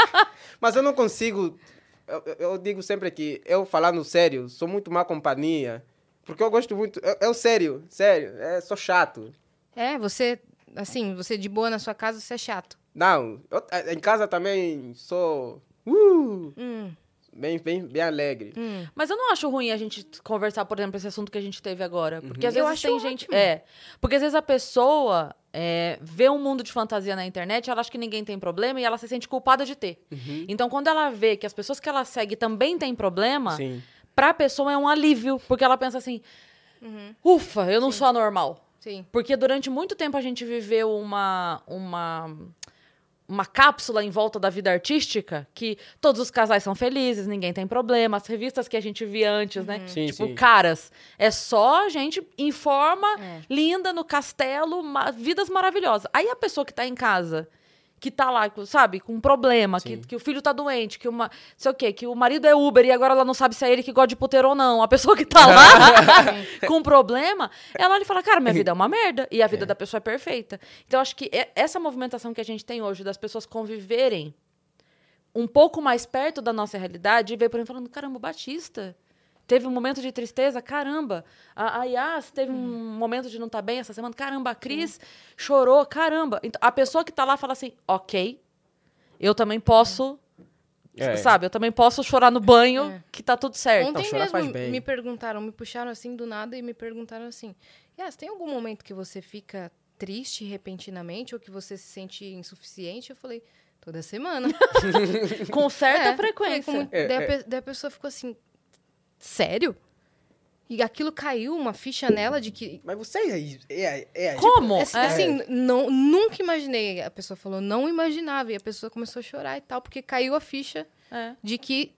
Mas eu não consigo. Eu, eu- eu digo sempre que eu falando sério, sou muito má companhia. Porque eu gosto muito. Eu, eu sério, sério. É, sou chato. É, você, assim, você de boa na sua casa, você é chato. Não, eu, eh, em casa também sou. Uh, Hum, bem, bem, bem alegre. hum. Mas eu não acho ruim a gente conversar, por exemplo, esse assunto que a gente teve agora. Porque às Uhum. Eu vezes acho tem ótimo. gente. É. Porque às vezes a pessoa é, vê um mundo de fantasia na internet, ela acha que ninguém tem problema e ela se sente culpada de ter. Uhum. Então, quando ela vê que as pessoas que ela segue também têm problema, Sim. pra pessoa é um alívio. Porque ela pensa assim: ufa, eu não sou anormal. Sim. Porque durante muito tempo a gente viveu uma. uma uma cápsula em volta da vida artística que todos os casais são felizes, ninguém tem problema. As revistas que a gente via antes, né? Sim, tipo, sim. caras. É só gente em forma, É. linda, no castelo, ma- vidas maravilhosas. Aí a pessoa que tá em casa, que tá lá, sabe, com um problema, que, Sim. que o filho tá doente, que uma. sei o quê, que o marido é Uber e agora ela não sabe se é ele que gosta de puteiro ou não. A pessoa que tá lá <laughs> com um problema, ela olha e fala, cara, minha vida é uma merda. E a vida da pessoa é perfeita. Então, acho que é- essa movimentação que a gente tem hoje das pessoas conviverem um pouco mais perto da nossa realidade e ver por exemplo falando, caramba, o Batista teve um momento de tristeza, caramba. A, a Yas teve um Uhum. momento de não estar bem essa semana, caramba. A Cris chorou, caramba. Então, a pessoa que tá lá fala assim, ok, eu também posso, É. sabe? Eu também posso chorar no banho, que tá tudo certo. É. Ontem chorar faz mesmo bem. me perguntaram, me puxaram assim do nada e me perguntaram assim: Yas, tem algum momento que você fica triste repentinamente ou que você se sente insuficiente? Eu falei: toda semana. Com <laughs> certa É, frequência. falei com- É, daí, a é. pe- daí a pessoa ficou assim: sério? E aquilo caiu uma ficha nela de que. Mas você é. é, é, é Como? Assim, É. assim, não, nunca imaginei. A pessoa falou, não imaginava. E a pessoa começou a chorar e tal, porque caiu a ficha É. de que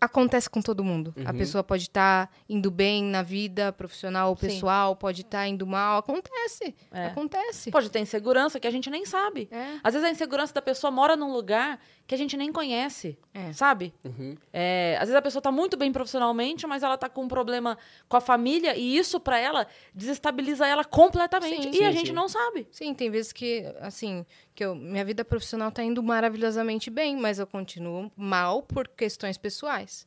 acontece com todo mundo. A pessoa pode estar indo bem na vida profissional ou Sim. pessoal, pode estar indo mal. Acontece. É. Acontece. Pode ter insegurança que a gente nem sabe. É. Às vezes a insegurança da pessoa mora num lugar que a gente nem conhece, É. sabe? Uhum. É, às vezes a pessoa tá muito bem profissionalmente, mas ela tá com um problema com a família e isso pra ela desestabiliza ela completamente. Sim. E a Sim, gente sim. não sabe. Sim, tem vezes que, assim, que eu- minha vida profissional tá indo maravilhosamente bem, mas eu continuo mal por questões pessoais.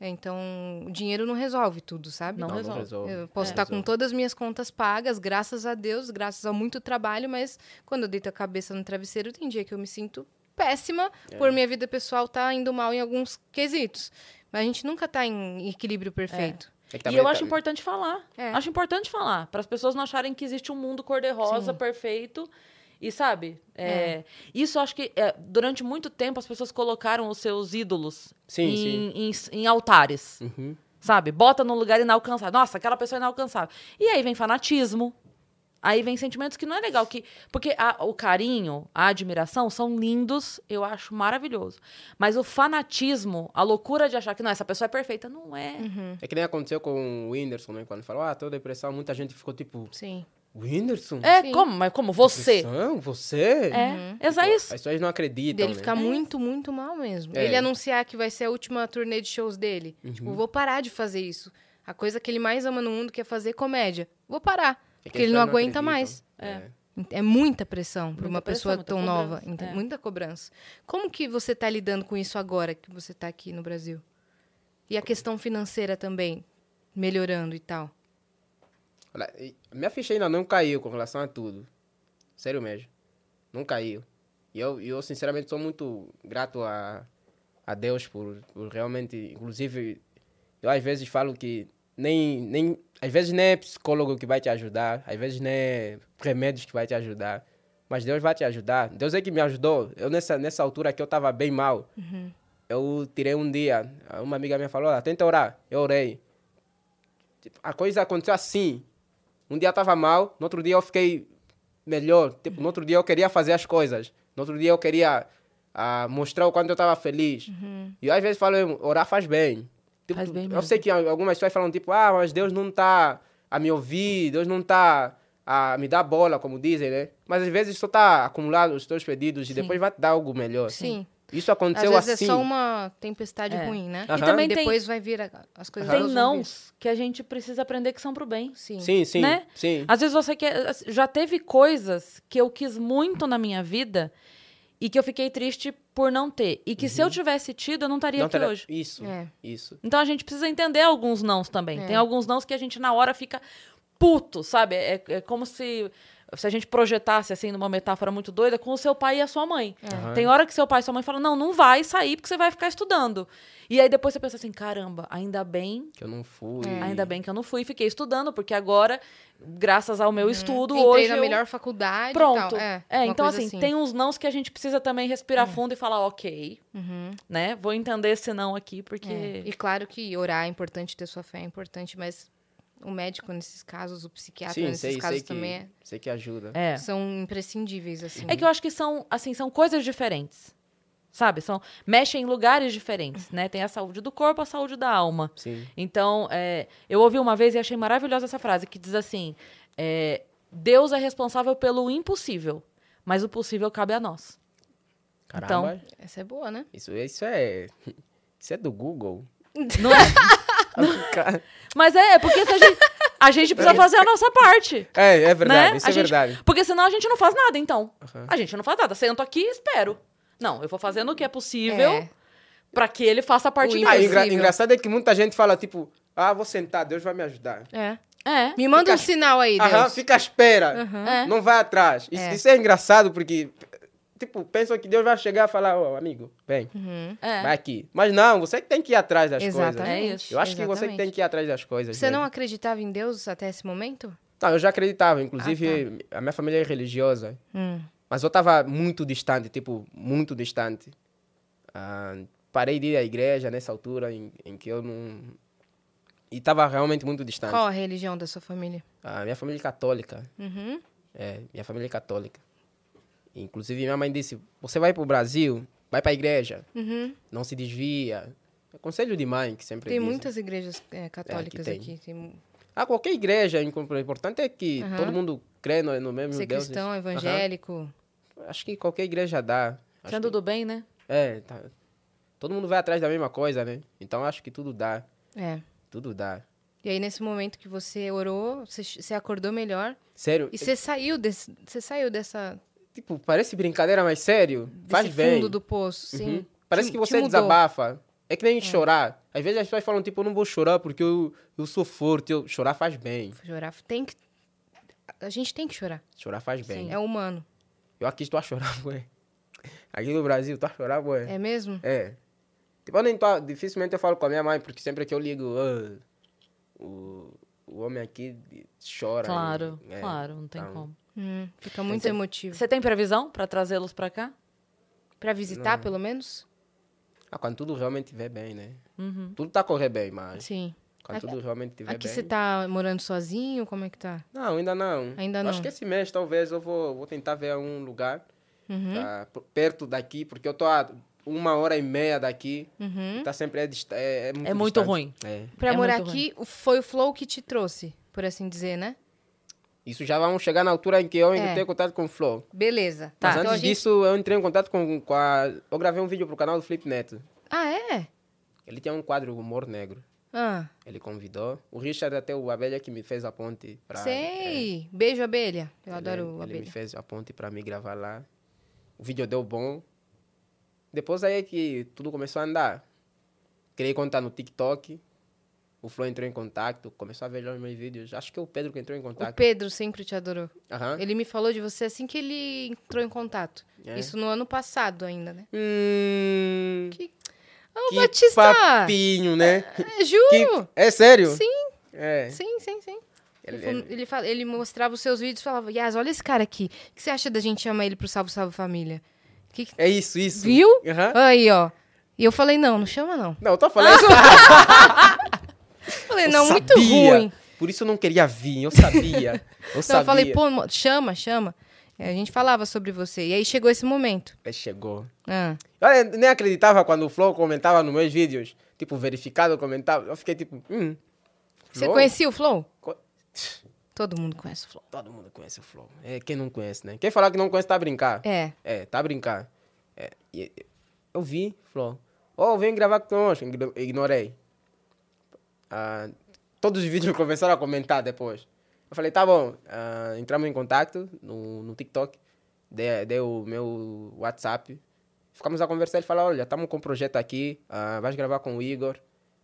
Então, o dinheiro não resolve tudo, sabe? Não Não, não resolve. resolve. Eu posso É. estar com Resolve. todas as minhas contas pagas, graças a Deus, graças a muito trabalho, mas quando eu deito a cabeça no travesseiro, tem dia que eu me sinto péssima É. por minha vida pessoal tá indo mal em alguns quesitos. Mas a gente nunca tá em equilíbrio perfeito. É que e também eu tá- acho importante falar. É. Acho importante falar. Para as pessoas não acharem que existe um mundo cor-de-rosa perfeito. E sabe? é, Isso eu acho que é, durante muito tempo as pessoas colocaram os seus ídolos Sim, em, sim. Uhum. em- em altares. Sabe? Bota num lugar inalcançável. Nossa, aquela pessoa é inalcançável. E aí vem fanatismo. Aí vem sentimentos que não é legal. Que, porque a- o carinho, a admiração são lindos, eu acho maravilhoso. Mas o fanatismo, a loucura de achar que não, essa pessoa é perfeita, não é. É que nem aconteceu com o Whindersson, né? Quando falou, ah, tô depressão, muita gente ficou tipo, Sim. Whindersson? É, Sim. como? Mas como? Você. Depressão? Você? É, exa As isso. pessoas não acreditam. Dele né? ficar muito, muito mal mesmo. É. Uhum. Ele anunciar que vai ser a última turnê de shows dele. Tipo, vou parar de fazer isso. A coisa que ele mais ama no mundo que é fazer comédia. Vou parar. É que porque ele as não pessoas aguenta acreditam. mais. É. É muita pressão para Muita uma pressão, pessoa muita tão nova. cobrança, Ent- é. Muita cobrança. Como que você tá lidando com isso agora que você tá aqui no Brasil? E a questão financeira também, melhorando e tal. Olha, e- minha ficha ainda não caiu com relação a tudo. Sério mesmo. Não caiu. E eu, e eu sinceramente, sou muito grato a, a Deus por, por realmente. Inclusive, eu às vezes falo que nem, nem. Às vezes nem é psicólogo que vai te ajudar, às vezes nem é remédios que vai te ajudar. Mas Deus vai te ajudar. Deus é que me ajudou. Eu, nessa, nessa altura que eu tava bem mal, eu tirei um dia. Uma amiga minha falou: "Olha, tenta orar. Eu orei. Tipo, a coisa aconteceu assim. Um dia eu tava mal, no outro dia eu fiquei melhor. Tipo, no outro dia eu queria fazer as coisas. No outro dia eu queria ah, mostrar o quanto eu tava feliz. Uhum. E eu, às vezes falo, orar faz bem. Tipo, Faz bem eu mesmo. sei que al- algumas pessoas falam tipo, ah, mas Deus não tá a me ouvir, Deus não tá a me dar bola, como dizem, né? Mas às vezes só tá acumulado os teus pedidos e depois vai te dar algo melhor. Sim. assim. Isso Às aconteceu vezes assim. é só uma tempestade É. ruim, né? E Aham. também tem- depois vai vir a- as coisas Tem elas vão não vir. que a gente precisa aprender que são pro bem. Sim. Sim, sim, Né? sim. Às vezes você quer. Já teve coisas que eu quis muito na minha vida e que eu fiquei triste por não ter. E que se eu tivesse tido, eu não estaria Uhum. Não aqui terá- hoje. Isso, É. isso. Então a gente precisa entender alguns nãos também. É. Tem alguns nãos que a gente na hora fica puto, sabe? É, é como se, se a gente projetasse, assim, numa metáfora muito doida, com o seu pai e a sua mãe. Aham. Tem hora que seu pai e sua mãe falam, não, não vai sair porque você vai ficar estudando. E aí depois você pensa assim, caramba, ainda bem... Que eu não fui. É. É. Ainda bem que eu não fui, fiquei estudando, porque agora, graças ao meu estudo, Hum, Entrei hoje. na eu- melhor faculdade e Pronto. tal. É, É, uma então coisa É. assim, tem uns nãos que a gente precisa também respirar fundo e falar, ok, Uhum. né? Vou entender esse não aqui, porque. É, E claro que orar é importante, ter sua fé é importante, mas O médico, nesses casos, o psiquiatra, Sim, nesses sei, casos sei também, é- que, sei que ajuda. É. são imprescindíveis, assim. É que eu acho que são, assim, são coisas diferentes. Sabe? São, mexem em lugares diferentes, né? Tem a saúde do corpo, a saúde da alma. Sim. Então, é, eu ouvi uma vez e achei maravilhosa essa frase, que diz assim, é, Deus é responsável pelo impossível, mas o possível cabe a nós. Então. Caramba, Essa é boa, né? isso, isso é... <laughs> Isso é do Google. Não é? <laughs> Mas é, é porque se a gente, a gente precisa fazer a nossa parte. É, é verdade, né? isso A é gente- verdade. Porque senão a gente não faz nada, então. A gente não faz nada. Sento aqui e espero. Não, eu vou fazendo o que é possível É. pra que ele faça a parte O dele. Ah, impossível. engra- engraçado é que muita gente fala, tipo, ah, vou sentar, Deus vai me ajudar. É. É. Me manda Fica- um sinal aí, Deus. Aham, fica à espera. É. Não vai atrás. Isso isso é. É. engraçado porque, tipo, pensam que Deus vai chegar e falar, ó, amigo, vem, É. vai aqui. Mas não, você que tem que ir atrás das coisas. Exatamente. É isso. Eu acho que você que tem Exatamente. que ir atrás das coisas. Você né? não acreditava em Deus até esse momento? Não, eu já acreditava. Inclusive, a minha família é religiosa. Mas eu tava muito distante, tipo, muito distante. Ah, parei de ir à igreja nessa altura em, em que eu não... E tava realmente muito distante. Qual a religião da sua família? A minha família é católica. Uhum. É, minha família é católica. Inclusive, minha mãe disse: você vai pro Brasil, vai pra igreja, Uhum. não se desvia. É conselho de mãe que sempre Tem dizem. muitas igrejas é, católicas tem. aqui. Tem mu- Ah, qualquer igreja, o importante é que Aham. todo mundo crê no, no mesmo Ser Deus. né? cristão, Aham. evangélico. Acho que qualquer igreja dá. Acho Sendo que- do bem, né? É, tá. todo mundo vai atrás da mesma coisa, né? Então acho que tudo dá, É. tudo dá. E aí, nesse momento que você orou, você, você acordou melhor Sério, é, e você saiu desse. Você saiu dessa. tipo, parece brincadeira, mas sério, faz desse bem. fundo do poço. Sim. Uhum. Parece Te- que te você mudou. desabafa. É que nem chorar. Às vezes as pessoas falam, tipo, eu não vou chorar porque eu, eu sou forte. Eu, chorar faz bem. Chorar. Tem que. A gente tem que chorar. Chorar faz bem. É humano. Eu aqui estou a chorar, <laughs> ué. Aqui no Brasil, estou a chorar, ué. É mesmo? É. Tipo, eu nem tô, dificilmente eu falo com a minha mãe, porque sempre que eu ligo, "Ah, o, o homem aqui chora. Claro, É, claro, não tem então, como. Hum, fica muito é. emotivo. Você tem previsão pra trazê-los pra cá? Pra visitar, pelo menos? Ah, quando tudo realmente estiver bem, né? Tudo tá a correr bem, mas Sim. quando Uhum. Aqui- tudo realmente estiver Aqui bem... você tá morando sozinho? Como é que tá? Não, ainda não. Ainda Acho não. que esse mês talvez eu vou, vou tentar ver um lugar Uhum. tá, p- perto daqui, porque eu tô a uma hora e meia daqui. Uhum. Tá sempre é, dist- é, é muito É muito distante. ruim. É. Pra É morar muito aqui, o- foi o flow que te trouxe, por assim dizer, né? Isso já vamos chegar na altura em que eu É. entrei em contato com o Flow. Beleza. Tá. Mas Então antes a gente- disso, eu entrei em contato com, com a... Eu gravei um vídeo pro canal do Felipe Neto. Ah, é? Ele tem um quadro Humor Negro. Ah, Ele convidou. O Richard até o Abelha que me fez a ponte. Pra, sei. Beijo, abelha. Eu adoro é. Tá ele, é Ele me abelha. fez a ponte para me gravar lá. O vídeo deu bom. Depois aí é que tudo começou a andar. Criei conta no TikTok. O Flo entrou em contato, começou a ver os meus vídeos. Acho que é o Pedro que entrou em O contato. Pedro sempre te adorou. Aham. Ele me falou de você assim que ele entrou em contato. É. Isso no ano passado ainda, né? Hum, Que- Ô, Batista! papinho, né? É, juro! Que- É sério? Sim, É. sim, sim, sim. Ele, Ele- fa- ele- ele fala- ele mostrava os seus vídeos e falava, Yas, olha esse cara aqui. O que você acha da gente chamar ele pro Salvo Salvo Família? Que que- É isso, isso. Viu? Ah. Aham. Aí, ó. E eu falei, não, não chama, não. Não, eu tô falando isso. Falei, Ah, Eu <laughs> não, muito sabia. ruim. Por isso eu não queria vir, <laughs> eu sabia. Eu Não, sabia. eu falei, pô, mo- chama, chama. É, A gente falava sobre você. E aí chegou esse momento. Aí É, chegou. Ah, Eu nem acreditava quando o Flow comentava nos meus vídeos. Tipo, verificado, comentava. Eu fiquei tipo, hum. Você Flow? conhecia o Flow? Co- Todo mundo conhece o Flow. Todo mundo conhece o Flow. É, quem não conhece, né? Quem falar que não conhece tá a brincar. É. É, tá a brincar. É, e- e- eu vi, Flow. Ô, vem gravar conosco. Igno- Ignorei. Ah, todos os vídeos <laughs> começaram a comentar depois. Eu falei, tá bom. Ah, entramos em contato no, no TikTok. Dei, dei o meu WhatsApp. Ficamos a conversar. Ele falou, olha, estamos com um projeto aqui. ah, vais gravar com o Igor,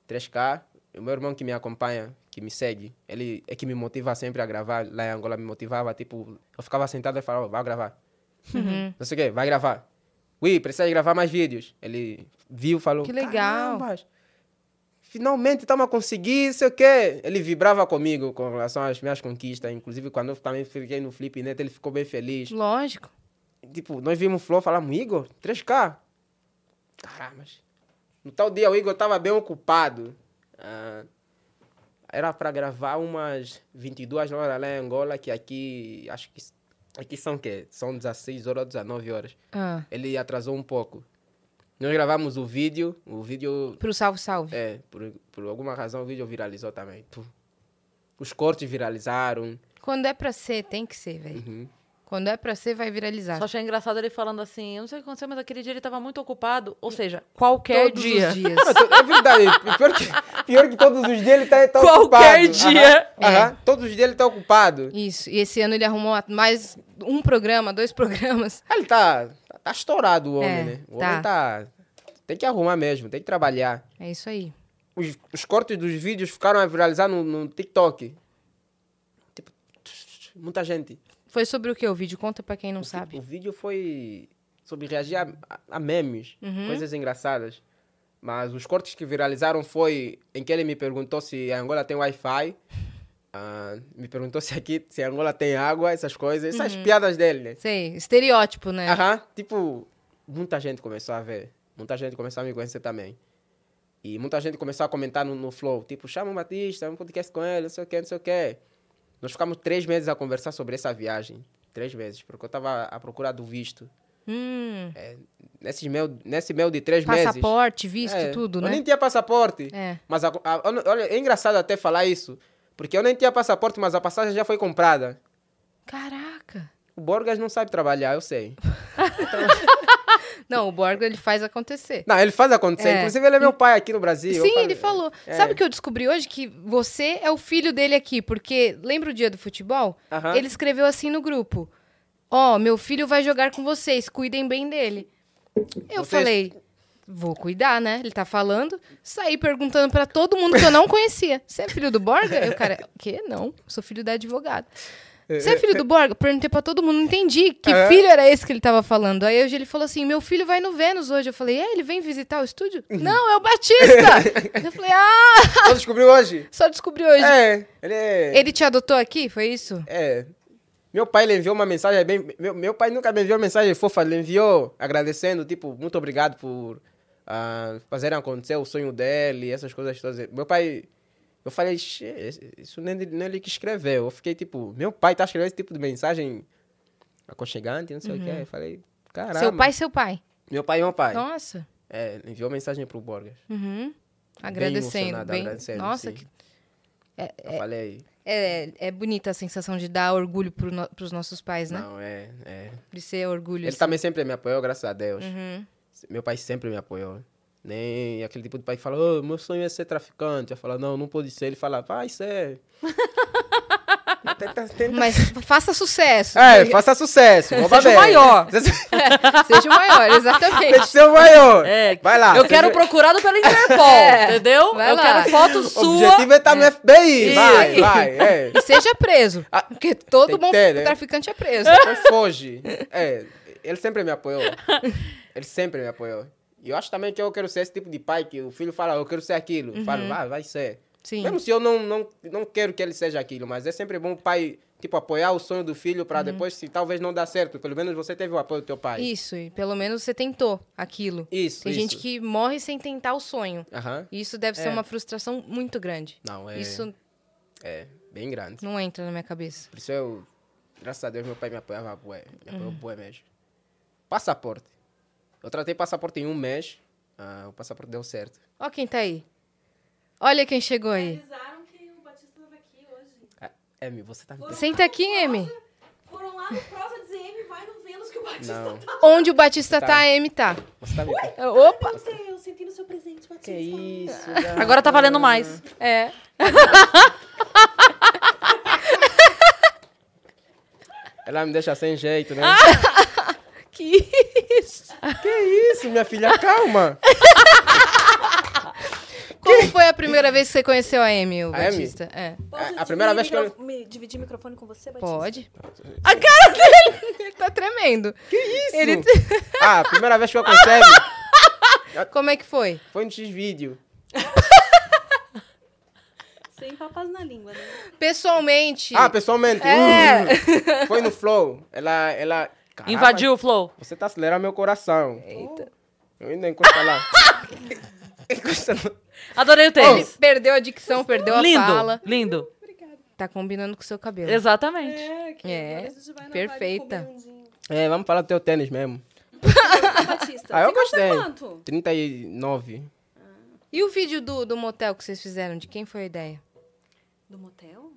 3K. O meu irmão que me acompanha, que me segue, ele é que me motiva sempre a gravar. Lá em Angola me motivava, tipo... Eu ficava sentado e falava, ó, vai gravar. Uhum. Não sei o quê, vai gravar. Ui, precisa de gravar mais vídeos. Ele viu, falou. Que legal. "Carambas, Finalmente estamos a conseguir, sei o quê. Ele vibrava comigo com relação às minhas conquistas. Inclusive, quando eu também fiquei no Flip Neto, ele ficou bem feliz. Lógico. Tipo, nós vimos o Flor falar, Igor, 3K. Caramba. No tal dia o Igor tava bem ocupado. Ah, era para gravar umas 22 horas lá em Angola, que aqui, acho que aqui são que São 16 horas, 19 horas. Ah, Ele atrasou um pouco. Nós gravamos o vídeo, o vídeo, pro salve, salve. é, por, por alguma razão o vídeo viralizou também. Tu- Os cortes viralizaram. Uhum. Quando é pra ser, tem que ser, velho. Quando é pra ser, vai viralizar. Só achei engraçado ele falando assim, eu não sei o que aconteceu, mas aquele dia ele tava muito ocupado. Ou seja, qualquer Todos dia. os dias. <laughs> Não, to- É verdade, pior que, pior que todos os dias ele tá, tá ocupado. Qualquer Aham, dia. aham, todos os dias ele tá ocupado. Isso. E esse ano ele arrumou a- mais um programa, dois <laughs> programas. Ele tá, tá estourado, o homem, É, né? O tá. homem tá. Tem que arrumar mesmo, tem que trabalhar. É isso aí. Os, os cortes dos vídeos ficaram a viralizar no, no TikTok. Tipo, muita gente. Foi sobre o que o vídeo? Conta pra quem não sabe. O vídeo foi sobre reagir a, a- a memes, Uhum. coisas engraçadas. Mas os cortes que viralizaram foi em que ele me perguntou se a Angola tem Wi-Fi. ah, me perguntou se aqui, se a Angola tem água, essas coisas, Uhum. essas piadas dele, né? Sei, estereótipo, né? Aham, tipo, muita gente começou a ver. Muita gente começou a me conhecer também. E muita gente começou a comentar no, no Flow, tipo, chama o Batista, um podcast com ele, não sei o que, não sei o que. Nós ficamos três meses a conversar sobre essa viagem. Três meses, porque eu estava à procura do visto. Hum, Nesse meio, nesse meio de três meses. passaporte, visto, É, tudo, Eu né? nem tinha passaporte. É. Mas a- a- olha- olha, é engraçado até falar isso, porque eu nem tinha passaporte, mas a passagem já foi comprada. Caraca. O Borgas não sabe trabalhar, eu sei. Não, o Borgo ele faz acontecer. Não, ele faz acontecer. É. Inclusive, ele é meu pai aqui no Brasil. eu Sim, falo- ele falou. É. Sabe o que eu descobri hoje? Que você é o filho dele aqui, porque lembra o dia do futebol? Aham. Ele escreveu assim no grupo: Ó, meu filho vai jogar com vocês, cuidem bem dele. Eu Vocês- falei. Vou cuidar, né? Ele tá falando. Saí perguntando pra todo mundo que eu não conhecia. Você é filho do Borga? E o cara, que? Não, sou filho da advogada. Você é filho do Borga? Perguntei pra todo mundo, não entendi que Aham. filho era esse que ele tava falando. Aí hoje ele falou assim: meu filho vai no Vênus hoje. Eu falei, é, ele vem visitar o estúdio? Uhum. Não, é o <laughs> Batista! eu falei, ah, Só descobriu hoje? só descobri hoje. É, ele é... Ele te adotou aqui? Foi isso? é. Meu pai ele enviou uma mensagem é bem... Meu, meu pai nunca me enviou mensagem fofa, ele enviou agradecendo, tipo, muito obrigado por ah, fazerem acontecer o sonho dele, essas coisas todas. Meu pai... Eu falei, "Xê, isso nem, nem ele que escreveu. Eu fiquei, tipo, meu pai tá escrevendo esse tipo de mensagem aconchegante, não sei o que. Eu falei, caramba. Uhum. Seu pai, Então seu pai. Meu pai, meu pai. Nossa. É, enviou mensagem pro Borges. Uhum. Agradecendo. emocionado, Bem agradecendo, Nossa, sim. que- Eu falei, é, é bonita a sensação de dar orgulho pro no- pros nossos pais, né? não, é, é, De ser orgulho. Ele assim. também sempre me apoiou, graças a Deus. Uhum. Meu pai sempre me apoiou. Nem aquele tipo de pai que fala, "Ô, meu sonho é ser traficante. Eu falo, não, não pode ser. Ele fala, vai ser. <laughs> tenta, tenta. Mas <laughs> faça sucesso. É, faça sucesso. Rouba Seja o bem. maior. <laughs> Seja o maior, exatamente. <laughs> Seja o maior. É, vai lá. Eu quero Seja- <laughs> procurado pela Interpol, entendeu? É. Vai eu lá. quero foto O sua. objetivo é estar no FBI. Isso. Vai, vai. É. E seja preso. Porque Ah, tem todo que bom ter, né? traficante é preso. Não foge. É, ele sempre me apoiou. Ele sempre me apoiou. E eu acho também que eu quero ser esse tipo de pai que o filho fala, eu quero ser aquilo. Eu Uhum. Falo, vai, vai ser. Sim. Mesmo se eu não, não, não quero que ele seja aquilo, mas é sempre bom o pai, tipo, apoiar o sonho do filho para depois, se talvez não dá certo, pelo menos você teve o apoio do teu pai. Uhum. Isso, e pelo menos você tentou aquilo. Isso, Tem isso. gente que morre sem tentar o sonho. Aham. E isso deve ser uma frustração muito grande. Não, é, Isso é bem grande. não entra na minha cabeça. Por isso eu, graças a Deus, meu pai me apoiava bué. Me apoiou Uhum. bué mesmo. Passaporte. Eu tratei passaporte em um mês, ah, o passaporte deu certo. Ó quem tá aí. Olha quem chegou aí. avisaram que o Batista tava aqui hoje. Ah, Amy, você tá me Senta aqui, Amy. Foram lá no Prosa dizer, "Amy, vai no Vênus que o Batista Não. tá. Onde o Batista Tá. tá, a Amy tá. Você tá me Opa! Meu Deus, senti no seu presente, Batista. Que é isso, Agora tá valendo mais. É. Ela me deixa sem jeito, né? <laughs> Ah! Que isso! Que isso, minha filha, calma. Como foi a primeira vez que você conheceu a Amy, o A Amy? Batista? É. Posso A- a primeira dividir vez que micro- me- dividir microfone com você, Batista? Pode. A cara dele! <laughs> Ele tá tremendo. Que isso? Ele... Ah, a primeira vez que eu consigo <laughs> Como é que foi? foi no X-Vídeo. Sem papas na língua, né? Pessoalmente. Ah, pessoalmente. É. Hum. foi no Flow. Ela, ela... Caramba, Invadiu o flow. Você tá acelerando meu coração. Eita. Eu ainda encosto lá. encosta lá. Adorei o Ele tênis. perdeu a dicção, perdeu Oh, a lindo, fala. lindo. Tá combinando com o seu cabelo. Exatamente. É, que É, agora a gente vai na perfeita. vibe comer um gin. É, vamos falar do teu tênis mesmo. Batista, Ah, eu você gasta gostei. quanto? 39. E o vídeo do, do motel que vocês fizeram, de quem foi a ideia? Do motel?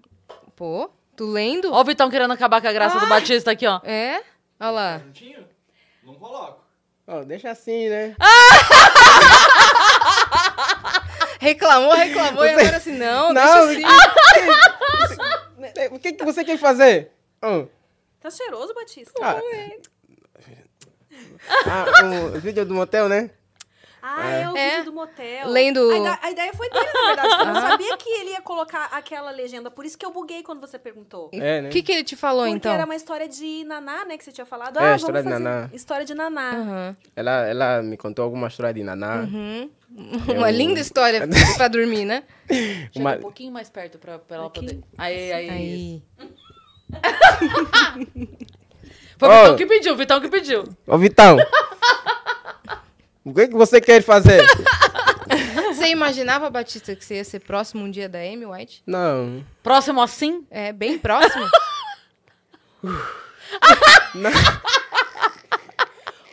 Pô, tu lendo? Ó o Vitão querendo acabar com a graça do Batista aqui, ó. É? Olha lá. Juntinho? Não coloco. Ó, deixa assim, né? Reclamou, reclamou e agora assim, não, Não, deixa assim. Né, O que, que você quer fazer? Hum. Tá cheiroso, Batista? Ah, ah, o vídeo do motel, né? Ah, é, o É. vídeo do motel. Lendo- A, ide- a ideia foi dele, na verdade. porque Eu não sabia que ele ia colocar aquela legenda. Por isso que eu buguei quando você perguntou. É, né? O que, que ele te falou, Porque então? era uma história de Naná, né? Que você tinha falado. É, ah, história de vamos fazer Naná. História de Naná. Aham. Ela, ela me contou alguma história de Naná. Uma Eu- É. linda <laughs> história pra dormir, né? Chega Uma... um pouquinho mais perto pra, pra ela Aqui. poder. Aí, É aí. isso. Aí. Foi o Ó. Vitão Oh. que pediu, o Vitão que pediu. Ô, Vitão. <laughs> o que, que você quer fazer? Você imaginava, Batista, que você ia ser próximo um dia da Amy White? Não. Próximo assim? É, bem próximo?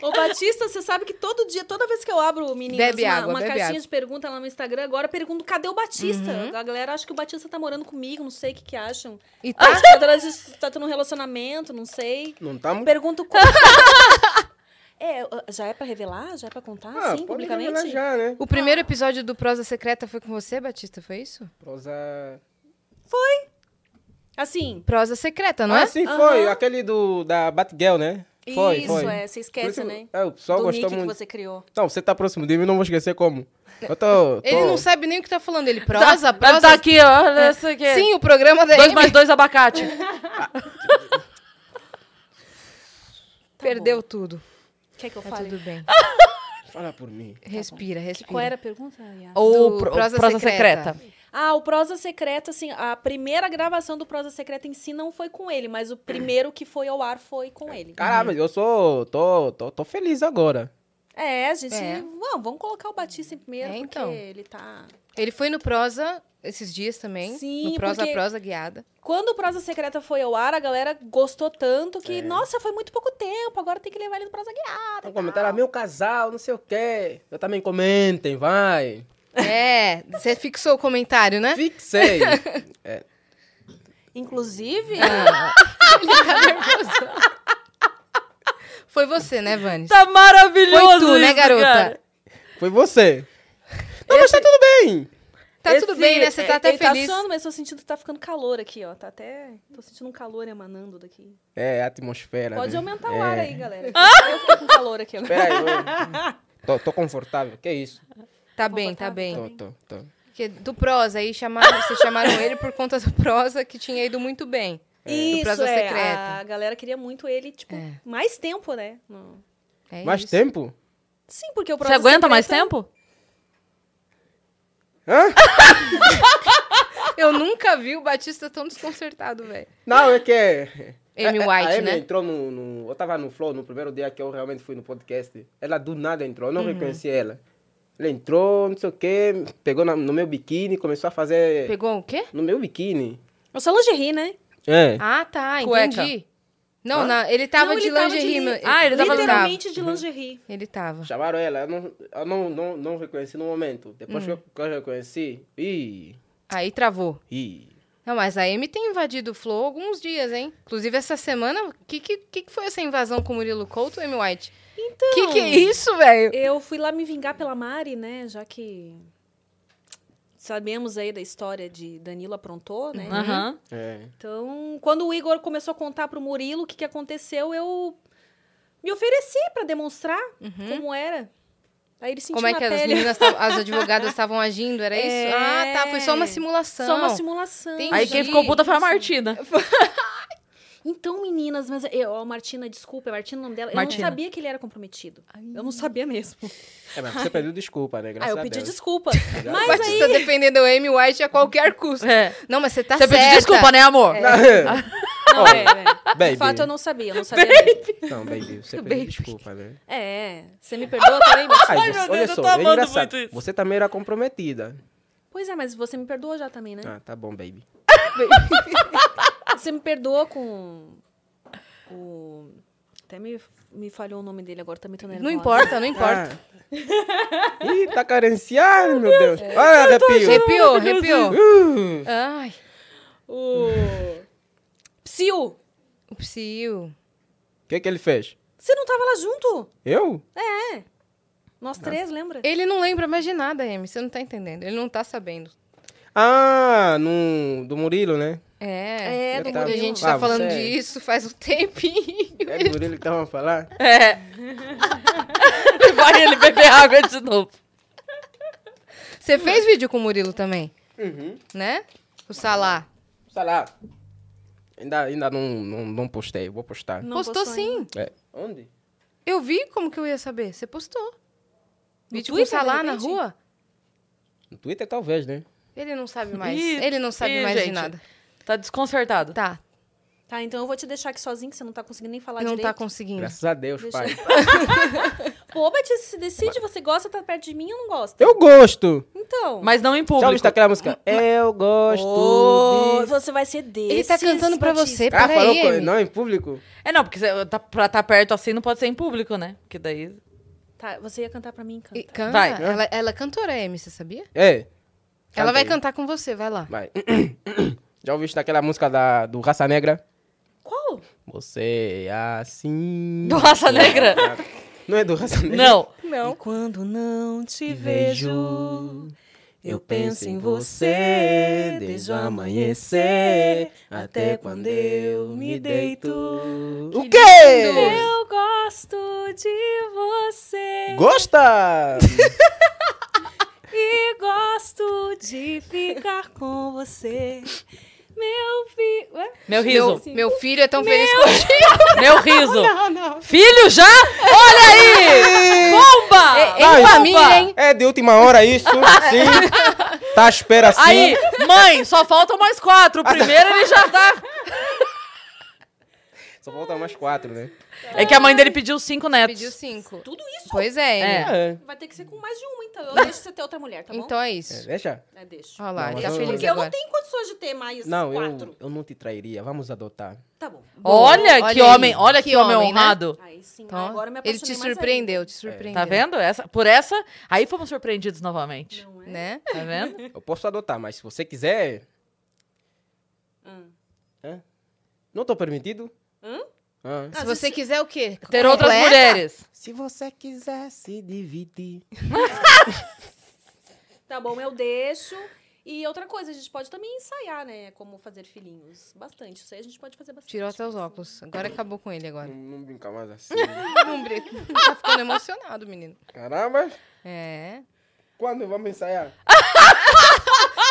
Ô, Batista, você sabe que todo dia, toda vez que eu abro, meninas, Bebe uma, água, uma bebe caixinha água. de pergunta lá no Instagram, agora eu pergunto cadê o Batista? Uhum. A galera acha que o Batista tá morando comigo, não sei o que que <laughs> acham. E Ah. tá? Acho que a galera diz, tá tendo um relacionamento, não sei. Não tá muito. Pergunto quando... <laughs> É, já é pra revelar? Já é pra contar, Ah, pode assim, publicamente? revelar já, né? O primeiro episódio do Prosa Secreta foi com você, Batista, foi isso? Prosa... Assim, Prosa Secreta, não ah, é? sim, foi. Aquele do, da Batgirl, né? Foi, isso, foi. é, você Por esquece, isso- né? É, o pessoal Do nick gostou que muito. você criou. Não, você tá próximo de mim, não vou esquecer como. Eu tô... Ele tô- não sabe nem o que tá falando, ele prosa, Tá- prosa. É. Tá aqui, ó. Essa aqui. Sim, o programa da Dois Amy mais dois <laughs> abacate. perdeu tudo. Quer É que eu Tá fale? tudo bem. Fala por mim. Respira, respira. Qual era a pergunta, Yas? Ou Do pro- prosa, Prosa secreta. Secreta. Ah, o Prosa Secreta, assim, a primeira gravação do Prosa Secreta em si não foi com ele, mas o primeiro que foi ao ar foi com ele. É. Caramba, eu sou... Tô, tô, tô feliz agora. É, a gente. É. Vamos, vamos colocar o Batista em primeiro, É, porque então. ele tá. Ele foi no Prosa esses dias também. Sim, no Prosa porque- Prosa Guiada. Quando o Prosa Secreta foi ao ar, a galera gostou tanto É. que, nossa, foi muito pouco tempo, agora tem que levar ele no Prosa Guiada. Então comentaram, ah, meu casal, não sei o quê. Eu também comentem, vai. É, você fixou o comentário, né? <laughs> Fixei. Inclusive, Foi você, né, Vani? Tá maravilhoso. Foi tu, né, isso, garota? cara. Foi você. Não, mas tá tudo bem. Tá tudo Esse- bem, né? Você tá até ele feliz. tá suando, mas tô sentindo que tá ficando calor aqui, ó. Tá até. Tô sentindo um calor emanando daqui. É, a Tá atmosfera. Pode né? aumentar É. o ar aí, galera. Eu fiquei com calor aqui agora. Pera aí, <laughs> eu... tô, tô confortável. Que isso? Tá bem, tá bem. Tô, tô, tô. Porque do Prosa aí chamaram, vocês chamaram ele por conta do Prosa que tinha ido muito bem. Isso, Prosa é. Secreta. A galera queria muito ele, tipo, É. mais tempo, né? No- É Mais isso. tempo? Sim, porque o Você Prosa aguenta mais Secreta- tempo? Hã? Eu nunca vi o Batista tão desconcertado, velho. Não, é que... é- Amy é- White, a Amy né? entrou no, no- Eu tava no Flow no primeiro dia que eu realmente fui no podcast. Ela do nada entrou, eu não reconheci ela. Ela entrou, não sei o quê, pegou na- no meu biquíni, começou a fazer... Pegou o quê? No meu biquíni. Eu sou lingerie, né? É. Ah, tá, Cueca. entendi. Não, não, ele tava Não, de ele tava de lingerie. li- meu- Ah, ele tava- Literalmente de lingerie. Ele tava. Chamaram ela, eu não, eu não, não, não reconheci no momento. Depois que eu- que eu reconheci, ih, Aí travou. ih. Não, mas a Amy tem invadido o Flow há alguns dias, hein? Inclusive, essa semana, o que, que, que que foi essa invasão com o Murilo Couto, Amy White? Então... Que que é isso, velho? Eu fui lá me vingar pela Mari, né? Já que sabemos aí da história de Danilo aprontou, Uhum. né? Aham. É. Então, quando o Igor começou a contar pro Murilo o que, que aconteceu, eu me ofereci pra demonstrar Uhum. como era. Aí ele sentiu Como é na que as pele. meninas, tavam- as advogadas estavam agindo, era isso? É. Ah, tá, foi só uma simulação. Só uma simulação. Tem- Aí quem Entendi. ficou puta foi a Martina. Então, meninas, mas eu, a Martina, desculpa, a Martina é o nome dela. Eu Martina. não sabia que ele era comprometido. Eu não sabia mesmo. É, mas você pediu desculpa, né? Ah, Graças eu a pedi Deus. <laughs> desculpa. O mas aí. Batista defendendo a Amy White a qualquer custo. É. Não, mas você tá Você certa. É. pediu desculpa, né, amor? Não, Não, é, é. Baby. De fato, eu não sabia. Eu não sabia mesmo. <laughs> Não, baby, você Baby. pede desculpa, né? É, você me perdoa também? bicho? Ai, Ai, você, meu olha Deus, eu só, tô é amando engraçado. muito isso. Você também era comprometida. Pois é, mas você me perdoa já também, né? Ah, tá bom, baby. Ah. Você me perdoa com o... Até me, me falhou o nome dele agora, também tô nervosa. Não importa, não importa. Ah. Ih, tá carenciado, meu Deus. Olha, Ah. arrepio. Arrepiou, arrepiou. Uh, Ai, O... Psiu, o psiu. O que que ele fez? você não tava lá junto? Eu? É. Nós três, lembra? Ele não lembra mais de nada, Amy. Você não tá entendendo. Ele não tá sabendo. Ah, no, do Murilo, né? É. É, Eu do E a tava- Murilo. gente tá Ah, falando você- disso faz um tempinho. É do Murilo que tava a falar? <laughs> Vai ele beber água de novo. Você fez vídeo com o Murilo também, Uhum. né? O Salá. Sei Tá lá. Ainda, ainda não, não, não postei, vou postar. Não Postou postou sim. É. Onde? Eu vi como que eu ia saber. Você postou. No Vídeo com o Twitter, Salá de na repente? rua? No Twitter talvez, né? Ele não sabe mais. Ih, ele não sabe ih, mais de gente. nada. Tá desconcertado. Tá, Tá, então eu vou te deixar aqui sozinho, que você não tá conseguindo nem falar não direito. tá conseguindo. Graças a Deus, Deixa pai. Pô, Batista, se decide, você gosta, tá perto de mim ou não gosta? Eu gosto. Então. Mas não em Já público. ouviste aquela música? Eu gosto Ô, de... você vai ser desse. Ele tá cantando pra você, Ah, falou peraí, co- Amy. não em público? É, não, porque cê, tá, pra tá perto assim não pode ser em público, né? Porque <laughs> daí. Tá, você ia cantar pra mim, canta. E Canta. Vai. Ela, ela é cantora, Amy, você sabia? É. ela Canta vai aí. cantar com você, vai lá. Vai. <coughs> Já ouviste aquela música da, do Raça Negra? Qual? Você é assim... Do Raça Negra? Não é do Raça Negra? Não. Não. quando não te vejo, eu penso em você desde o amanhecer até quando eu me deito. O quê? Eu gosto de você Gosta? e gosto de ficar com você. Meu filho. Ué? Meu riso. Meu filho é tão feliz contigo. Meu riso. Não, não. Filho já? Olha aí! <laughs> Bomba! É, Bomba! em família, hein? Ah, É de última hora isso? Sim. Tá à espera sim. assim. Aí, mãe, só faltam mais quatro. O primeiro ele já tá. Só falta mais quatro, né? É que a mãe dele pediu cinco netos. Pediu cinco. Tudo isso? Pois é, Amy. É. Vai ter que ser com mais de uma, então. Eu deixo você ter outra mulher, tá bom? Então é É, isso. deixa. É, deixa. Olha lá, Não, ele mas tá eu- feliz Porque eu agora. não tenho condições de ter mais Não, quatro. eu, eu não te trairia. Vamos adotar. Tá bom. Olha, Olha que aí. homem, olha que, Que homem, homem, né? honrado. Aí sim, Então, agora eu me ele apaixonei te mais É. surpreendeu, te surpreendeu. Tá vendo? Essa, por essa, aí fomos surpreendidos novamente. ainda. Não é? Né? Tá vendo? Eu posso adotar, mas se você quiser, Hum. não tô permitido. Hum? Ah. Ah, Se você quiser é o quê? Ter outras Completa? mulheres. Se você quiser se dividir. Tá bom, eu deixo. E outra coisa, a gente pode também ensaiar, né? Como fazer filhinhos. Bastante. Isso aí a gente pode fazer bastante. Tirou até os óculos. Agora acabou com ele Não, <laughs> agora. não brinca mais assim. Não brinca. tá ficando emocionado, menino. Caramba, É. quando vamos ensaiar?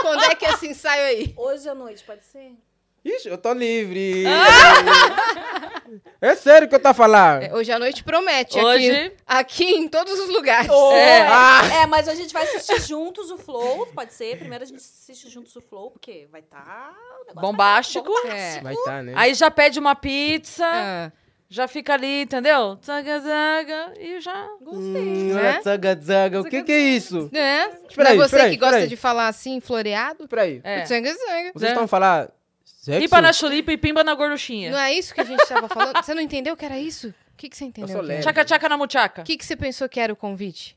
Quando é que é esse ensaio aí? Hoje à noite, pode ser? Ixi, eu tô livre. é sério que eu tô a falar. É, Hoje à noite promete. Hoje- Aqui, aqui em todos os lugares. É. Ah! é, mas a gente vai assistir juntos o Flow, pode ser. Primeiro a gente assiste juntos o Flow, porque vai tá estar. Bombástico. É. Vai tá, né? Aí já pede uma pizza, Ah, já fica ali, entendeu? Zaga, zaga, e já. Hum, né? zaga, zaga. O que que é isso? né? Espera aí, Pra espera você aí, que espera gosta aí. de falar assim, floreado. Peraí. É. Zanga, zanga. Vocês É. Tipo estão a falar sexo? Pimba na chulipa e pimba na gorduchinha. Não é isso que a gente tava falando? Você não entendeu o que era isso? O que, que você entendeu? sou que era? leve. Tchaca tchaca na muchaca. O que, que você pensou que era o convite?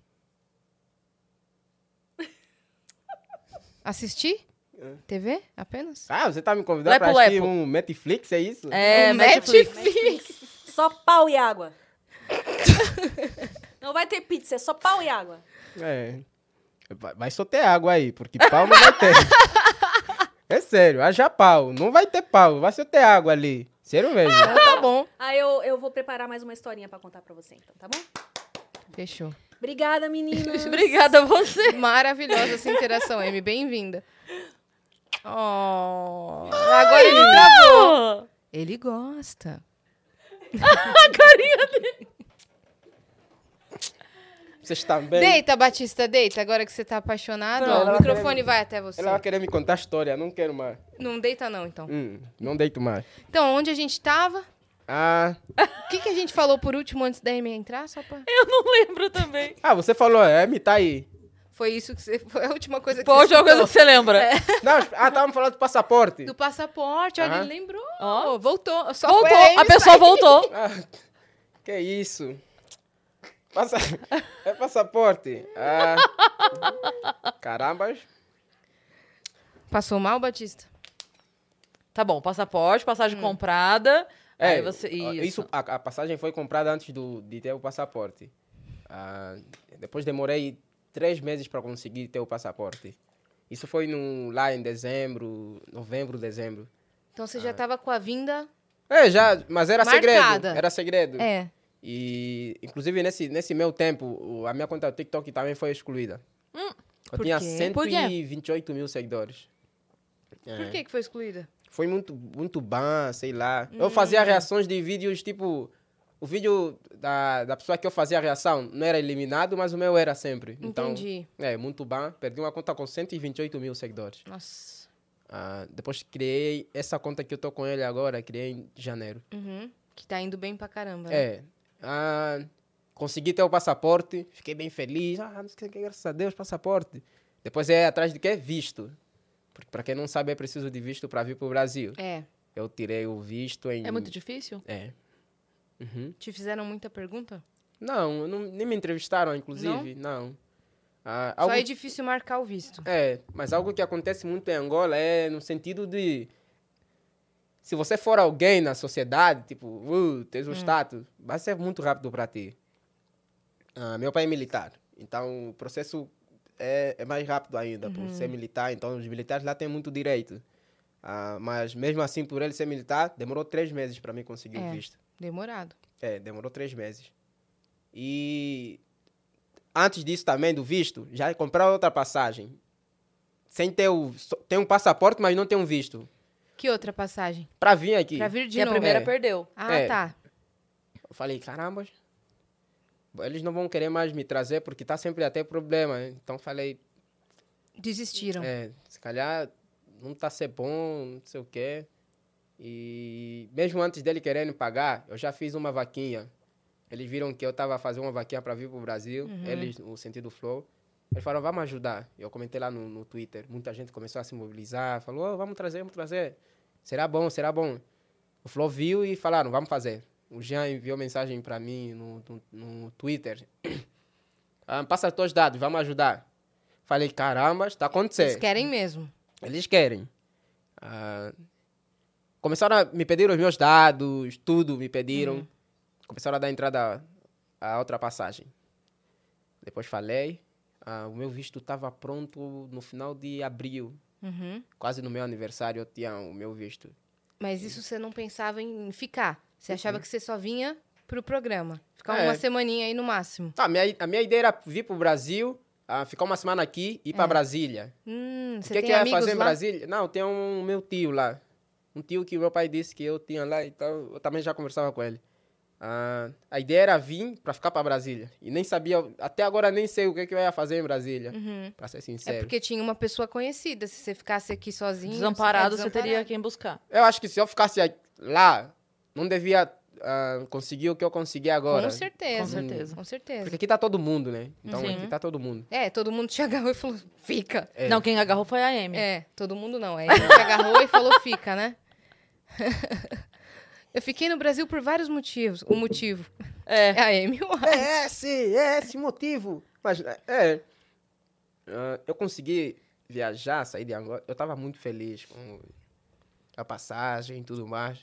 Assistir? TV? Apenas? Ah, você tá me convidando Lepo, pra assistir lepo. um Netflix, é isso? É, Um Netflix. Só pau e água. Não vai ter pizza, é só pau e água. É. Vai, vai só ter água aí, porque pau não <laughs> vai ter. é sério, haja pau. Não vai ter pau, vai só ter água ali. Sério mesmo. Tá bom. Aí eu, eu vou preparar mais uma historinha pra contar pra você, então, tá bom? Fechou. Obrigada, meninas. Obrigada a você. Maravilhosa essa interação, Amy. Bem-vinda. Oh, agora ele travou. Ele <laughs> gosta. A carinha dele. Vocês também. Deita, Batista, deita. Agora que você tá apaixonado, Não, ó, ela o microfone quer- vai até você. Ela vai querer me contar a história, não quero mais. Não deita, não, então. Hum, não deito mais. Então, onde a gente tava? Ah, O que, que a gente falou por último antes da Amy entrar? Só pra... Eu não lembro também. ah você falou, é, me tá aí. Foi isso que você. <laughs> Foi a última coisa que Qual você é a coisa <laughs> falou. que você lembra? Não, ah, tava falando do passaporte. Do passaporte, olha, Aham. ele lembrou. Ó. Voltou. Só foi Voltou, ela e a o pai. pessoa voltou. Ah, que isso? Passa... É passaporte. <laughs> Ah. Carambas. Passou mal, Batista? Tá bom, passaporte, Hum. passagem comprada. É, aí você- ó, Isso. isso, a, a passagem foi comprada antes do, de ter o passaporte. Ah, depois demorei três meses para conseguir ter o passaporte. Isso foi no, lá em dezembro, novembro, dezembro. Então você Ah. já tava com a vinda. É, já, mas era Marcada. segredo. Era segredo. É. E, inclusive, nesse, nesse meu tempo, o- a minha conta do TikTok também foi excluída. Eu por tinha quê? Por quê? 128 mil seguidores. É, Por que, que foi excluída? Foi muito, muito ban, sei lá. Hum. Eu fazia reações de vídeos, tipo... O vídeo da, da pessoa que eu fazia a reação não era eliminado, mas o meu era sempre. Então, Entendi. É, muito ban. Perdi uma conta com 128 mil seguidores. Nossa. Ah, depois criei essa conta que eu tô com ele agora, criei em janeiro. Uhum. Que tá indo bem pra caramba. né? É. Ah, consegui ter o passaporte, fiquei bem feliz. Ah, não sei o que, graças a Deus, passaporte. Depois é atrás de quê? Visto. Porque para quem não sabe, é preciso de visto para vir pro Brasil. É. Eu tirei o visto em. É muito difícil? É. Uhum. Te fizeram muita pergunta? Não, eu não- nem me entrevistaram, inclusive. Não. Ah, Só algo- é difícil marcar o visto. É, mas algo que acontece muito em Angola é no sentido de. Se você for alguém na sociedade, tipo, uh, tens Hum. um status, vai ser muito rápido para ti. Ah, meu pai é militar, então o processo é, é mais rápido ainda, por Uhum. ser militar, então os militares lá têm muito direito. Ah, mas mesmo assim, por ele ser militar, demorou três meses para mim conseguir É. o visto. Demorado. É, demorou três meses. E antes disso também, do visto, já compraram outra passagem. Sem ter o. só- Tem um passaporte, mas não tem um visto. Que outra passagem? Pra vir aqui. Pra vir de e a novo. primeira É. perdeu. Ah, É. tá. Eu falei, caramba, eles não vão querer mais me trazer porque tá sempre até problema. né? Então falei, Desistiram. é, se calhar não tá ser bom, não sei o quê. E mesmo antes dele querendo pagar, eu já fiz uma vaquinha. Eles viram que eu tava fazendo uma vaquinha para vir pro Brasil, eles, no sentido flow. Eles falaram, vamos ajudar. Eu comentei lá no, no Twitter. Muita gente começou a se mobilizar, falou, "Oh, vamos trazer, vamos trazer. Será bom, será bom. O Flow viu e falaram, vamos fazer. O Jean enviou mensagem para mim no, no, no Twitter. <clears throat> Ah, passa os teus dados, vamos ajudar. Falei, caramba, está acontecendo. Eles querem mesmo. Eles querem. Ah, começaram a me pedir os meus dados, tudo me pediram. Começaram a dar entrada a outra passagem. Depois falei. ah, o meu visto estava pronto no final de abril. Uhum. Quase no meu aniversário eu tinha o meu visto. Mas isso você não pensava em ficar. Você achava que você só vinha pro programa. Ficar Uhum. É. uma semaninha aí no máximo. Tá, minha, a minha ideia era vir para o Brasil, ah, ficar uma semana aqui e ir para Brasília. Hum, O você que, tem que eu ia amigos fazer em lá? Brasília? Não, tem um meu tio lá. Um tio que meu pai disse que eu tinha lá, então eu também já conversava com ele. Ah, a ideia era vir para ficar para Brasília. E nem sabia, até agora nem sei o que, que eu ia fazer em Brasília, Uhum. para ser É sincero. porque tinha uma pessoa conhecida. Se você ficasse aqui sozinho... Desamparado, é você teria quem buscar. Eu acho que se eu ficasse a- lá, não devia ah, conseguir o que eu consegui agora. Com certeza. Com certeza. Com certeza. Porque aqui tá todo mundo, né? Então Sim. aqui tá todo mundo. É, todo mundo te <laughs> agarrou e falou, fica. É. Não, quem agarrou foi a Amy. É, todo mundo não. É, ele te agarrou e falou, fica, né? <laughs> Eu fiquei no Brasil por vários motivos. O motivo É. é a Amy White. É esse, é esse motivo. Mas, é, é. Ah, eu consegui viajar, sair de Angola. Eu tava muito feliz com a passagem e tudo mais.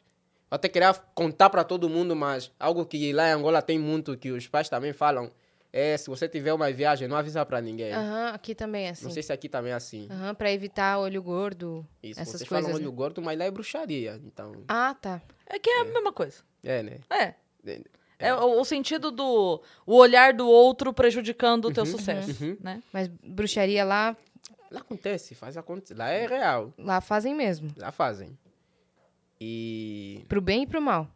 Eu até queria contar pra todo mundo, mas algo que lá em Angola tem muito, que os pais também falam, é se você tiver uma viagem, não avisa pra ninguém. Aham, aqui também é assim. Não sei se aqui também é assim. Aham, pra evitar olho gordo, Isso, Ah, essas vocês coisas. falam né? olho gordo, mas lá é bruxaria. Então, Ah, tá. É que é a mesma coisa. é, né? É. É. É o, o sentido do o olhar do outro prejudicando o teu sucesso, né? Mas bruxaria lá, Lá acontece, faz acontecer. Lá é real. lá fazem mesmo. Lá fazem. E Pro bem e pro mal.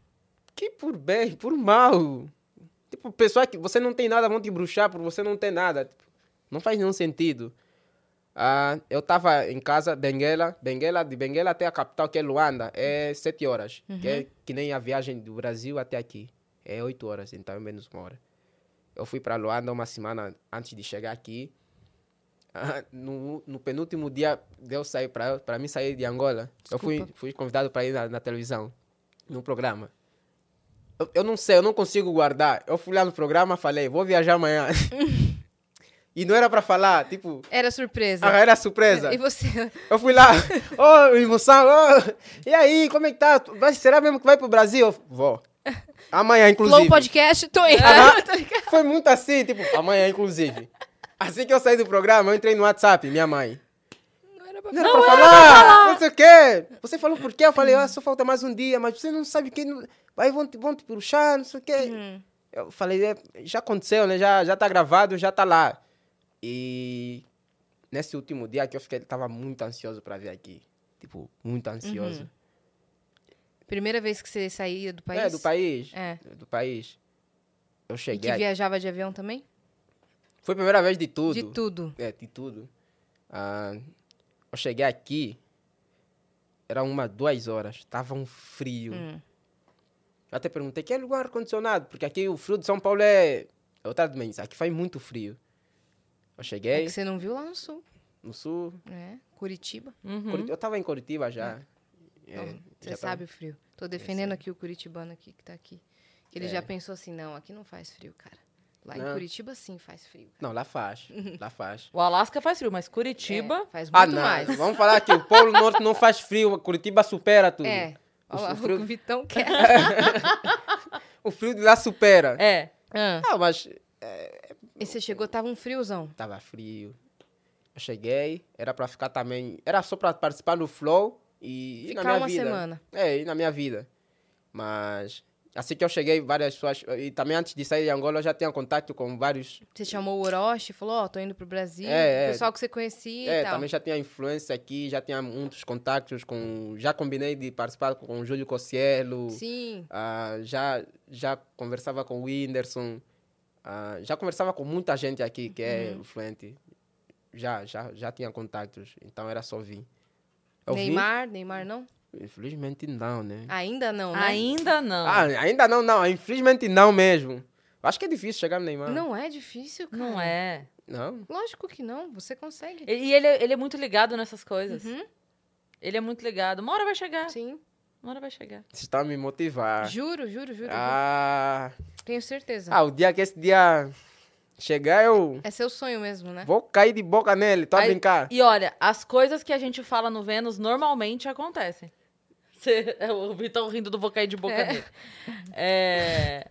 Que por bem, por mal. Tipo, pessoa que você não tem nada vão te bruxar por você não ter nada. Tipo, não faz nenhum sentido. Ah, eu tava em casa, Benguela, Benguela, de Benguela até a capital, que é Luanda, é sete horas. Que é que nem a viagem do Brasil até aqui. É oito horas, então é menos uma hora. Eu fui para Luanda uma semana antes de chegar aqui. Ah, no, no penúltimo dia de eu sair para para mim sair de Angola, eu fui, fui convidado para ir na, na televisão, num programa. Eu, eu não sei, eu não consigo guardar. Eu fui lá no programa, falei, vou viajar amanhã. <laughs> e não era para falar, tipo, Era surpresa. ah, era surpresa. E você? Eu fui lá, <laughs> ô, oh, emoção, oh, e aí, como é que tá? Vai- será mesmo que vai pro Brasil? Eu, <laughs> Vou. Amanhã, inclusive. Flow podcast, tô indo. <laughs> Aham. Foi muito assim, tipo, amanhã, inclusive. Assim que eu saí do programa, eu entrei no WhatsApp, minha mãe. Não era pra falar, não sei o quê. Você falou por quê? Eu falei, ah, só falta mais um dia, mas você não sabe quem... não- Aí vão te, vão te puxar, não sei o quê. Eu falei, é, já aconteceu, né? Já, já tá gravado, já tá lá. E nesse último dia que eu fiquei, tava muito ansioso pra vir aqui. Tipo, muito ansioso. Primeira vez que você saía do país? É, do país. É. Do país. Eu E cheguei. que aqui. viajava de avião também? Foi a primeira vez de tudo. De tudo. É, de tudo. Ah, eu cheguei aqui, era uma, duas horas, tava um frio. Hum. Eu até perguntei, que é lugar ar-condicionado? Porque aqui o frio de São Paulo é... É outra dimensão, aqui faz muito frio. Eu É cheguei que você não viu lá no sul, no sul, né? Curitiba. Uhum. Curit- eu tava em Curitiba Hum. já. É, Então, você já tava- sabe o frio. Tô defendendo aqui o curitibano aqui que tá aqui. Que Ele já pensou assim, não, aqui não faz frio, cara. Lá em É. Não. Curitiba sim faz frio. É, Não, lá faz, lá faz. O Alasca faz frio, mas Curitiba. É, faz Ah, muito não, mais. vamos falar que o Polo Norte não faz frio, Curitiba supera tudo. É. O Olha lá, frio- o Vitão quer. <laughs> O frio de lá supera. É. Ah. Não, mas E você chegou, tava um friozão. Tava frio. Eu cheguei, era pra ficar também. Era só pra participar do Flow e. e na Ficar minha uma vida. semana. É, e na minha vida. Mas. Assim que eu cheguei, várias pessoas. E também antes de sair de Angola, eu já tinha contato com vários. Você chamou o Orochi e falou, ó, tô indo pro Brasil. É, é. Pessoal que você conhecia é, e tal. também já tinha influência aqui, já tinha muitos contatos com. Já combinei de participar com o Júlio Cossielo. Sim. Ah, já, já conversava com o Whindersson, ah, já conversava com muita gente aqui que é Uhum. influente. Já, já, já tinha contatos, então era só vir. Eu vim- Neymar, Neymar não? Uhum. Infelizmente não, né? Ainda não, né? Ainda não. Ah, ainda não, não, infelizmente não mesmo. Acho que é difícil chegar no Neymar. Não é difícil, cara. Não é. Não? Lógico que não, você consegue. E e ele, é- ele é muito ligado nessas coisas. Ele é muito ligado. Uma hora vai chegar. Sim. Uma hora vai chegar. Você está a tá me motivar. Juro, juro, juro. Ah, juro. Tenho certeza. ah, o dia que esse dia chegar, eu É seu sonho mesmo, né? vou cair de boca nele, tô a Aí- brincar. E olha, as coisas que a gente fala no Vênus normalmente acontecem. <laughs> Cê- é, o Vitão rindo do vou cair de boca dele. É,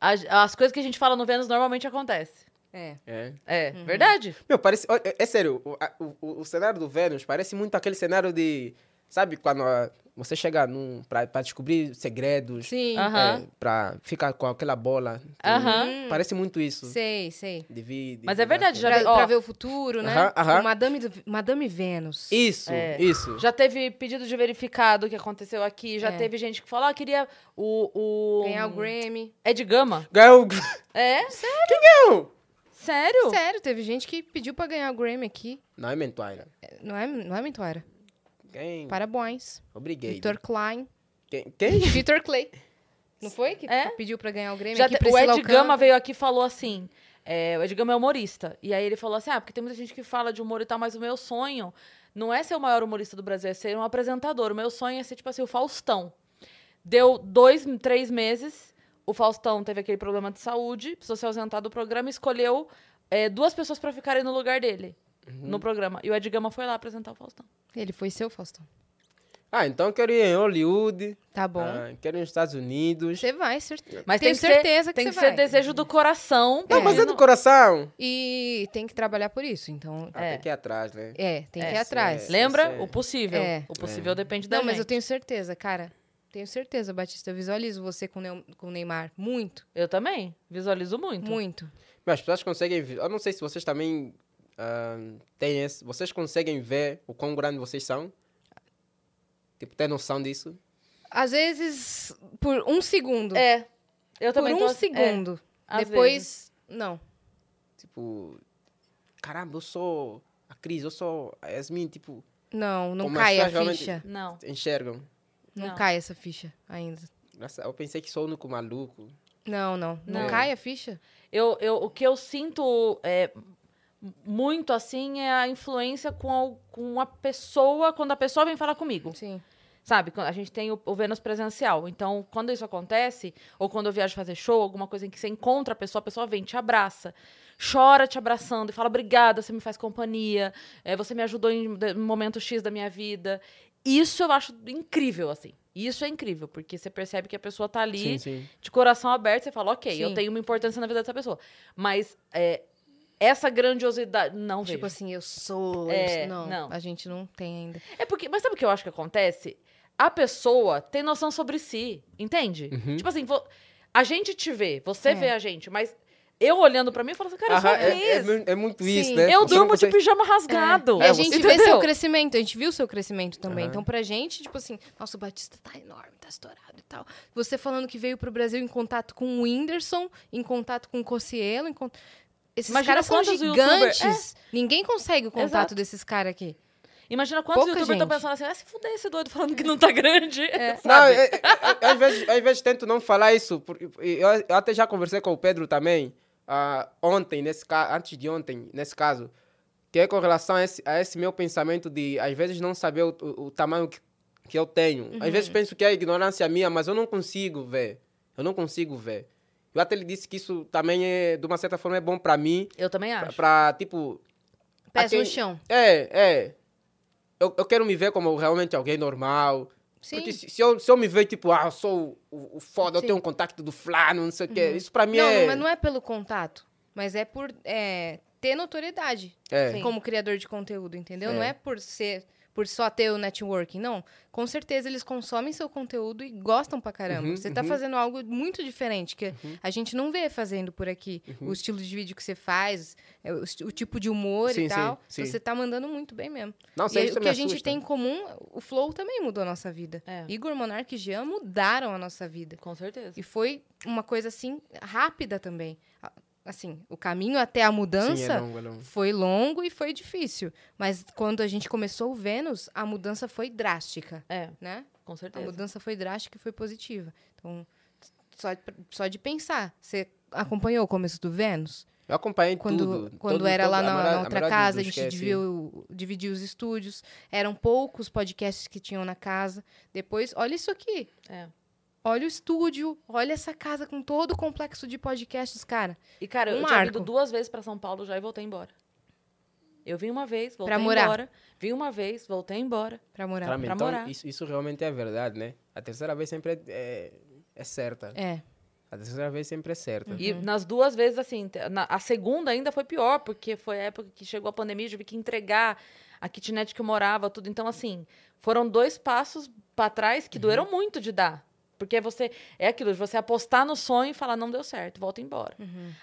as- as coisas que a gente fala no Vênus normalmente acontecem. É. É. É, verdade? Meu, parece. ó, É, é sério, o, a- o- o- o cenário do Vênus parece muito aquele cenário de. Sabe, quando ah, você chega num, pra, pra descobrir segredos, Sim. Aham. é, pra ficar com aquela bola. de- Aham. Parece muito isso. Sei, sei. De vi- de Mas é vi- verdade, já, Pra, vi- ó, pra ver o futuro, né? Aham, aham. O Madame, do- Madame Vênus. Isso, É. isso. já teve pedido de verificado que aconteceu aqui. Já É. teve gente que falou, ah, queria o... o... Ganhar o Grammy. É de gama. Ganhou. É? Ganhou! Sério? Sério, teve gente que pediu pra ganhar o Grammy aqui. Não é mentoira. É, Não é, não é mentoara. Quem? Parabéns. Obrigado. Victor Klein. Quem? <laughs> quem? Victor Clay. Não foi? Que É? pediu pra ganhar o Grammy Já aqui, te- o Priscila Ed Alcântara. Gama veio aqui e falou assim. é, o Ed Gama é humorista. E aí ele falou assim: Ah, porque tem muita gente que fala de humor e tal, mas o meu sonho não é ser o maior humorista do Brasil, é ser um apresentador. O meu sonho é ser, tipo assim, o Faustão. Deu dois, três meses, o Faustão teve aquele problema de saúde, precisou se ausentar do programa e escolheu é, duas pessoas pra ficarem no lugar dele no programa. E o Ed Gama foi lá apresentar o Faustão. Ele foi seu, Faustão. Ah, então quero ir em Hollywood. Tá bom. ah, quero ir nos Estados Unidos. Você vai, certeza. Mas Tenho tem que certeza ser, que Tem você que ser vai. desejo do coração. Não, porque mas é do não- coração. E tem que trabalhar por isso, então... Ah, tem que ir atrás, né? É, tem que ir É, atrás. Lembra? Isso é- O possível. É. O possível depende da Não, mas gente. eu tenho certeza, cara. Tenho certeza, Batista. Eu visualizo você com o Neu- com o Neymar. Muito, Eu também. Visualizo muito. muito. Mas as pessoas conseguem ver. Eu não sei se vocês também ah, têm esse. Vocês conseguem ver o quão grande vocês são? Tipo, ter noção disso? Às vezes, por um segundo. É. Eu Por também um tô, é, segundo. às Depois, não. Tipo, caramba, eu sou a Cris, eu sou a Yasmin, tipo, Não, não Como cai as a pessoas ficha. Não. enxergam. Não, Não. cai essa ficha ainda. Nossa, eu pensei que sou o único maluco. Não, não. Não, Não. cai a ficha? Eu, eu, o que eu sinto é, m- muito assim é a influência com a, com a pessoa, quando a pessoa vem falar comigo. Sim. Sabe? Quando A gente tem o, o Vênus presencial. Então, quando isso acontece, ou quando eu viajo fazer show, alguma coisa em que você encontra a pessoa, a pessoa vem, te abraça, chora te abraçando e fala: obrigada, você me faz companhia, eh, você me ajudou em de- momento X da minha vida. Isso eu acho incrível, assim. Isso é incrível, porque você percebe que a pessoa tá ali sim. de coração aberto, você fala, ok, eu Sim. tenho uma importância na vida dessa pessoa. Mas é, essa grandiosidade. Não vejo. Tipo assim, eu sou. É, eu- não, não. a gente não tem ainda. É porque. Mas sabe o que eu acho que acontece? A pessoa tem noção sobre si, entende? Uhum. Tipo assim, vo- a gente te vê, você É. vê a gente, mas eu olhando pra mim, eu falo assim, cara, eu sou Aham, é, é feliz. mu- é muito Sim. isso, né? eu Você não durmo tipo, de consegue- pijama rasgado. E É. a gente entendeu? vê seu crescimento, a gente viu seu crescimento também. Aham. Então, pra gente, tipo assim, nossa, o Batista tá enorme, tá estourado e tal. Você falando que veio pro Brasil em contato com o Whindersson, em contato com o Cocielo, em con- Esses Imagina caras são quantos gigantes. youtuber- É. Ninguém consegue o contato Exato. desses caras aqui. Imagina quantos Pouca youtubers estão gente. pensando assim, ah, se fuder esse doido falando que não tá grande. Não, sabe? é- é- é- às, vezes, às vezes tento não falar isso, porque eu, eu até já conversei com o Pedro também, ah, ontem, nesse ca- antes de ontem, nesse caso, que é com relação a esse, a esse meu pensamento de, às vezes, não saber o, o- o tamanho que, que eu tenho. Uhum. Às vezes penso que é ignorância minha, mas eu não consigo ver. Eu não consigo ver. Eu até lhe disse que isso também, é, de uma certa forma, é bom para mim, Eu também pra- acho. pra, tipo, Pés Aquele- no chão. é, é. Eu, eu quero me ver como realmente alguém normal. Sim. Porque se, se eu, se eu me ver, tipo, ah, eu sou o, o foda, eu Sim. Uhum. tenho um contato do flano, não sei o quê. Isso pra mim Não, é... não, mas não é pelo contato, mas é por é, ter notoriedade É. Sim. como criador de conteúdo, entendeu? É. Não é por ser por só ter o networking, não. Com certeza eles consomem seu conteúdo e gostam pra caramba. Uhum, você tá uhum. fazendo algo muito diferente que a gente não vê fazendo por aqui. Uhum. O estilo de vídeo que você faz, é, o, esti- o tipo de humor Sim, e sim, tal. sim. Você tá mandando muito bem mesmo. Não, E sei, isso o que me a gente assusta. tem em comum, o Flow também mudou a nossa vida. É. Igor Monark e Jean mudaram a nossa vida. Com certeza. E foi uma coisa assim rápida também. A- Assim, o caminho até a mudança Sim, é longo, é longo. foi longo e foi difícil. Mas quando a gente começou o Vênus, a mudança foi drástica, É, né? com A certeza. mudança foi drástica e foi positiva. Então, só, só de pensar. Você acompanhou o começo do Vênus? Eu acompanhei Quando, tudo. quando todo- era todo- lá a na, na maioria- a outra maioria casa, a dos gente que é assim. dividiu, dividiu os estúdios. Eram poucos podcasts que tinham na casa. Depois, olha isso aqui. É. Olha o estúdio, olha essa casa com todo o complexo de podcasts, cara. E, cara, eu Um tinha ido arco. duas vezes pra São Paulo já e voltei embora. Eu vim uma vez, voltei Pra morar. embora. Vim uma vez, voltei embora. Pra morar. Caramba, pra então, morar. isso, isso realmente é verdade, né? A terceira vez sempre é, é, é certa. É. A terceira vez sempre é certa. Uhum. E nas duas vezes, assim, te- na- a segunda ainda foi pior, porque foi a época que chegou a pandemia, eu tive que entregar a kitnet que eu morava, tudo. Então, assim, foram dois passos pra trás que doeram muito de dar. Porque você. É aquilo, de você apostar no sonho e falar, não deu certo, volta embora.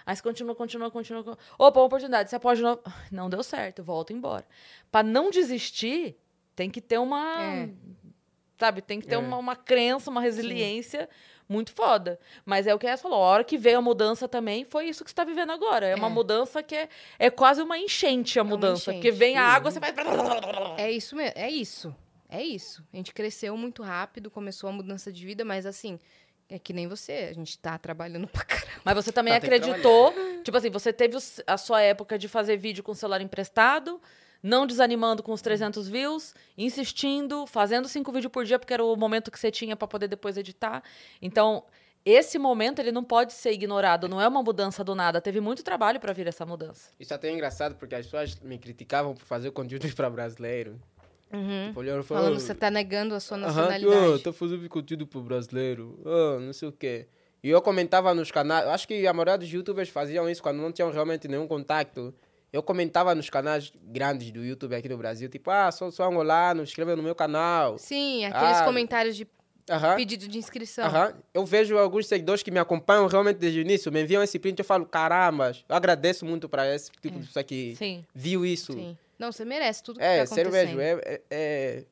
Aí você continua, continua, continua. continua. Opa, uma oportunidade, você aposta de novo. <sighs> Não deu certo, volta embora. Pra não desistir, tem que ter uma. É. Sabe, tem que ter É. uma, uma crença, uma resiliência muito foda. Mas é o que ela falou, a hora que veio a mudança também, foi isso que você tá vivendo agora. É, uma É. mudança que é, é quase uma enchente a uma mudança. enchente. Uhum. Porque vem a água, você vai... É isso mesmo. É isso. É isso. A gente cresceu muito rápido, começou a mudança de vida, mas assim, é que nem você. A gente tá trabalhando <laughs> pra caramba. Mas você também Tá, tem que acreditou, tipo assim, você teve os- a sua época de fazer vídeo com o celular emprestado, não desanimando com os 300 views, insistindo, fazendo cinco vídeos por dia, porque era o momento que você tinha pra poder depois editar. Então, esse momento, ele não pode ser ignorado, não é uma mudança do nada. Teve muito trabalho pra vir essa mudança. Isso até é engraçado, porque as pessoas me criticavam por fazer <laughs> conteúdos para brasileiro. Tipo, olharam Uhum. e falaram, Falando, você tá negando a sua Aham, nacionalidade. "Ah, tá fazendo conteúdo pro brasileiro. Ah, não sei o quê. E eu comentava nos canais. Acho que a maioria dos youtubers faziam isso quando não tinham realmente nenhum contato. Eu comentava nos canais grandes do YouTube aqui no Brasil, tipo, ah, sou, sou angolano, inscreva no meu canal. Sim, aqueles Ah. comentários de Aham. pedido de inscrição. Aham. Eu vejo alguns seguidores que me acompanham realmente desde o início, me enviam esse print, eu falo, caramba, eu agradeço muito para esse tipo de pessoa que Sim. viu isso. Sim. Não, você merece É. tudo que É, tá acontecendo. sério mesmo. É, é, é-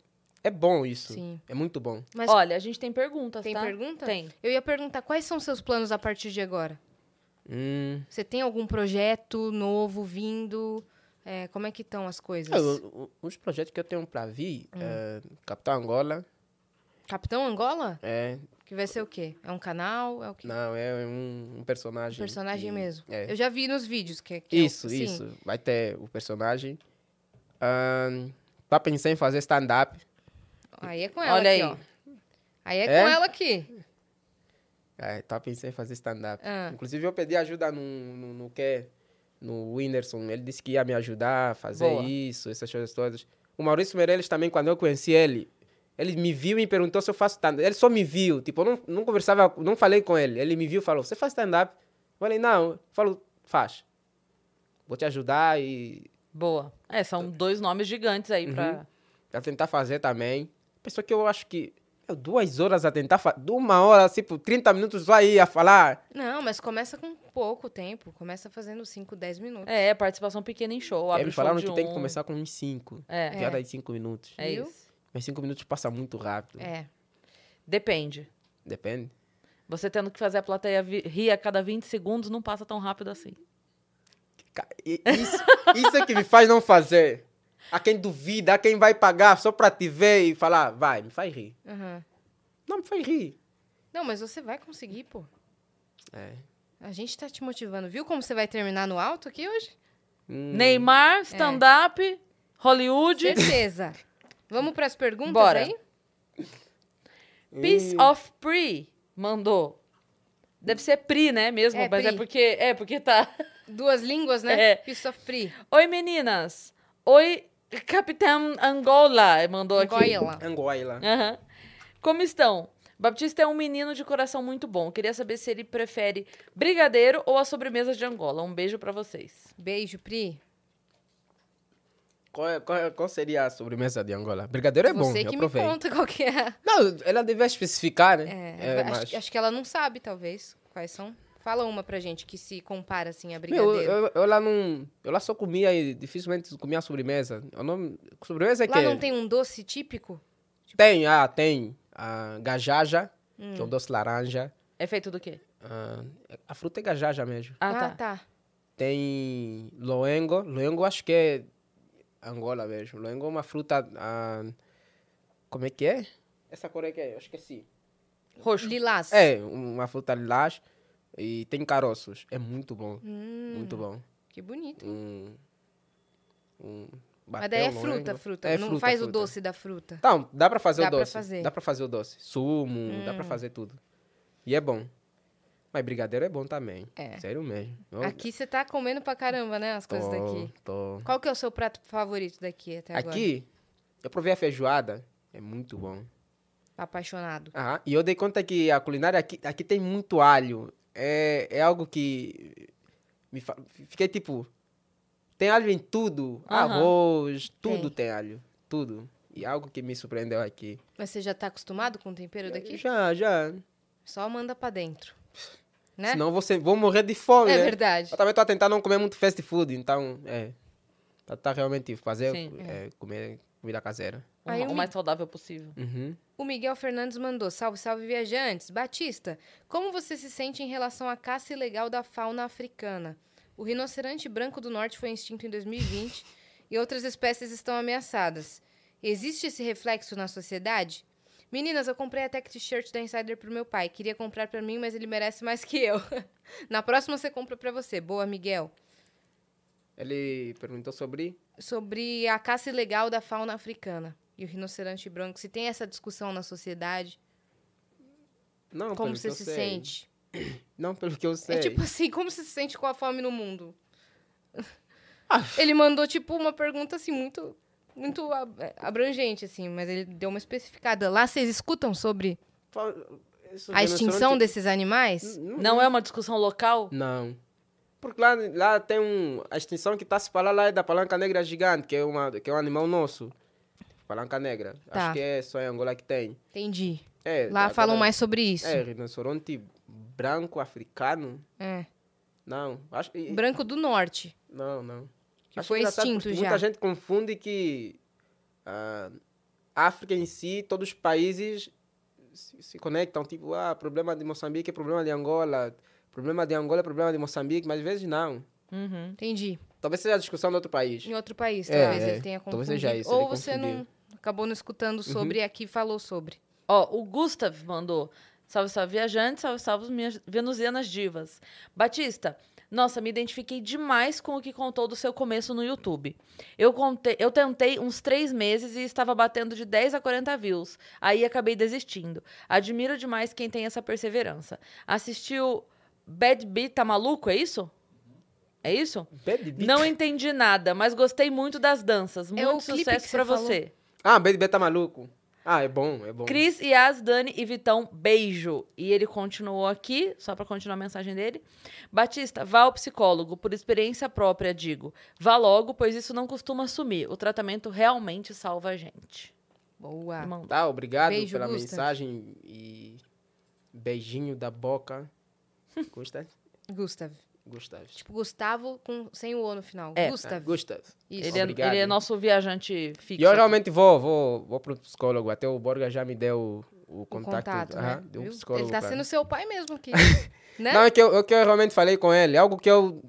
É bom isso. Sim. É muito bom. Mas Olha, a gente tem perguntas, tem tá? pergunta? Tem. Eu ia perguntar quais são seus planos a partir de agora? Hum. Você tem algum projeto novo vindo? É, como é que estão as coisas? É, o- o- os projetos que eu tenho pra vir Hum. é Capitão Angola. Capitão Angola? É, Que vai ser o quê? É um canal? É o quê? não, é um, um Um personagem. personagem que- mesmo. É. Eu já vi nos vídeos que, que é o- Isso, sim. isso. Vai ter o personagem. Ahn, tá pensando em fazer stand-up. Aí é com ela Olha aqui, aí. ó. Aí é, É? com ela aqui. É, tá pensando em fazer stand-up. Ah. Inclusive, eu pedi ajuda no, no, no que? No Whindersson. Ele disse que ia me ajudar a fazer Boa. isso, essas coisas todas. O Maurício Meirelles também, quando eu conheci ele, ele me viu e me perguntou se eu faço stand-up. Ele só me viu. Tipo, eu não, não conversava, não falei com ele. Ele me viu e falou, você faz stand-up? Eu falei, não. Eu falo, faz. Vou te ajudar e Boa. É, são dois nomes gigantes aí pra. a tentar fazer também. Pessoa que eu acho que... meu, duas horas a tentar fazer. Uma hora, tipo, 30 minutos só aí a falar. Não, mas começa com pouco tempo. Começa fazendo 5, 10 minutos. É, participação pequena em show. Uhum. É, Abre me o show falaram de que tem um. que começar com uns 5. É. Piada de 5 minutos. É Viu? isso. Mas 5 minutos passa muito rápido. É. Depende. Depende. Você tendo que fazer a plateia vi- rir a cada 20 segundos não passa tão rápido assim. Ca- e- Isso, isso é que me faz não fazer. A quem duvida, a quem vai pagar só pra te ver e falar, vai, me faz rir. Aham. Não, me faz rir. Não, mas você vai conseguir, pô. É. A gente tá te motivando. Viu como você vai terminar no alto aqui <laughs> hoje? Hum, É. Neymar, stand-up, Hollywood. Certeza. Vamos pras perguntas Bora. aí? Hum. Piece of Pri mandou. Deve ser Pri, né, mesmo? É, mas é Pri. porque é porque tá. Duas línguas, né? É. Piece of free. Oi meninas. Oi Capitão Angola mandou aqui. Goiânia. Angola. Aham. Como estão? Baptista é um menino de coração muito bom. Queria saber se ele prefere brigadeiro ou a sobremesa de Angola. Um beijo pra vocês. Beijo, Pri. Qual, é- qual é- qual seria a sobremesa de Angola? Brigadeiro é bom, você eu que provei. me conta qual que é. Não, ela devia especificar, né? É, É, mas- acho, acho que ela não sabe, talvez, quais são. Fala uma pra gente que se compara, assim, a Meu, brigadeiro. eu, eu- eu lá não. Eu lá só comia e dificilmente comia sobremesa. Eu não, sobremesa é Lá que não tem um doce típico? Tem, ah, tem. A gajaja, Hum. que é um doce laranja. É feito do quê? Ah, a fruta é gajaja mesmo. Ah, tá. Tem loengo. Loengo acho que é Angola mesmo. Loengo é uma fruta. ah, como é que é? Essa cor é que é? Eu esqueci. Roxo. Lilás. É, uma fruta lilás e tem caroços. É muito bom. Hum, Muito bom. Que bonito. Um, um, Mas daí é bateu, fruta, loengo. fruta. É não fruta, faz o fruta. doce da fruta. Então, dá pra fazer Dá o pra doce. fazer. Hum. Dá pra fazer o doce. Sumo, dá pra fazer tudo. E é bom. Mas brigadeiro é bom também. É. Sério mesmo. Eu- Aqui você tá comendo pra caramba, né? As tô- coisas daqui. tô- Qual que é o seu prato favorito daqui até agora? Aqui, eu provei a feijoada. É muito bom. Apaixonado. Ah, e eu dei conta que a culinária aqui, aqui tem muito alho. É, é algo que me fa- fiquei tipo, tem alho em tudo, Aham. arroz, tudo tem. alho, tudo. E algo que me surpreendeu aqui. Mas você já tá acostumado com o tempero daqui? Já, já. Né? Só manda pra dentro. Né? Senão você vou morrer de fome, é né? verdade. Eu também tô a tentar não comer muito fast food, então, é. Tá, tá realmente fazer, Sim. é, comer comida caseira. O, Aí o um- mais saudável possível. Uhum. O Miguel Fernandes mandou: Salve, salve viajantes. Batista, como você se sente em relação à caça ilegal da fauna africana? O rinoceronte branco do norte foi extinto em 2020 e outras espécies estão ameaçadas. Existe esse reflexo na sociedade? Meninas, eu comprei a tech t-shirt da Insider pro meu pai. Queria comprar pra mim, mas ele merece mais que eu. <laughs> na próxima você compra pra você. Boa, Miguel. Ele perguntou sobre Sobre a caça ilegal da fauna africana e o rinoceronte branco, se tem essa discussão na sociedade, não, como pelo você que eu se sei. sente? Não, pelo que eu sei. É tipo assim, como você se sente com a fome no mundo? Ele mandou, tipo, uma pergunta, assim, muito, muito ab- abrangente, assim, mas ele deu uma especificada. Lá vocês escutam sobre Fa- isso a rinoceronte- extinção desses Hum, animais? Não é uma discussão local? Não. Porque lá, lá tem um. A extinção que está se falando lá é da palanca negra gigante, que é, uma, que é um animal nosso. Palanca negra. Tá. Acho que é só em Angola que tem. Entendi. É, Lá agora- falam mais sobre isso. É, rinoceronte branco africano. É. Não, acho que. Branco do Norte. Não, não. Que foi engraçado extinto porque já. Muita gente confunde que ah, a África em si, todos os países se, se conectam. Tipo, ah, problema de Moçambique é problema de Angola. Problema de Angola é problema de Moçambique, mas às vezes não. Uhum. Entendi. Talvez seja a discussão de outro país. Em outro país, É, talvez é. ele tenha confundido. Talvez seja isso, Ou ele Uhum. você não acabou não escutando sobre e aqui falou sobre. Ó, o Gustav mandou. Salve, salve, viajante. Salve, salve, as minhas venusianas divas. Batista, nossa, me identifiquei demais com o que contou do seu começo no YouTube. Eu, contei, eu tentei uns três meses e estava batendo de 10 a 40 views. Aí acabei desistindo. Admiro demais quem tem essa perseverança. Assistiu Bad Beat, tá maluco? É isso? É isso? Bad Beat. Não entendi nada, mas gostei muito das danças. Muito É o clipe que sucesso você pra falou. você. Ah, Bad Beat tá maluco. Ah, é bom, é bom. Cris, Yas, Dani e Vitão, beijo. E ele continuou aqui, só pra continuar a mensagem dele. Batista, vá ao psicólogo, por experiência própria, digo. Vá logo, pois isso não costuma sumir. O tratamento realmente salva a gente. Boa. Irmão, Tá, obrigado Beijo, pela Gusta. mensagem e beijinho da boca. Gusta? Gustav. Gustavo. Tipo, Gustavo com, sem o O no final. É. Gustav. Gustavo. Isso. ele, é, Obrigado. ele é nosso viajante E fixo. eu aqui. realmente vou, vou, vou pro psicólogo. Até o Borga já me deu o, O contato, né? aham, de um Viu? psicólogo. Ele tá pra- sendo seu pai mesmo <laughs> aqui. né? Não, é que eu, é que eu realmente falei com ele. Algo que eu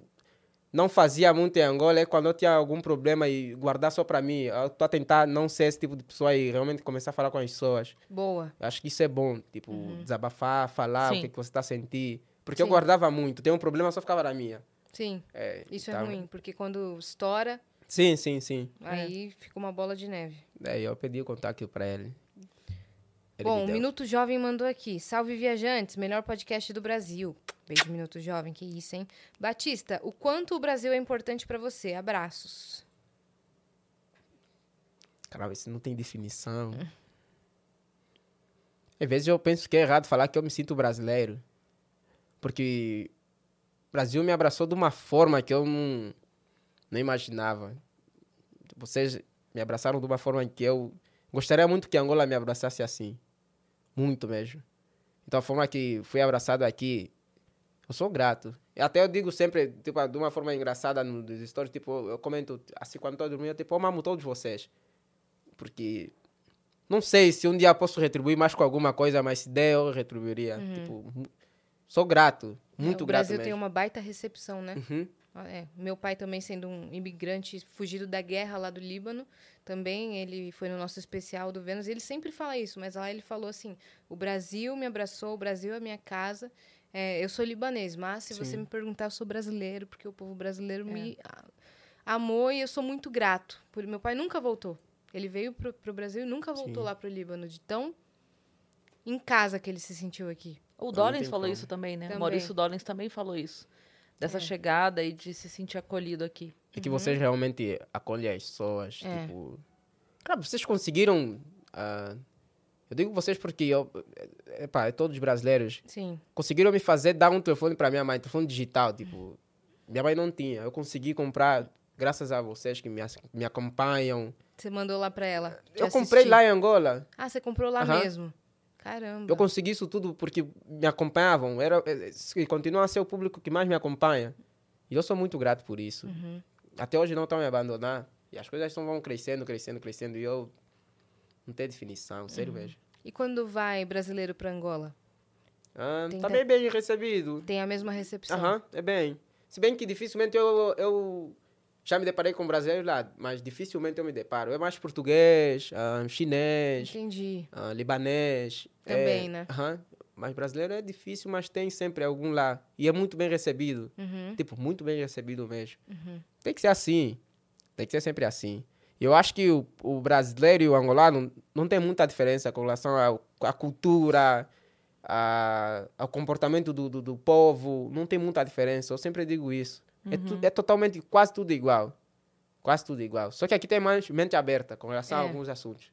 não fazia muito em Angola é quando eu tinha algum problema e guardar só pra mim. Eu tô a tentar não ser esse tipo de pessoa e realmente começar a falar com as pessoas. Boa. Eu acho que isso é bom, tipo, desabafar, falar Sim. o que, que você tá sentindo. Porque eu Uhum. Sim. guardava muito. Tem um problema, só ficava na minha. Sim. É, Isso é então- ruim, porque quando estoura, Sim, sim, sim. aí fica uma bola de neve. Daí eu pedi o contato pra ele. Ele Bom, um me o deu. Minuto Jovem mandou aqui. Salve viajantes, melhor podcast do Brasil. Beijo, Minuto Jovem, que isso, hein? Batista, o quanto o Brasil é importante pra você? Abraços. Caramba, isso não tem definição. Às vezes eu penso que é errado falar que eu me sinto brasileiro. Porque o Brasil me abraçou de uma forma que eu não, não imaginava. Vocês me abraçaram de uma forma que eu gostaria muito que Angola me abraçasse assim. Muito mesmo. Então a forma que fui abraçado aqui, eu sou grato. E Até eu digo sempre, tipo, de uma forma engraçada no- nos stories, tipo, eu comento assim quando estou dormindo, tipo, eu amo todos vocês porque não sei se um dia posso retribuir mais com alguma coisa, mas se der, eu retribuiria. Tipo, mu- sou grato, Uhum. muito É, o grato Brasil mesmo. tem uma baita recepção, né? Uhum. Ah, é. Meu pai também sendo um imigrante fugido da guerra lá do Líbano, também ele foi no nosso especial do Vênus, e ele sempre fala isso, mas lá ele falou assim: "O Brasil me abraçou, o Brasil é minha casa". É, eu sou libanês, mas se você Sim. É. me perguntar, eu sou brasileiro, porque o povo brasileiro me a- amou e eu sou muito grato. Por meu pai nunca voltou. Ele veio pro, pro Brasil e nunca voltou Sim. lá pro Líbano, de tão em casa que ele se sentiu aqui. O Não Dollins tem falou como. isso também, né? Também. É. Maurício Dollins também falou isso. Dessa chegada e de se sentir acolhido aqui. É que vocês realmente acolhem as pessoas. É. Tipo, cara, vocês conseguiram. ah, eu digo vocês porque eu, epá, é todos brasileiros Sim. conseguiram me fazer dar um telefone para minha mãe, telefone digital, tipo, minha mãe não tinha. Eu consegui comprar graças a vocês que me, as- me acompanham. Você mandou lá pra ela. te eu comprei assistir. lá em Angola. Ah, você comprou lá Aham. mesmo. Caramba. Eu consegui isso tudo porque me acompanhavam. Era, eh, eh, e continua a ser o público que mais me acompanha. E eu sou muito grato por isso. Até hoje não estão me abandonar. E as coisas só vão crescendo, crescendo, crescendo. E eu não tenho definição, sério mesmo. E quando vai brasileiro pra Angola? Ah, Tem tá da- bem bem recebido. Tem a mesma recepção? Aham, é bem. Se bem que dificilmente eu, eu já me deparei com brasileiros lá, mas dificilmente eu me deparo. É mais português, ah, chinês, Entendi. ah, libanês. é, Também, né? aham. Mas brasileiro é difícil, mas tem sempre algum lá. E é muito bem recebido. Uhum. Tipo, muito bem recebido mesmo. Tem que ser assim. Tem que ser sempre assim. E eu acho que o, o brasileiro e o angolano não tem muita diferença com relação ao- à cultura, a- ao comportamento do, do, do povo. Não tem muita diferença. Eu sempre digo isso. É, tu- Uhum. é totalmente, quase tudo igual. Quase tudo igual. Só que aqui tem mais mente aberta com relação a É. alguns assuntos.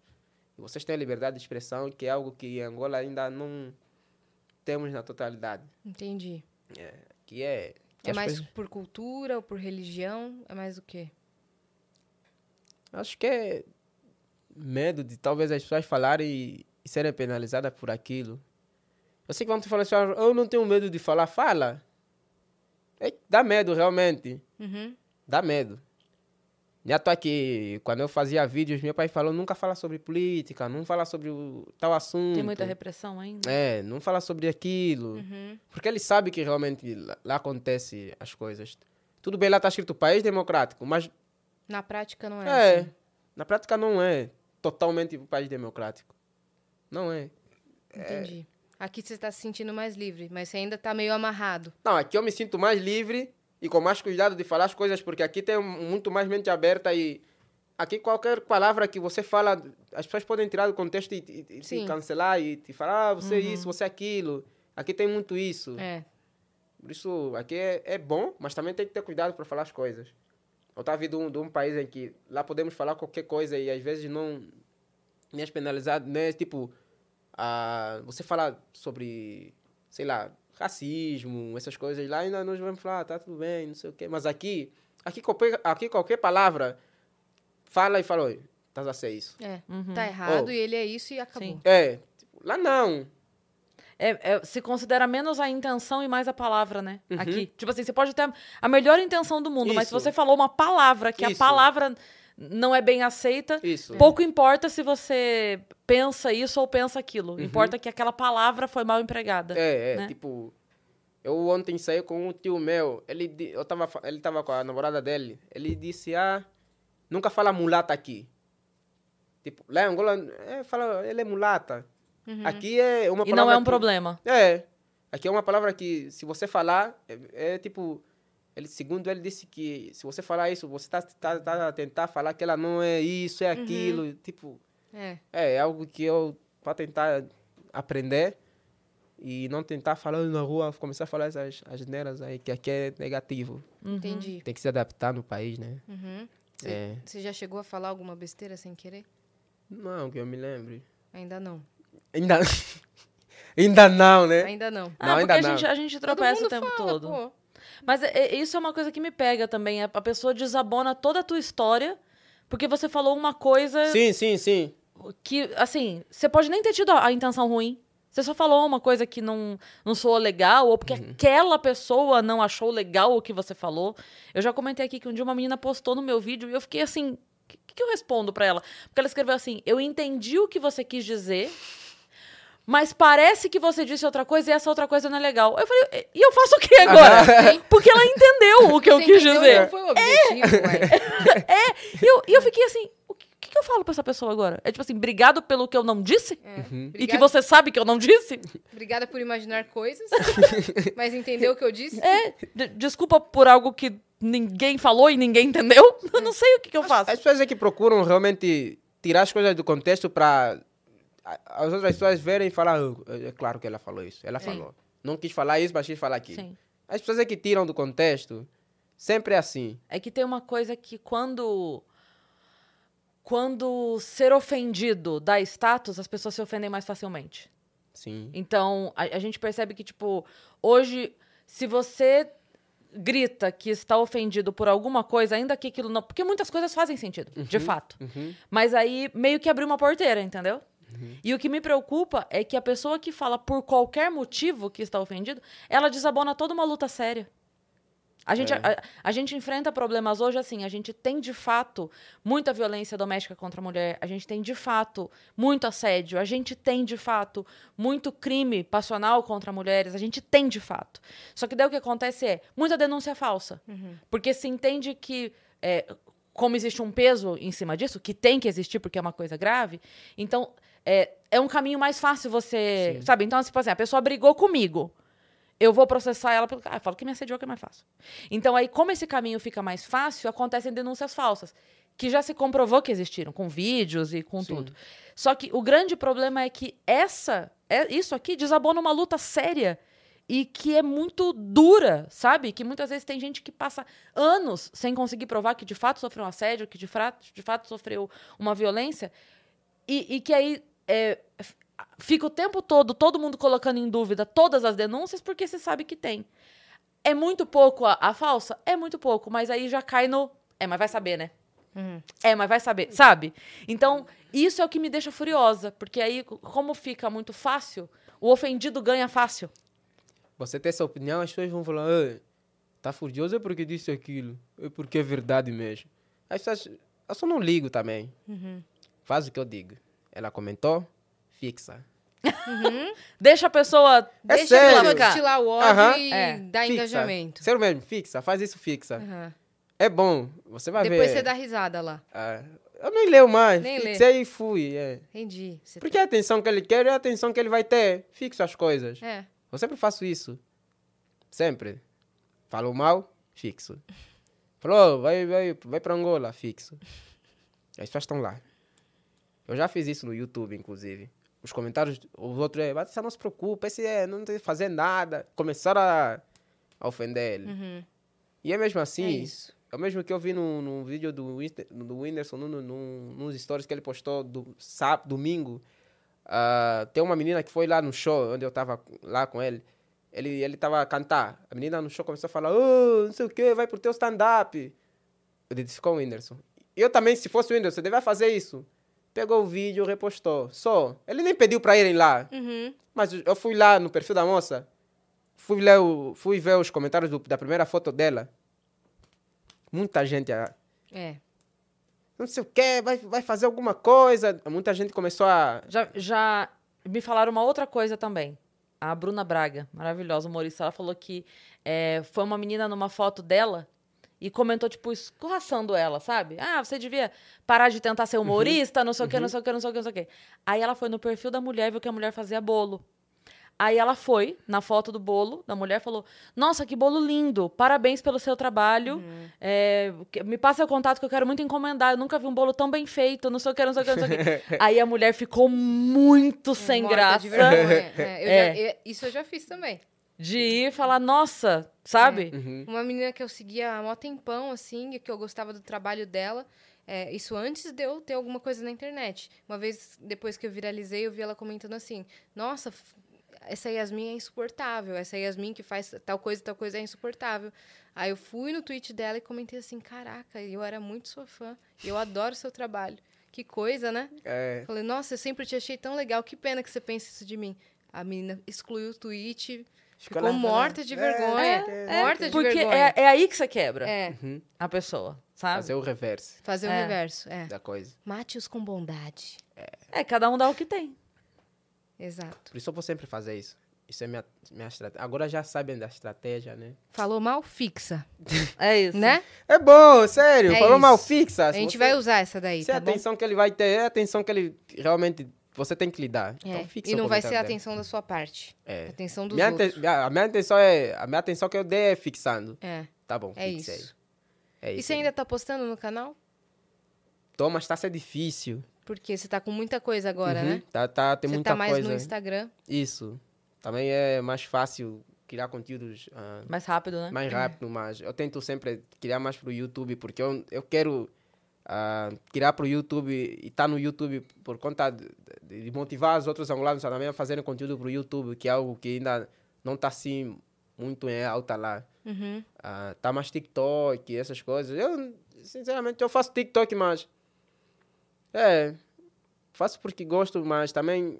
E vocês têm a liberdade de expressão, que é algo que em Angola ainda não temos na totalidade. Entendi. Que é. que É as mais coisas- por cultura ou por religião? É mais o quê? Acho que é medo de talvez as pessoas falarem e, e serem penalizadas por aquilo. Eu sei que vão te falar assim, "Ah, eu não tenho medo de falar, fala. É, que dá medo, realmente. Uhum. Dá medo. Já tô aqui, quando eu fazia vídeos, meu pai falou, nunca fala sobre política, não fala sobre o tal assunto. Tem muita Uhum. repressão ainda. É, não fala sobre aquilo. Porque ele sabe que realmente lá, lá acontece as coisas. Tudo bem, lá tá escrito país democrático, mas Na prática não é, é, assim. na prática não é totalmente um país democrático. Não é. Entendi. Aqui você tá se sentindo mais livre, mas você ainda tá meio amarrado. Não, aqui eu me sinto mais livre e com mais cuidado de falar as coisas, porque aqui tem um, muito mais mente aberta e aqui qualquer palavra que você fala, as pessoas podem tirar do contexto e, e- e te Sim. Uhum. cancelar e te falar, ah, você é isso, você é aquilo. Aqui tem muito isso. É. Por isso, aqui é, é bom, mas também tem que ter cuidado para falar as coisas. Eu estava vindo de um, de um país em que lá podemos falar qualquer coisa e às vezes não nem é penalizado, né? Tipo, ah, você falar sobre, sei lá, racismo, essas coisas lá, ainda nós vamos falar, "Ah, tá tudo bem, não sei o quê. Mas aqui, aqui qualquer, aqui qualquer palavra, fala e fala, oi, estás a ser isso. É. Uhum. Tá errado Oh. e ele é isso e acabou. Sim. É, tipo, lá não. É, é, se considera menos a intenção e mais a palavra, né? Aqui. Tipo assim, você pode ter a melhor intenção do mundo, mas se Uhum. Isso. você falou uma palavra que a Isso. palavra não é bem aceita, Isso. pouco importa se você pensa isso ou pensa aquilo. Importa que aquela palavra foi mal empregada. Uhum. É, é, né? tipo, eu ontem saí com um tio meu, ele, di- eu tava, fa- ele tava com a namorada dele, ele disse, ah, nunca fala mulata aqui. Tipo, lá em Angola, é, fala, ele é mulata. Aqui é uma Uhum. E não é um que- problema. É, aqui é uma palavra que se você falar, é, é tipo, ele, segundo ele disse que se você falar isso, você tá, tá, tá a tentar falar que ela não é isso, Uhum. é aquilo, tipo... É. É, é algo que eu para tentar aprender e não tentar falando na rua, começar a falar essas asneiras aí, que aqui é negativo. Uhum. Entendi. Tem que se adaptar no país, né? Uhum. Você É. você já chegou a falar alguma besteira sem querer? Não, que eu me lembre. Ainda não. Ainda, <laughs> ainda não, né? Ainda não. Ah, Não, porque ainda a não. gente, a gente tropeça o tempo todo. Mas é- é- isso é uma coisa que me pega também. A a pessoa desabona toda a tua história porque você falou uma coisa Sim, sim, sim. que, assim, você pode nem ter tido a, a intenção ruim. Você só falou uma coisa que não, não soou legal, ou porque aquela pessoa não achou legal o que você falou. Eu já comentei aqui que um dia uma menina postou no meu vídeo e eu fiquei assim: o que, que eu respondo pra ela? Porque ela escreveu assim: eu entendi o que você quis dizer, mas parece que você disse outra coisa e essa outra coisa não é legal. Eu falei: e e eu faço o que agora? porque ela entendeu o que eu Você quis entendeu? dizer. Não foi o objetivo, ué. E eu, e eu fiquei assim: o que, o que eu falo pra essa pessoa agora? É tipo assim: obrigado pelo que eu não disse? É. Uhum. E Obrigada- que você sabe que eu não disse? Obrigada por <laughs> imaginar coisas, mas entendeu o que eu disse? É, de- desculpa por algo que ninguém falou e ninguém entendeu. <laughs> Eu não sei o que, que eu faço. As pessoas é que procuram realmente tirar as coisas do contexto para as outras pessoas verem e falar, "Ah, é claro que ela falou isso, ela falou. Não quis falar isso, mas quis falar aquilo. Sim. As pessoas é que tiram do contexto, sempre é assim. É que tem uma coisa que quando. Quando ser ofendido dá status, as pessoas se ofendem mais facilmente. Sim. Então, a, a gente percebe que, tipo, hoje, se você grita que está ofendido por alguma coisa, ainda que aquilo não. Porque muitas coisas fazem sentido, de fato. Mas aí meio que abriu uma porteira, entendeu? E o que me preocupa é que a pessoa que fala por qualquer motivo que está ofendido, ela desabona toda uma luta séria. A gente, a, a gente enfrenta problemas hoje assim. A gente tem, de fato, muita violência doméstica contra a mulher. A gente tem, de fato, muito assédio. A gente tem, de fato, muito crime passional contra mulheres. A gente tem, de fato. Só que daí o que acontece é muita denúncia falsa. Porque se entende que. é, como existe um peso em cima disso, que tem que existir porque é uma coisa grave, então é, é um caminho mais fácil você. Sabe? Então, tipo assim, a pessoa brigou comigo eu vou processar ela pelo. Ah, eu falo que me assediou que é mais fácil. Então, aí, como esse caminho fica mais fácil, acontecem denúncias falsas, que já se comprovou que existiram, com vídeos e com tudo. Só que o grande problema é que essa, é, isso aqui desabona uma luta séria e que é muito dura, sabe? Que muitas vezes tem gente que passa anos sem conseguir provar que de fato sofreu um assédio, que de, fra- de fato sofreu uma violência, e, e que aí é, f- fica o tempo todo todo mundo colocando em dúvida todas as denúncias porque se sabe que tem. É muito pouco a, a falsa? É muito pouco, mas aí já cai no. É, mas vai saber, né? É, mas vai saber, sabe? Então, isso é o que me deixa furiosa, porque aí, co- como fica muito fácil, o ofendido ganha fácil. Você tem essa opinião, as pessoas vão falar, "Ah, tá furioso é porque disse aquilo, é porque é verdade mesmo. As pessoas. Eu só não ligo também. Faz o que eu digo. Ela comentou, fixa. Deixa a pessoa. É Deixa a pessoa sério. destilar o ódio Aham. e É, dar Fixa. engajamento. Sério mesmo, fixa, faz isso fixa. Aham. É bom, você vai Depois ver. você dá risada lá. Ah, eu nem leio mais. Nem lê. Fixei e fui. É. Entendi. Você Porque a atenção que ele quer é a atenção que ele vai ter. Fixo as coisas. É. Eu sempre faço isso. Sempre. Falou mal, fixo. Falou, vai, vai, vai pra Angola, fixo. As pessoas estão lá. Eu já fiz isso no YouTube, inclusive. Os comentários, os outros, é, "Batista, não se preocupa, esse é, não tem que fazer nada. Começaram a, a ofender ele. E é mesmo assim, Uhum. É isso. é o mesmo que eu vi num, num vídeo do, Whindersson- do Whindersson, num, num, nos stories que ele postou do sábado, domingo. Ah, tem uma menina que foi lá no show, onde eu tava lá com ele. Ele, ele tava a cantar. A menina no show começou a falar, "Ô, não sei o que, vai pro teu stand-up. Ele disse com o Whindersson. Eu também, se fosse o Whindersson, devia fazer isso. Pegou o vídeo, repostou. Só. Ele nem pediu pra irem lá. Mas eu fui lá no perfil da moça. Fui, ler o- fui ver os comentários do- da primeira foto dela. Muita gente a, É. não sei o que, vai, vai fazer alguma coisa. Muita gente começou a. Já, já me falaram uma outra coisa também. A Bruna Braga, maravilhosa humorista, ela falou que é, foi uma menina numa foto dela e comentou, tipo, escorraçando ela, sabe? Ah, você devia parar de tentar ser humorista, não sei o que, não sei o que, não sei o que, não sei o que. Aí ela foi no perfil da mulher e viu que a mulher fazia bolo. Aí ela foi na foto do bolo da mulher e falou: Nossa, que bolo lindo! Parabéns pelo seu trabalho. Uhum. É, que- me passa o contato que eu quero muito encomendar. Eu nunca vi um bolo tão bem feito. Não sei o que, não sei o que, não sei o que. <laughs> Aí a mulher ficou muito sem Morta tá de graça vergonha. É, <laughs> eu É. já- eu- isso eu já fiz também. de ir falar: Nossa, sabe? Uma menina que eu seguia há mó tempão, assim, e que eu gostava do trabalho dela. é, isso antes de eu ter alguma coisa na internet. Uma vez, depois que eu viralizei, eu vi ela comentando assim: Nossa, f- essa Yasmin é insuportável. Essa Yasmin que faz tal coisa, tal coisa é insuportável. Aí eu fui no tweet dela e comentei assim: Caraca, eu era muito sua fã. Eu adoro seu trabalho. Que coisa, né? É, Falei, nossa, eu sempre te achei tão legal. Que pena que você pensa isso de mim. A menina excluiu o tweet, ficou, lá falando, morta de "É, vergonha. é, morta de Porque vergonha. é, é aí que você quebra É, a pessoa, sabe? Uhum. Fazer o reverse fazer É. o reverso. É. da coisa. Mate-os com bondade. É, cada um dá o que tem. Exato. Por isso eu vou sempre fazer isso. Isso é minha, minha estratégia. Agora já sabem da estratégia, né? Falou mal, fixa. É isso. Né? É bom, sério. É Falou mal, isso. fixa. A Ah, Se gente você- vai usar essa daí, Se é a tá bom? atenção que ele vai ter, é a atenção que ele realmente. Você tem que lidar. É, Então fixa E o não vai ser a comentário atenção da sua parte. dela. A É. atenção dos Minha outros. aten- minha- a minha atenção é. A minha atenção que eu dei é fixando. É, Tá bom, é fixei. isso. É E isso. você ainda tá postando no canal? Toma, está sendo difícil. Porque você tá com muita coisa agora, Uhum, né? Tá, tá, tem você muita tá mais coisa. no Instagram. Isso. Também é mais fácil criar conteúdos ah, Mais rápido, né? mais rápido, mas eu tento sempre criar mais pro YouTube, porque eu, eu quero ah, criar pro YouTube e estar no YouTube por conta de, de- de motivar os outros angolanos também a fazerem conteúdo pro YouTube, que é algo que ainda não está assim muito em alta lá. Uhum. Ah, tá mais TikTok, essas coisas. Eu, sinceramente, eu faço TikTok, mas. É. Faço porque gosto, mas também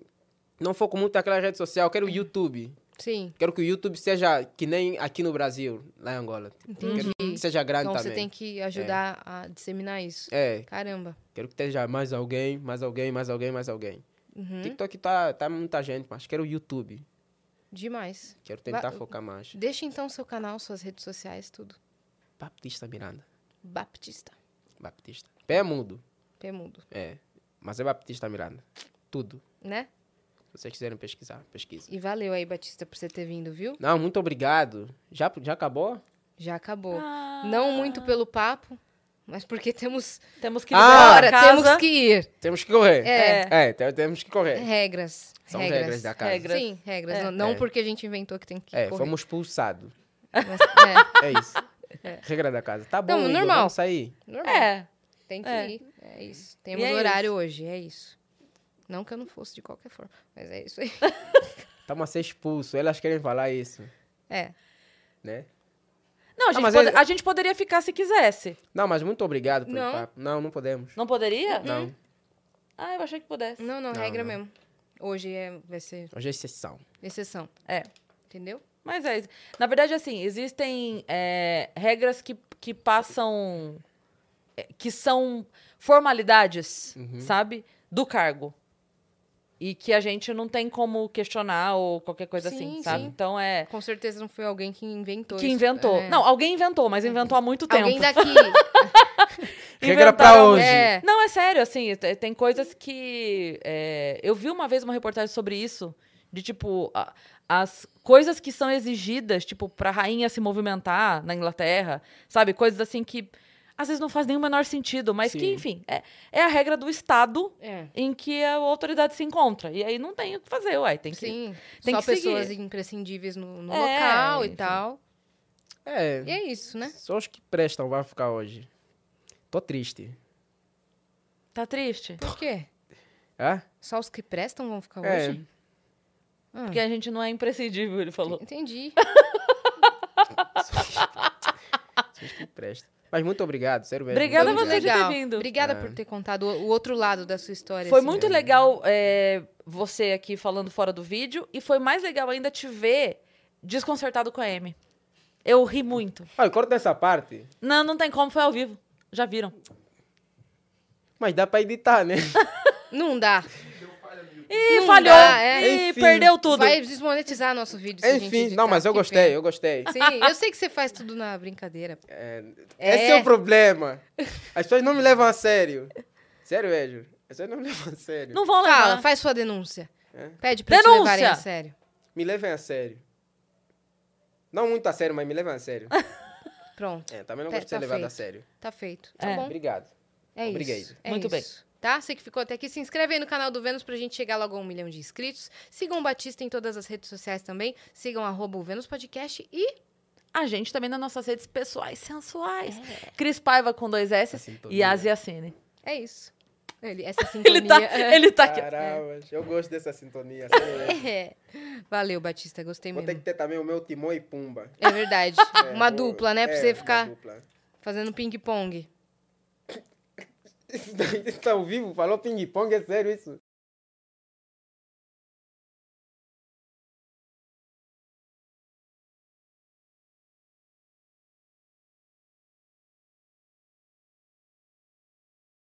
não foco muito naquela rede social. Quero o YouTube. Sim. Quero que o YouTube seja que nem aqui no Brasil, lá em Angola. Quero que seja grande Então também. você tem que ajudar a disseminar isso. tá É, Caramba. quero que esteja mais alguém, mais alguém, mais alguém, mais alguém. Uhum. TikTok tá, tá muita gente, mas quero o YouTube. Demais. Quero tentar Ba- focar mais. Deixa então seu canal, suas redes sociais, tudo. Baptista Miranda. Baptista. Baptista. Pé é mudo. Pemudo. É. Mas é Baptista Miranda. Tudo. Né? Se vocês quiserem pesquisar, pesquisa. E valeu aí, Batista, por você ter vindo, viu? Não, muito obrigado. Já, já acabou? Já acabou. Não muito pelo papo, mas porque temos. Temos que Ah! liberar Ora, a casa. temos que ir. Temos que correr. É. É, te- temos que correr. Regras. São regras, regras. da casa. Regras. Sim, regras. Não, não É. porque a gente inventou que tem que. É, correr. <laughs> fomos expulsados. <laughs> Mas, é, É isso. Regra da casa. Tá bom, Não, Igor, normal. vamos sair. normal. É. Tem que É. ir. É isso. Temos é horário hoje, é isso. Não que eu não fosse de qualquer forma, mas é isso aí. Estamos a ser expulsos. Elas querem falar isso, É. né? Não, a gente, mas é- pode- ele- a gente poderia ficar se quisesse. Não, mas muito obrigado pelo Não. Hum. papo. Não, não podemos. Não poderia? Não. Ah, eu achei que pudesse. Não, não, Não, regra não. mesmo. Hoje é, vai ser Hoje é exceção. exceção, É. entendeu? Mas é isso. Na verdade, assim, existem é, regras que, que passam eh, que são formalidades, Uhum. sabe? Do cargo. E que a gente não tem como questionar ou qualquer coisa assim, Sim, sabe? sim. Então é. Com certeza não foi alguém que inventou Que isso, inventou. é. Não, alguém inventou, mas inventou há muito tempo. Alguém <laughs> daqui. Regra pra Inventaram- hoje. É. Não, é sério, assim, te- tem coisas que. é, eu vi uma vez uma reportagem sobre isso, de tipo, a- as coisas que são exigidas, tipo, pra rainha se movimentar na Inglaterra, sabe? Coisas assim que às vezes não faz nenhum menor sentido, mas que, Sim. enfim, é, é a regra do Estado É. em que a autoridade se encontra. E aí não tem o que fazer, uai, tem que. Sim. Tem Só que seguir. pessoas imprescindíveis no, no É, local enfim. e tal. É, E é isso, né? só os que prestam vai ficar hoje. Tô triste. Tá triste? Por quê? Hã? Só os que prestam vão ficar É. Tá <laughs> hoje? Ah, Porque a gente não é imprescindível, ele falou. Entendi. Só os que prestam. Mas muito obrigado, sério mesmo. Obrigada a Muito você obrigado. de legal. ter vindo. Obrigada É. por ter contado o o outro lado da sua história. Foi assim. muito legal é, você aqui falando fora do vídeo e foi mais legal ainda te ver desconcertado com a Amy. Eu ri muito. Olha, corta essa parte. Não, não tem como, foi ao vivo. Já viram. Mas dá pra editar, né? Não dá. Ih, Não falhou. dá, é. Ih, Enfim. perdeu tudo. Vai desmonetizar nosso vídeo. <laughs> se a gente Enfim, editar, né? não, mas eu que gostei, pena. eu gostei. Sim, eu sei que você faz tudo na brincadeira. Esse é o problema. As pessoas não me levam a sério. Sério, Ejo. As pessoas não me levam a sério. Não vão levar. Fala, faz sua denúncia. É. Pede pra Denúncia! te levarem a sério. Me levem a sério. Não muito a sério, mas me levem <laughs> a sério. Pronto, É, também não Tá- gosto de ser tá levado a feito. sério. tá feito. Tá É. bom? Obrigado. É Obrigado. isso. é Muito bem. isso, Tá? Você que ficou até aqui, se inscreve aí no canal do Vênus pra gente chegar logo a um milhão de inscritos. Sigam o Batista em todas as redes sociais também. Sigam arroba o Vênus Podcast e A gente também nas nossas redes pessoais sensuais. Cris Paiva com dois S sintonia. e Asiacine. é isso. Ele, <laughs> essa sintonia. Ele tá, ele tá aqui. Caramba, eu gosto dessa <laughs> sintonia. sério mesmo. É. Valeu, Batista. Gostei Vou ter que mesmo. ter também o meu Timão e Pumba. É verdade. <laughs> É, uma vou- dupla, né? Pra é, você uma ficar dupla. <laughs> fazendo ping-pong. Isso daí tá ao vivo? Falou ping-pong? É sério isso?